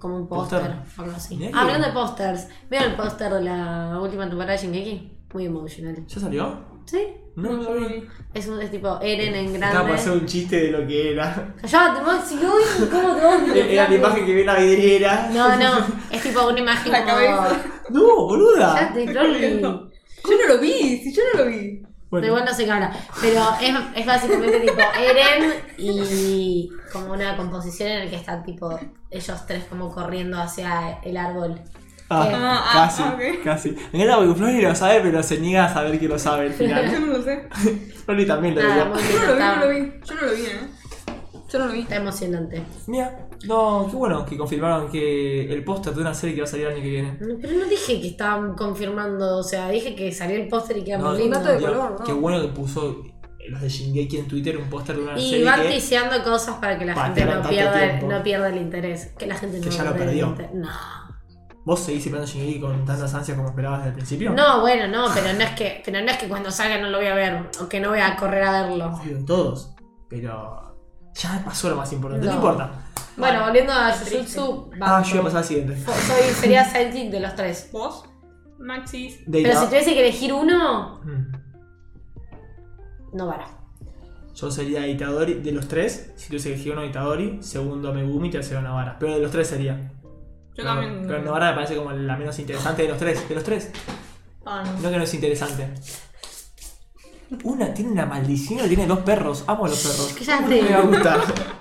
S3: como un póster
S1: Póster.
S3: o algo así.
S1: Mirá que-
S3: Hablando de pósters, ¿vieron el póster de la última temporada de Shingeki? Muy emocional.
S1: ¿Ya salió?
S3: Sí,
S1: No, no sabía.
S3: es un es tipo Eren en
S1: Estaba por hacer
S3: grande.
S1: un chiste de lo que era.
S3: Callate, Maxi, uy, ¿cómo te vas a
S1: Era la imagen que vi en la vidriera.
S3: No, no, es tipo una imagen
S4: La
S3: como
S4: cabeza.
S1: No, boluda.
S3: Callate, Crowley.
S4: corriendo. Yo no lo vi, si yo no lo vi.
S3: De
S1: Bueno,
S3: igual no sé qué habla. Pero es, es básicamente tipo Eren y como una composición en la que están tipo ellos tres como corriendo hacia el árbol.
S1: ah,
S4: Ah, ah,
S1: casi,
S4: ok.
S1: casi. Me encanta porque Flori lo sabe, pero se niega a saber que lo sabe al
S4: Yo
S1: final.
S4: no lo sé.
S3: Ah,
S1: Flori también
S4: Ah,
S1: lo diría.
S3: Nada, muy
S4: Yo
S3: lindo.
S4: no lo vi,
S3: está-
S4: no lo vi. Yo no lo vi, ¿eh? Yo no lo vi.
S3: Está emocionante.
S1: Mira, no, qué bueno que confirmaron que el póster de una serie que va a salir el año que viene.
S3: No, Pero no dije que estaban confirmando, o sea, dije que salió el póster y que era
S1: No,
S3: muy
S1: no,
S3: lindo.
S4: dato de
S1: Dios,
S4: color, ¿no?
S1: Qué bueno que puso los de Shingeki en Twitter un póster de una
S3: Y
S1: serie
S3: van
S1: que...
S3: ticiando cosas para que la
S1: Para
S3: gente
S1: que
S3: no
S1: tanto
S3: pierda,
S1: tiempo.
S3: no pierda el interés. Que la gente no
S1: Que ya lo
S3: pierda el
S1: perdió.
S3: interés. No.
S1: ¿Vos seguís esperando Shingeki con tantas ansias como esperabas desde el principio?
S3: No, bueno, no, pero no es que, pero no es que cuando salga no lo voy a ver, o que no voy a correr a verlo.
S1: obvio, todos. Pero ya pasó lo más importante. No,
S3: No.
S1: importa.
S3: Bueno, volviendo a
S4: triste.
S3: Jujutsu,
S1: Ah,
S3: banco.
S1: yo iba a pasar al siguiente.
S3: Fo- Soy, sería sidekick de los tres.
S4: ¿Vos? Maxis.
S3: Pero
S1: Data.
S3: si tuviese que elegir uno,
S1: Mm.
S3: no para.
S1: Yo sería Itadori de los tres. Si tuviese que elegir uno, Itadori. Segundo, Megumi. Tercero, Navara. Pero de los tres sería.
S4: Yo
S1: Pero-
S4: también.
S1: Pero Navara me parece como la menos interesante de los tres. De los tres.
S4: Ah, no.
S1: No que no es interesante. Una tiene una maldición, tiene dos perros. Amo a los perros.
S3: Cállate.
S1: Me gusta.
S4: Bueno.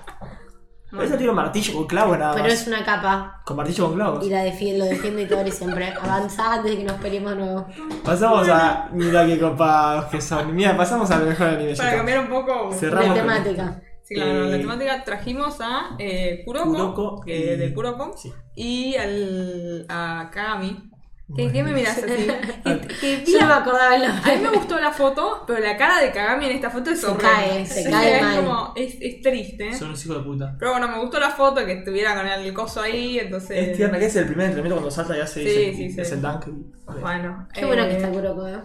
S1: Esa tiene un martillo con clavo nada más.
S3: Pero es una capa
S1: Con martillo con clavos.
S3: y la defi- lo defiendo y todo y siempre. Avanza antes de que nos peleemos de nuevo.
S1: Pasamos a. Mira qué copados que son. Mira, pasamos al mejor anime.
S4: Para
S1: Yoko.
S4: cambiar un poco.
S1: Cerramos con-
S3: De temática.
S4: Sí, claro,
S1: Eh,
S4: la temática trajimos a eh, Kuroko,
S1: Kuroko
S4: que-
S1: y-
S4: de Kuroko,
S1: Sí.
S4: y al, a Kagami. ¿Qué,
S1: Bueno.
S4: qué me miras así? Que- que vi
S3: Yo no me
S4: a,
S3: acordaba el
S4: a mí
S3: nombre.
S4: me gustó la foto, pero la cara de Kagami en esta foto es
S3: Se
S4: horrible.
S3: cae, se
S4: Sí,
S3: cae
S4: es
S3: mal.
S4: como- es, es triste.
S1: Son unos hijos de puta.
S4: Pero bueno, me gustó la foto que estuviera con el coso ahí, entonces.
S3: Este,
S1: Es tierna, que es el primer entrenamiento cuando salta y hace.
S4: Sí,
S1: dice-
S4: sí, sí.
S1: Es el dunk.
S4: Bueno.
S3: Qué bueno que
S4: eh,
S3: está Kuroko, ¿eh?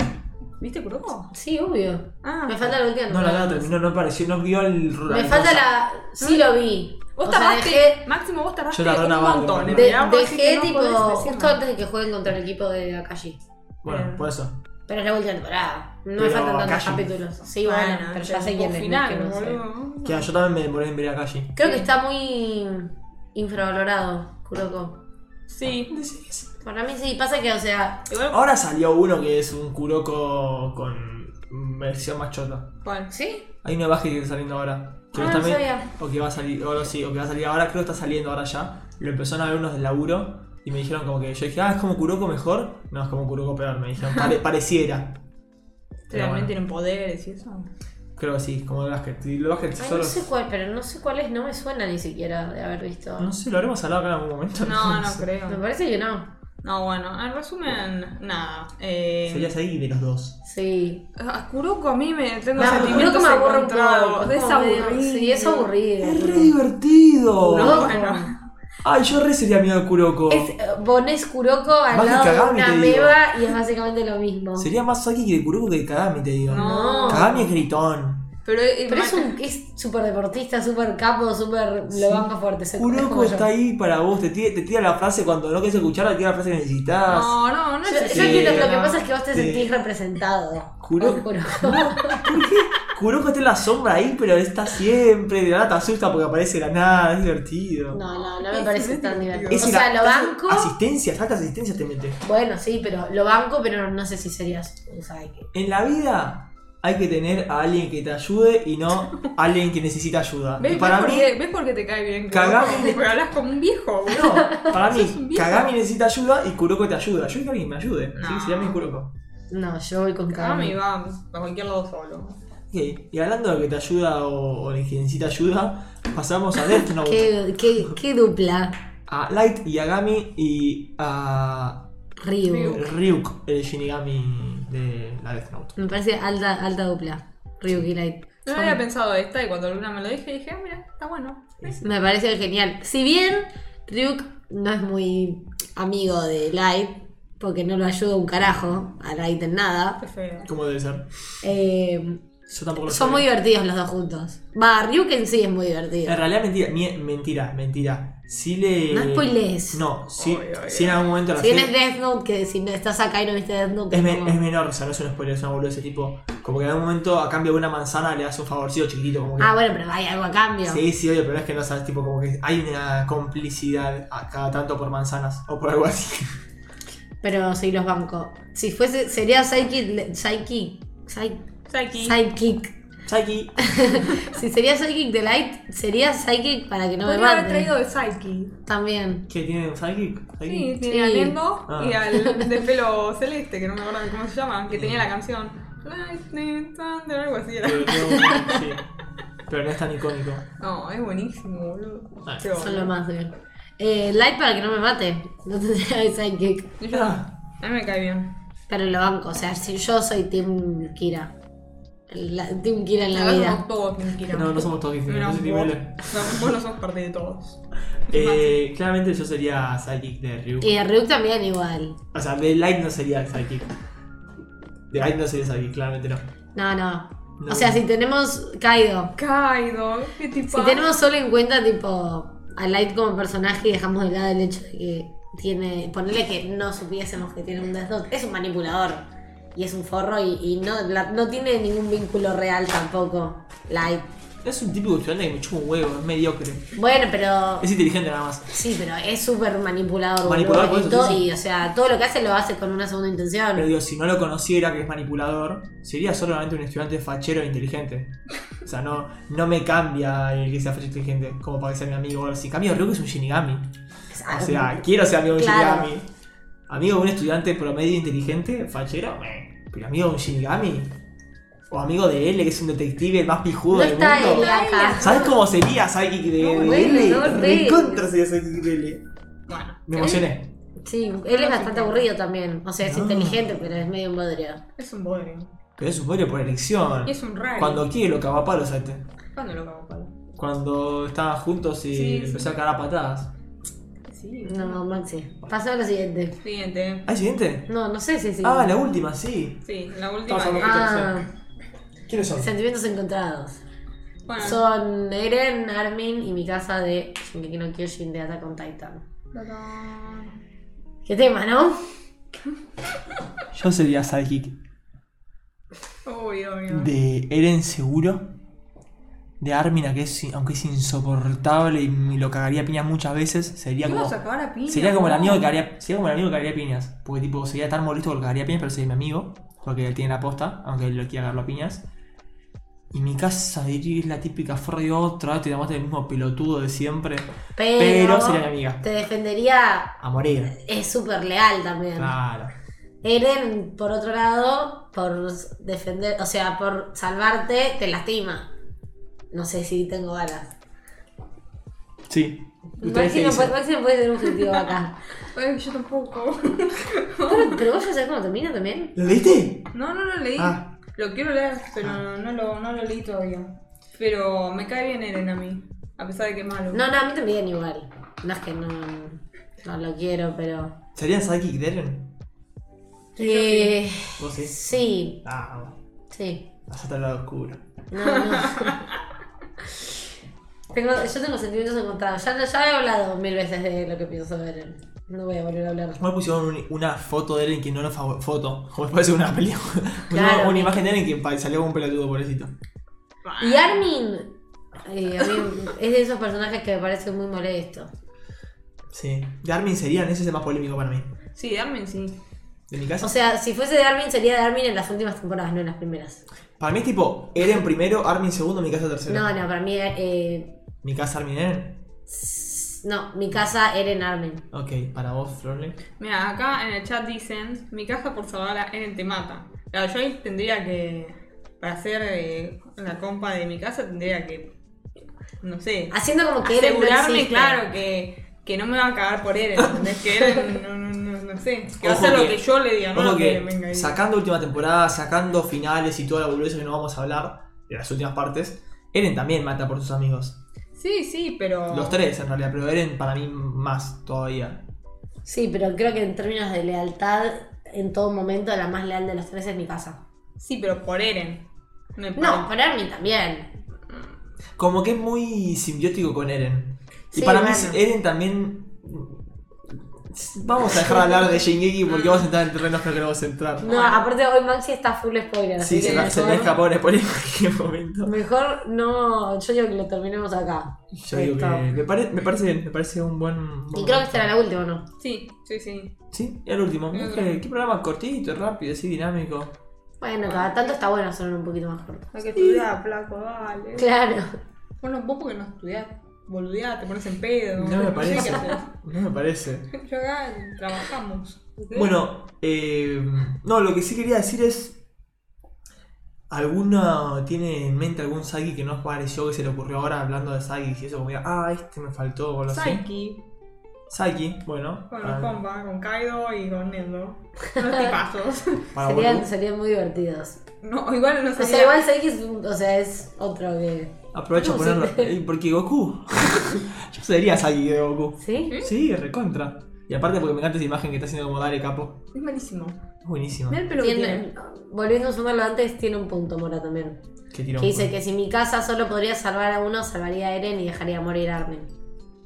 S4: ¿Viste Kuroko?
S3: Sí, obvio.
S4: Ah.
S3: Me falta la última.
S1: No, la nada terminó, no apareció, no vio el.
S3: Me falta la. Sí, lo vi.
S4: Vos
S3: O sea,
S4: tardaste,
S3: dejé,
S4: Máximo, vos tardaste
S1: Yo tardé una
S4: un
S1: banda,
S4: montón.
S1: boludo.
S4: en
S3: de-
S4: mirar, vos decís
S3: dejé,
S4: que no
S3: tipo,
S4: podés decirme.
S3: justo antes de que jueguen contra el equipo de Akashi.
S1: Bueno, por eso.
S3: Pero es la última temporada. No me
S1: Pero
S3: faltan tantos
S1: Akashi.
S3: capítulos. Sí, bueno, pero ya sé quién es. no es que
S4: final,
S3: no sé.
S4: boludo.
S1: Ya, yo también me demoré en ver a calle.
S3: Creo que está muy infravalorado, Kuroko.
S4: Sí.
S3: Para mí sí, pasa que, o sea,
S4: Igual,
S1: Ahora salió uno que es un Kuroko con versión más chota.
S4: ¿cuál?
S3: sí,
S1: Hay una baja que está saliendo ahora. Que
S3: Ah,
S1: lo
S3: no
S1: también-
S3: sabía.
S1: O que va a salir, o no, sí, o que va a salir ahora, creo que está saliendo ahora ya. Lo empezaron a ver unos del laburo y me dijeron como que yo dije, ah, es como Kuroko mejor. No, es como Kuroko peor, me dijeron, "Pare- pareciera. Pero
S4: Realmente
S1: bueno,
S4: tienen poderes y eso.
S1: creo que sí, como el básquet. Y El básquet
S3: Ay,
S1: solo.
S3: no sé cuál, pero no sé cuál es, no me suena ni siquiera de haber visto.
S1: No sé, lo habremos hablado acá en algún momento.
S4: No, no
S1: sé.
S3: Me
S4: creo.
S3: parece que no.
S4: No, bueno, en resumen, nada. Eh,
S1: Serías ahí de los dos.
S3: Sí.
S4: a Kuroko a mí me tengo
S3: No, creo que
S4: sentimientos
S3: me aburre un
S4: encontrados.
S3: poco.
S4: Es
S3: como medio-
S4: aburrido.
S3: Sí, es aburrido.
S1: Es re divertido.
S3: Kuroko.
S4: Bueno.
S1: Ay, yo re sería miedo de Kuroko.
S3: Es eh, Bones Kuroko al
S1: Más que
S3: lado de
S1: Kagami,
S3: una
S1: te digo.
S3: meba y es básicamente lo mismo.
S1: Sería más Saki que Kuroko que Kagami, te digo.
S4: No.
S1: Kagami es gritón.
S4: Pero, eh,
S3: Pero es
S4: ma-
S3: un es súper deportista, súper capo, súper
S1: Sí.
S3: lo banca fuerte. se- es como
S1: Kuroko
S3: yo.
S1: está ahí para vos, te tira, te tira la frase cuando no querés escucharla, te tira la frase que necesitas.
S4: No, no, no
S3: Yo,
S4: es
S3: yo
S1: Sí.
S3: entiendo que lo que pasa es que vos te
S1: Sí.
S3: sentís representado.
S1: Kuroko-
S3: por Kuroko.
S1: ¿Por qué? Kuroko está en la sombra ahí, pero está siempre, de la nada te asusta porque aparece de la nada, es divertido.
S3: No, no, no me
S4: Es
S3: parece
S4: re
S3: tan
S4: divertido.
S3: divertido.
S1: Es
S3: o
S1: ir a-
S3: sea, lo
S1: te hace
S3: banco.
S1: Asistencia, falta asistencia te mete.
S3: Bueno, sí, pero lo banco, pero no sé si serías un sidekick.
S1: En la vida hay que tener a alguien que te ayude y no a alguien que necesita ayuda.
S4: ¿Ves,
S1: Y para
S4: ves
S1: mí,
S4: por qué, ¿Ves por qué te cae bien? Kuroko?
S1: Kagami-
S4: Porque hablas como un viejo, boludo.
S1: No, para
S4: Sos un
S1: mí,
S4: viejo.
S1: Kagami necesita ayuda y Kuroko te ayuda. Yo quiero que alguien me ayude.
S4: No.
S1: Sí, se llama Kuroko.
S3: No, yo voy con
S4: Kagami
S3: Kagami.
S4: va a cualquier lado solo.
S1: Ok, y hablando de que te ayuda o, o de que necesita ayuda, pasamos a Death Note.
S3: Qué, qué, qué dupla.
S1: A Light y Agami y a
S3: Ryu.
S1: Ryuk, el Shinigami de la Death Note.
S3: Me parece alta, alta dupla. Ryu y Light.
S4: Yo no había pensado esta y cuando Luna me lo dije dije, "Ah, mira, está bueno.
S3: Me parece genial. Si bien Ryuk no es muy amigo de Light, porque no lo ayuda un carajo a Light en nada,
S4: Qué feo.
S1: ¿Cómo debe ser?
S3: eh,
S1: Yo tampoco lo sé.
S3: son muy divertidos los dos juntos. Va, Ryuk en sí es muy divertido.
S1: En realidad, mentira, mie- mentira, mentira. Si le.
S3: No spoilees.
S1: No, si,
S4: Obvio, obvio.
S1: si en algún momento la
S3: Si bien
S1: serie-
S3: es Death Note, que si no estás acá y no viste Death Note,
S1: Es,
S3: es
S1: me-
S3: como-
S1: es menor, o sea, no es un spoiler, es una boludez ese tipo. Como que en algún momento, a cambio de una manzana, le das un favorcito chiquitito. Como que,
S3: Ah, bueno, pero hay algo a cambio.
S1: Sí, sí, oye, pero es que no sabes, tipo, como que hay una complicidad a cada tanto por manzanas o por algo así.
S3: Pero sí, los bancos. Si fuese, sería Psychic. Psychic. Psy-
S4: Saiki.
S3: Psychic.
S1: Saki,
S3: Si sería Psychic de Light, sería Psychic para que no me
S4: Podría haber traído
S3: maten.
S4: de Saiki.
S3: También.
S1: ¿qué tiene un Psychic?
S4: Sí,
S1: Psychic.
S4: tiene a Nendo
S1: Ah.
S4: y al de pelo celeste, que no me acuerdo de cómo se llama, que tenía la canción Lightning Thunder, algo así era.
S1: Pero, no, sí. Pero no es tan icónico.
S4: No, es buenísimo, boludo.
S1: Ah,
S4: Qué
S3: Son lo
S4: bueno.
S3: más bien. Eh, light para que no me mate. No tendría de Psychic.
S4: Y yo- A mí me cae bien.
S3: Pero lo banco. O sea, si yo soy Team Kira. La- team Kira en la
S4: Acá
S3: vida.
S4: somos todos Team Kira.
S1: No, no somos todos distintos.
S4: Menos
S1: No sé si
S4: vos.
S1: vale.
S4: No, vos no sos parte de todos.
S1: Eh, claramente yo sería Psychic de Ryuk.
S3: Y a Ryuk también igual.
S1: O sea, de Light no sería Psychic. De Light no sería Psychic, claramente no.
S3: No, no.
S1: No.
S3: O sea, si tenemos Kaido.
S4: Kaido, qué tipo.
S3: Si tenemos solo en cuenta, tipo. a Light como personaje y dejamos de lado el hecho de que tiene. Ponerle que no supiésemos que tiene un Death Note. Es un manipulador. Y es un forro y, y no, la- no tiene ningún vínculo real tampoco. Light.
S1: Es un típico estudiante que me chupa un huevo, es mediocre.
S3: Bueno, pero.
S1: Es inteligente nada más.
S3: Sí, pero es súper manipulador.
S1: Manipulador,
S3: boludo, y,
S1: por eso,
S3: todo-
S1: sí, sí.
S3: y, o sea, todo lo que hace lo hace con una segunda intención.
S1: Ah, Pero digo, si no lo conociera, que es manipulador, sería solamente un estudiante fachero e inteligente. O sea, no, no me cambia el que sea fachero e inteligente como para que sea mi amigo. o algo así. En cambio, Ryuk es un Shinigami. O sea, quiero ser amigo de un
S3: Claro.
S1: Shinigami. Amigo de un estudiante promedio e inteligente, fachero, meh. pero amigo de un Shinigami. O amigo de L, que es un detective el más pijudo
S3: no
S1: del
S3: está
S1: mundo.
S3: él acá.
S1: ¿Sabes cómo sería Psychic de,
S3: No,
S1: de
S3: bueno,
S1: L?
S3: no, re.
S1: Recontra sería Psychic de L.
S4: Bueno,
S1: Me emocioné.
S3: Sí, él es bastante aburrido también. O sea, es
S1: No.
S3: inteligente, pero es medio bodrio.
S4: es un bodrio.
S1: Pero es un bodrio por elección.
S4: Y es un raro.
S1: Cuando quiere lo caga a palos a este.
S4: ¿Cuándo lo cago palo?
S1: Cuando estaban juntos y
S4: Sí,
S1: le empezó a cagar a patadas.
S4: Sí.
S3: No, Maxi. Pasamos a lo siguiente.
S4: Siguiente.
S1: ¿Ah, el siguiente?
S3: No, no sé si sí.
S1: Ah, la última, sí.
S4: Sí, la última.
S1: Estamos hablando
S4: que-
S3: Ah,
S1: ¿Quiénes son?
S3: sentimientos encontrados.
S4: Bueno,
S3: Son Eren, Armin y mi casa de Shingeki no Kyojin de Attack on Titan.
S4: tadán.
S3: Qué tema, ¿no?
S1: Yo sería Psychic
S4: Uy, obvio.
S1: de Eren seguro. De Armina, que es, aunque es insoportable y me lo cagaría a piñas muchas veces, sería
S4: ¿Qué
S1: como.
S4: vas a acabar a piña?
S1: Sería como el
S4: no?
S1: amigo que cagaría, sería como el amigo que cagaría piñas. Porque tipo, sería tan molesto que lo cagaría piñas, pero sería mi amigo. Porque él tiene la posta, aunque él lo quiera cagarlo a piñas. Y mi casa es la típica forra de otra, te llamaste el mismo pelotudo de siempre.
S3: Pero,
S1: Pero sería mi amiga.
S3: te defendería.
S1: A morir.
S3: Es súper leal también.
S1: Claro.
S3: Eren, por otro lado, por defender, o sea, por salvarte, te lastima. No sé si tengo balas.
S1: Sí. Ustedes
S3: Maxi
S1: se
S3: no,
S1: dicen.
S3: puede, Maxi no puede ser un objetivo acá.
S4: Ay, yo tampoco.
S3: Pero, pero vos ya sabés cómo termina también.
S1: ¿Lo leíste?
S4: No, no lo leí.
S1: Ah.
S4: Lo quiero leer, pero no, lo, no lo leí todavía. Pero me cae bien Eren a mí. A pesar de que es malo.
S3: No, no, a mí también igual. No es que no, no lo quiero, pero.
S1: ¿Sería Psychic Deren?
S3: Eh,
S1: ¿Vos sí?
S3: sí,
S1: Ah,
S3: sí.
S1: vas hasta el lado oscuro.
S3: No, no. Tengo, yo tengo sentimientos encontrados. Ya, ya he hablado mil veces de lo que pienso de Eren. No voy a volver a hablar.
S1: Igual pusieron un- una foto de Eren que no lo favor... Foto. Como si fuese una película. Una-
S3: Claro.
S1: una, imagen de Eren que pa- salió con un pelotudo, pobrecito.
S4: Ah.
S3: Y Armin eh, a mí es de esos personajes que me parece muy molesto.
S1: Sí. De Armin serían, ese es el más polémico para mí.
S4: Sí, Armin sí.
S1: De mi casa.
S3: O sea, si fuese de Armin, sería de Armin en las últimas temporadas, no en las primeras.
S1: para mí es tipo Eren primero, Armin segundo, mi casa tercero.
S3: No, no, para mí. Eh,
S1: Mi casa Armin Eren.
S3: no, mi casa Eren Armin.
S1: Ok, para vos, Florle.
S4: Mira, acá en el chat dicen: Mi caja por salvar a Eren te mata. Claro, yo ahí tendría que. Para hacer eh, la compa de mi casa, tendría que. No sé.
S3: Haciendo como que Eren. no
S4: asegurarme,
S3: existe.
S4: claro, que, que no me va a cagar por Eren. ¿entendés? que Eren, no, no, no, no sé. Que va a
S1: Ojo
S4: hacer lo
S1: que-
S4: que yo le diga, no
S1: Ojo
S4: lo que,
S1: que,
S4: venga ahí.
S1: sacando última temporada, sacando finales y toda la boludez que no vamos a hablar, de las últimas partes, Eren también mata por sus amigos.
S4: Sí, sí, pero.
S1: Los tres en realidad, pero Eren para mí más todavía.
S3: Sí, pero creo que en términos de lealtad, en todo momento, la más leal de los tres es mi casa.
S4: Sí, pero por Eren. No, hay
S3: No,
S4: problema.
S3: por Armin también.
S1: Como que es muy simbiótico con Eren. Y
S3: Sí,
S1: para
S3: bueno.
S1: mí Eren también... Vamos a dejar de hablar de Shingeki porque vamos a entrar en terrenos que no queremos entrar.
S3: No, aparte hoy Maxi está full spoiler.
S1: Sí,
S3: así
S1: se,
S3: que
S1: me- se me
S3: mejor-
S1: escapó un spoiler en cualquier momento.
S3: Mejor no, yo digo que lo terminemos acá.
S1: Yo digo que
S3: Esto.
S1: me, pare- me parece bien, me parece un buen...
S3: Y
S1: buen
S3: creo que esta era la última, ¿no?
S4: Sí, sí, sí.
S1: Sí, y el
S3: Mm.
S1: último.
S4: Creo
S1: Es
S4: que-
S1: que- qué programa cortito, rápido, así dinámico.
S3: Bueno, cada tanto está bueno sonar un poquito más corto.
S4: Hay que estudiar, flaco, dale.
S3: Claro.
S4: Bueno, vos porque no estudiás, boludeás, te pones en pedo.
S1: No me
S4: sé
S1: parece.
S4: qué hacer.
S1: No me parece.
S4: Yo acá trabajamos. ¿ok?
S1: Bueno, eh, no, lo que sí quería decir es. ¿Alguna tiene en mente algún Sagi que no os pareció que se le ocurrió ahora hablando de Sagi? Y eso, como, diga, ah, este me faltó o lo sé.
S4: Psyche,
S1: Sagi, bueno.
S4: con
S1: para-
S4: los compas, con Kaido y con Nendo. Unos tipazos.
S1: para
S3: serían,
S1: Bolu.
S3: serían muy divertidos.
S4: No, igual no
S3: O
S4: sería.
S3: sea, igual sé que es, un- o sea, es otro que.
S1: Aprovecho a
S3: No sé.
S1: ponerlo. eh, Porque Goku. Yo sería Sagi de Goku.
S3: ¿Sí?
S1: Sí, recontra. Y aparte porque me encanta esa imagen que está haciendo como dale capo.
S4: Es malísimo.
S1: Es buenísima.
S4: Mira el pelo que tiene.
S3: Tiene- volviendo a sumarlo antes, tiene un punto Mora también.
S1: Qué tirón.
S3: Que dice que si mi casa solo podría salvar a uno, salvaría a Eren y dejaría morir a Armin.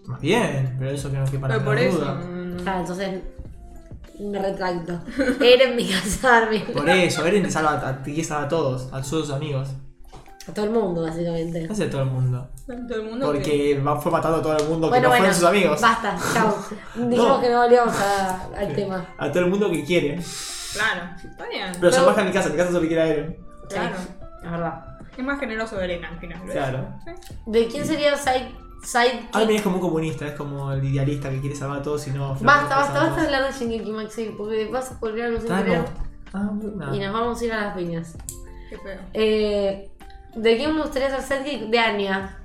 S1: Más bien, pero eso creo que para
S4: Pero por eso. mm,
S3: Claro, entonces me retracto. Era en mi casa dormir.
S1: Por eso, Eren te salva a- a ti y salva a todos, a todos sus amigos.
S3: A todo el mundo, básicamente.
S1: Casi a todo el mundo.
S4: Todo el mundo que-
S1: Porque va- fue matando a todo el mundo que no fueron sus amigos.
S3: basta, chao. Dijimos
S1: No.
S3: que no volvíamos a- al tema.
S1: A todo el mundo que quiere.
S4: Claro, está bien.
S1: Pero se
S3: Pero-
S1: baja a mi casa, mi casa solo quiere a Eren.
S4: Claro.
S3: La verdad.
S4: Es más generoso de Elena al final.
S1: Claro.
S3: ¿De quién sería Side? side
S1: Armin es como un comunista, es como el idealista que quiere salvar a todos y no.
S3: Basta, basta, basta de hablar de Shingeki Maxi, porque vas a volver a los
S1: Estamos.
S3: superiores
S1: Ah, bueno.
S3: y nos vamos a ir a las piñas.
S4: Qué feo.
S3: Eh, ¿De quién me gustaría ser sidekick? De Anya.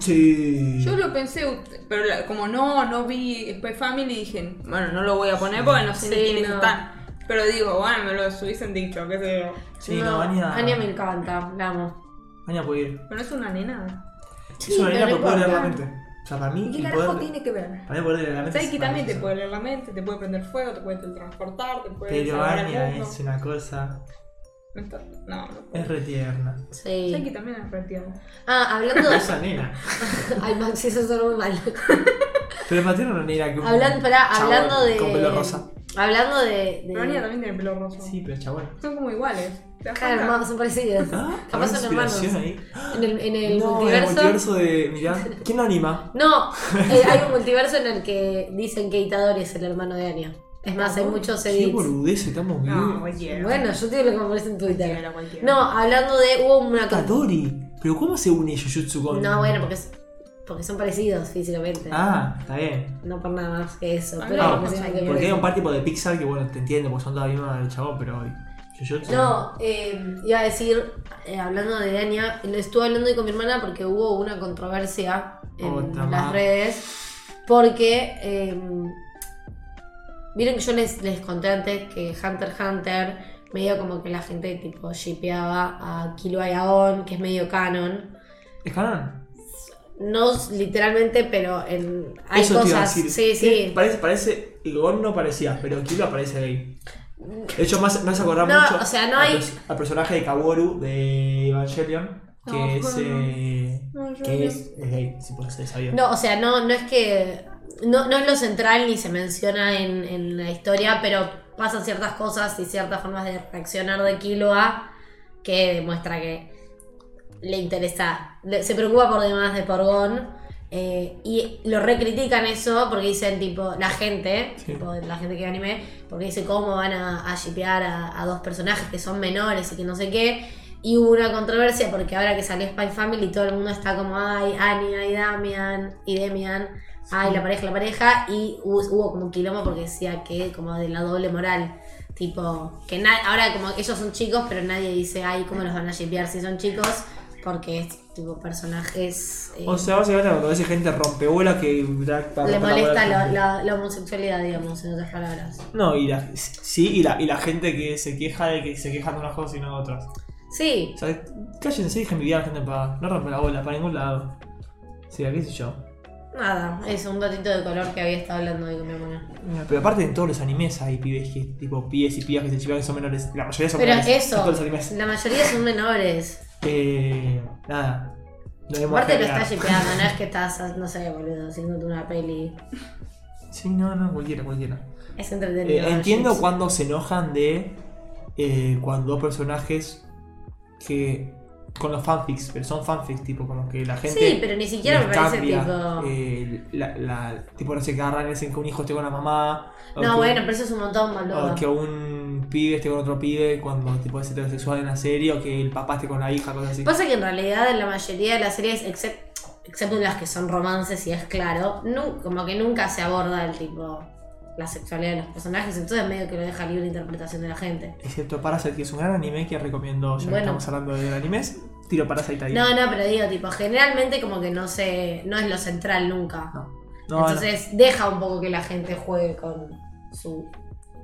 S1: Sí.
S4: Yo lo pensé, pero la- como no, no vi Spy Family, dije, bueno, no lo voy a poner porque no sé ni
S3: Sí,
S4: quiénes
S3: no.
S4: están. Pero digo, bueno, me lo subís en TikTok, qué sé yo.
S1: Sí, no, Anya.
S3: Anya me encanta, la amo.
S1: Anya puede ir.
S4: Pero no es una nena.
S1: es una
S3: pero
S1: nena,
S3: no
S1: pero puede leer la
S3: importa.
S1: mente. O sea, para mí.
S4: ¿Y qué
S1: el
S4: carajo
S1: poder-
S4: tiene que ver?
S1: Para mí, poder leer la mente.
S4: Saiki
S1: es
S4: también te
S1: maravilloso.
S4: puede leer la mente, te puede prender fuego, te puede transportar, te puede
S1: Pero
S4: salvar al
S1: Anya
S4: mundo.
S1: es una cosa.
S4: No está- No, no.
S1: Es retierna.
S4: Saiki
S3: Sí.
S4: también es retierno.
S3: Ah, hablando de.
S1: Esa nena.
S3: Ay, Maxi, eso suena muy mal.
S1: Pero es más tierna una nena que un.
S3: Hablan- pará,
S1: chabón
S3: hablando de.
S1: Con pelo rosa.
S3: Hablando de.
S4: Pero Anya
S3: de...
S4: también tiene pelo rosa.
S1: Sí, pero chabón.
S4: Son como iguales. ¿Te das
S3: Claro,
S4: cuenta?
S3: hermanos, son parecidos.
S1: Ah,
S3: Capaz
S1: ¿habrá
S3: son hermanos.
S1: inspiración ahí?
S3: En el, en el
S1: No, el
S3: multiverso.
S1: multiverso de. Mirá, ¿quién lo anima?
S3: No, eh, hay un multiverso en el que dicen que Itadori es el hermano de Anya. Es más, hay muchos
S1: Qué
S3: edits.
S1: boludez estamos
S4: No,
S1: viendo.
S4: cualquiera.
S3: Bueno, yo te digo lo que me aparece en Twitter.
S4: Cualquiera, cualquiera.
S3: No, hablando de. Hubo una.
S1: Katori. Pero ¿cómo se une Jujutsu con.?
S3: No, bueno, porque, es- porque son parecidos físicamente.
S1: Ah, está bien.
S3: No por nada más que eso.
S4: Ah,
S3: Pero
S1: no,
S3: no,
S4: pues,
S3: tiene que ver
S1: Porque hay
S3: eso.
S1: un par tipo de Pixar que, bueno, te entiendo, porque son todavía más del chabón, pero. Jujutsu.
S3: No, eh, iba a decir, eh, hablando de Anya, lo estuve hablando hoy con mi hermana porque hubo una controversia en
S1: Otra
S3: las
S1: más.
S3: redes. Porque. eh, Vieron que yo les, les conté antes que Hunter x Hunter, medio como que la gente tipo shipeaba a Killua y a On, que es medio canon.
S1: ¿Es canon?
S3: No s- literalmente, pero en, hay
S1: Eso te iba a
S3: cosas.
S1: decir. Eh,
S3: Sí, sí.
S1: Parece, parece, Gon no parecía, pero Kilo parece gay. De hecho, más, me hace acordar
S3: No,
S1: mucho
S3: o sea, no
S1: al,
S3: hay-
S1: pers- al personaje de Kaworu de Evangelion, que
S4: No,
S1: es.
S4: bueno.
S1: eh,
S4: No, yo
S1: que
S4: no.
S1: es, es gay, si puede ser sabía.
S3: No, o sea, no, no es que. No, no es lo central ni se menciona en, en la historia, pero pasan ciertas cosas y ciertas formas de reaccionar de Killua que demuestra que le interesa, le- se preocupa por demás de Porgón. eh, y lo recritican eso porque dicen, tipo, la gente,
S1: Sí.
S3: tipo, la gente que ve anime, porque dice cómo van a, a shippear a, a dos personajes que son menores y que no sé qué. Y hubo una controversia porque ahora que salió Spy Family todo el mundo está como, ay, Anya y Damian, y Demian, ay, la pareja, la pareja. Y hubo, hubo como un quilombo porque decía que como de la doble moral. Tipo, que na- ahora como ellos son chicos, pero nadie dice, ay, ¿cómo los van a shippear si son chicos? Porque es tipo personajes... eh,
S1: O sea, básicamente cuando ves gente rompehuelas que trata-
S3: le
S1: rompe la bola
S3: molesta
S1: a la
S3: la,
S1: gente.
S3: la- la homosexualidad, digamos, en otras palabras.
S1: No, y la, sí, y la, y la gente que se queja de que se quejan de unas cosas y no de otras.
S3: Sí,
S1: O sea, cállense y dejen vivir a la gente en paz. No rompen la bola para ningún lado. Sí, qué sé yo.
S3: nada, es un datito de color que había estado hablando hoy con mi hermana.
S1: Pero aparte en todos los animes hay pibes que, tipo, pibes y pibas que se chivan que son menores. La mayoría son
S3: Pero
S1: menores. en
S3: eso,
S1: todos los animes.
S3: la mayoría son menores.
S1: Eh, nada. Lo vemos
S3: Aparte lo
S1: genial.
S3: estás shipeando, no es que estás, no sé, boludo, haciéndote una peli.
S1: Sí, no, no, cualquiera, cualquiera.
S3: Es
S1: Eh,
S3: entretenido.
S1: entiendo
S3: Chips.
S1: cuando se enojan de eh, cuando dos personajes que. con los fanfics, pero son fanfics, tipo, como que la gente.
S3: Sí, pero ni siquiera me
S1: les
S3: parece
S1: cambia,
S3: tipo.
S1: eh, la, la- tipo, no sé, que agarran y dicen que un hijo esté con la mamá. o
S3: no,
S1: que-
S3: bueno, pero eso es un montón,
S1: O
S3: boludo.
S1: Ah, que un pibe esté con otro pibe cuando tipo es heterosexual en la serie, o que el papá esté con la hija, cosas así.
S3: Pasa que en realidad en la mayoría de las series, excep- excepto en las que son romances y es claro, nu- como que nunca se aborda el tipo la sexualidad de los personajes, entonces medio que lo deja libre interpretación de la gente.
S1: Excepto Parasite, que es un gran anime que recomiendo, ya que
S3: Bueno.
S1: estamos hablando de animes, tiro Parasite ahí.
S3: No, no, pero digo, tipo, generalmente como que no se, no es lo central nunca.
S1: No, No, no.
S3: Entonces deja un poco que la gente juegue con su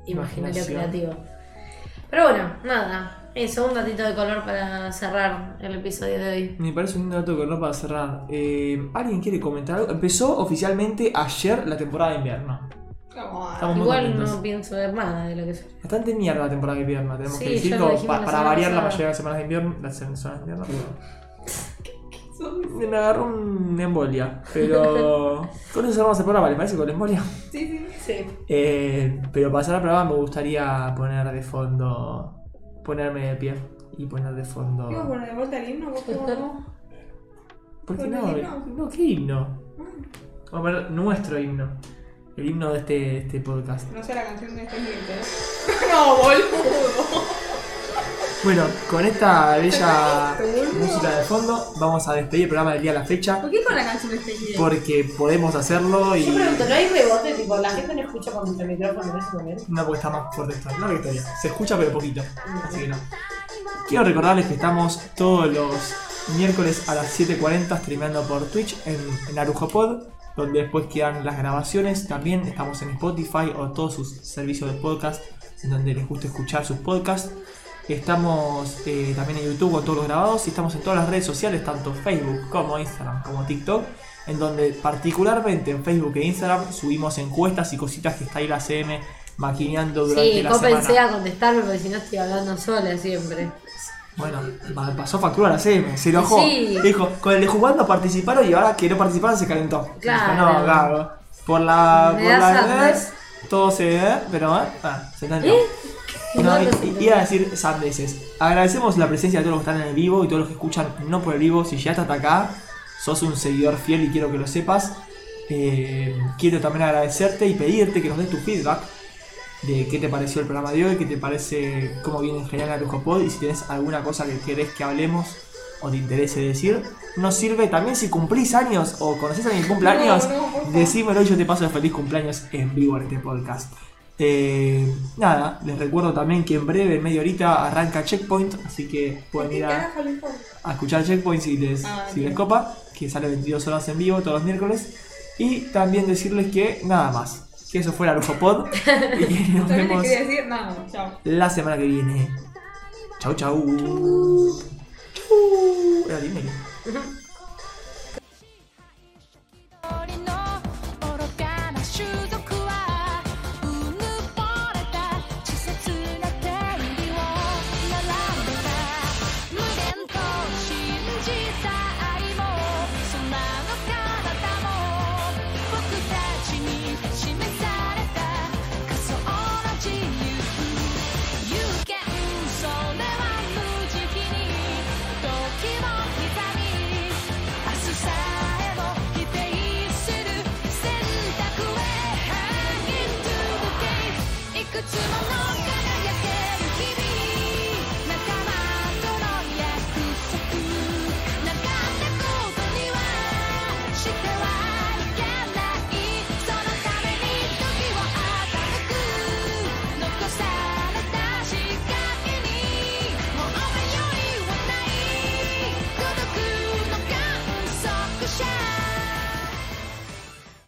S3: imaginario
S1: Imaginación.
S3: creativo. Pero bueno, nada. Eso, un datito de color para cerrar el episodio de hoy.
S1: Me parece un dato que no para cerrar. Eh, ¿Alguien quiere comentar algo? Empezó oficialmente ayer la temporada de invierno. Estamos muy
S3: Igual
S1: contentos.
S3: no pienso ver nada de lo que
S1: Bastante mierda la temporada de invierno, tenemos
S3: Sí,
S1: que decir,
S3: ya lo
S1: como
S3: dijimos
S1: pa-
S3: la
S1: para
S3: semana
S1: variar la
S3: pasada.
S1: mayoría de las semanas de invierno. Las semanas de invierno. Me agarró una embolia. Pero. Con eso cerramos el programa, ¿le parece? Con la embolia.
S5: Sí, sí. Sí.
S1: Eh, pero para cerrar el programa me gustaría poner de fondo. Ponerme de pie y poner de fondo.
S2: Digo, bueno, de vuelta al himno, vos cómo no?
S1: ¿Por qué
S2: ¿Con
S1: no?
S2: el himno? Ah.
S1: No, ¿qué himno? Vamos a poner nuestro himno. El himno de este, de este podcast.
S2: No sé la canción de este
S4: ¿eh?
S2: cliente. No, boludo.
S1: Bueno, con esta bella música de fondo vamos a despedir el programa del día a la fecha.
S4: ¿Por qué con la canción de este video?
S1: Porque podemos hacerlo y.
S5: Yo pregunto, ¿no hay rebote? Tipo, la gente no escucha por nuestro micrófono en ese momento.
S1: No, porque está más fuerte esto. No, Victoria. Se escucha, pero poquito. Así que no. Quiero recordarles que estamos todos los miércoles a las 7.40 streameando por Twitch en, en ArujoPod, donde después quedan las grabaciones. También estamos en Spotify o todos sus servicios de podcast, en donde les gusta escuchar sus podcasts. Estamos eh, también en YouTube con todos los grabados y estamos en todas las redes sociales, tanto Facebook como Instagram como TikTok, en donde particularmente en Facebook e Instagram subimos encuestas y cositas que está ahí la CM maquineando durante
S3: Sí,
S1: la semana.
S3: cópense a contestarme porque si no estoy hablando sola siempre.
S1: Bueno, pa- pasó factura a la CM, se enojó.
S3: Sí.
S1: Dijo, con el de jugando participaron y ahora que no participaron se calentó.
S3: Claro.
S1: Dijo, no, claro. Por la.
S3: Me
S1: por
S3: das
S1: la
S3: sardes.
S1: todo se ve, pero eh, ah, se entendió. No,
S3: No,
S1: y-
S3: no
S1: y-
S3: se
S1: iba a decir sandeces. Agradecemos la presencia de todos los que están en el vivo y todos los que escuchan no por el vivo. Si llegaste hasta acá, sos un seguidor fiel y quiero que lo sepas. Eh, quiero también agradecerte y pedirte que nos des tu feedback de qué te pareció el programa de hoy, qué te parece, cómo viene en general Arujo Pod y si tenés alguna cosa que querés que hablemos o te interese decir. Nos sirve también si cumplís años o conocés a alguien que cumple años, decímelo y yo te paso el feliz cumpleaños en vivo en este podcast. Eh, nada, les recuerdo también que en breve, en media horita, arranca Checkpoint, así que pueden ir a,
S2: Carajo, le importa.
S1: a escuchar Checkpoint si les,
S4: Ah,
S1: si les copa, que sale 22 horas en vivo todos los miércoles. Y también decirles que nada más, que eso fue la Pod y que nos
S4: También les
S1: vemos
S4: quería decir, nada, chao.
S1: la semana que viene. Chau, chau. Chau. Era dime.
S3: Ujú.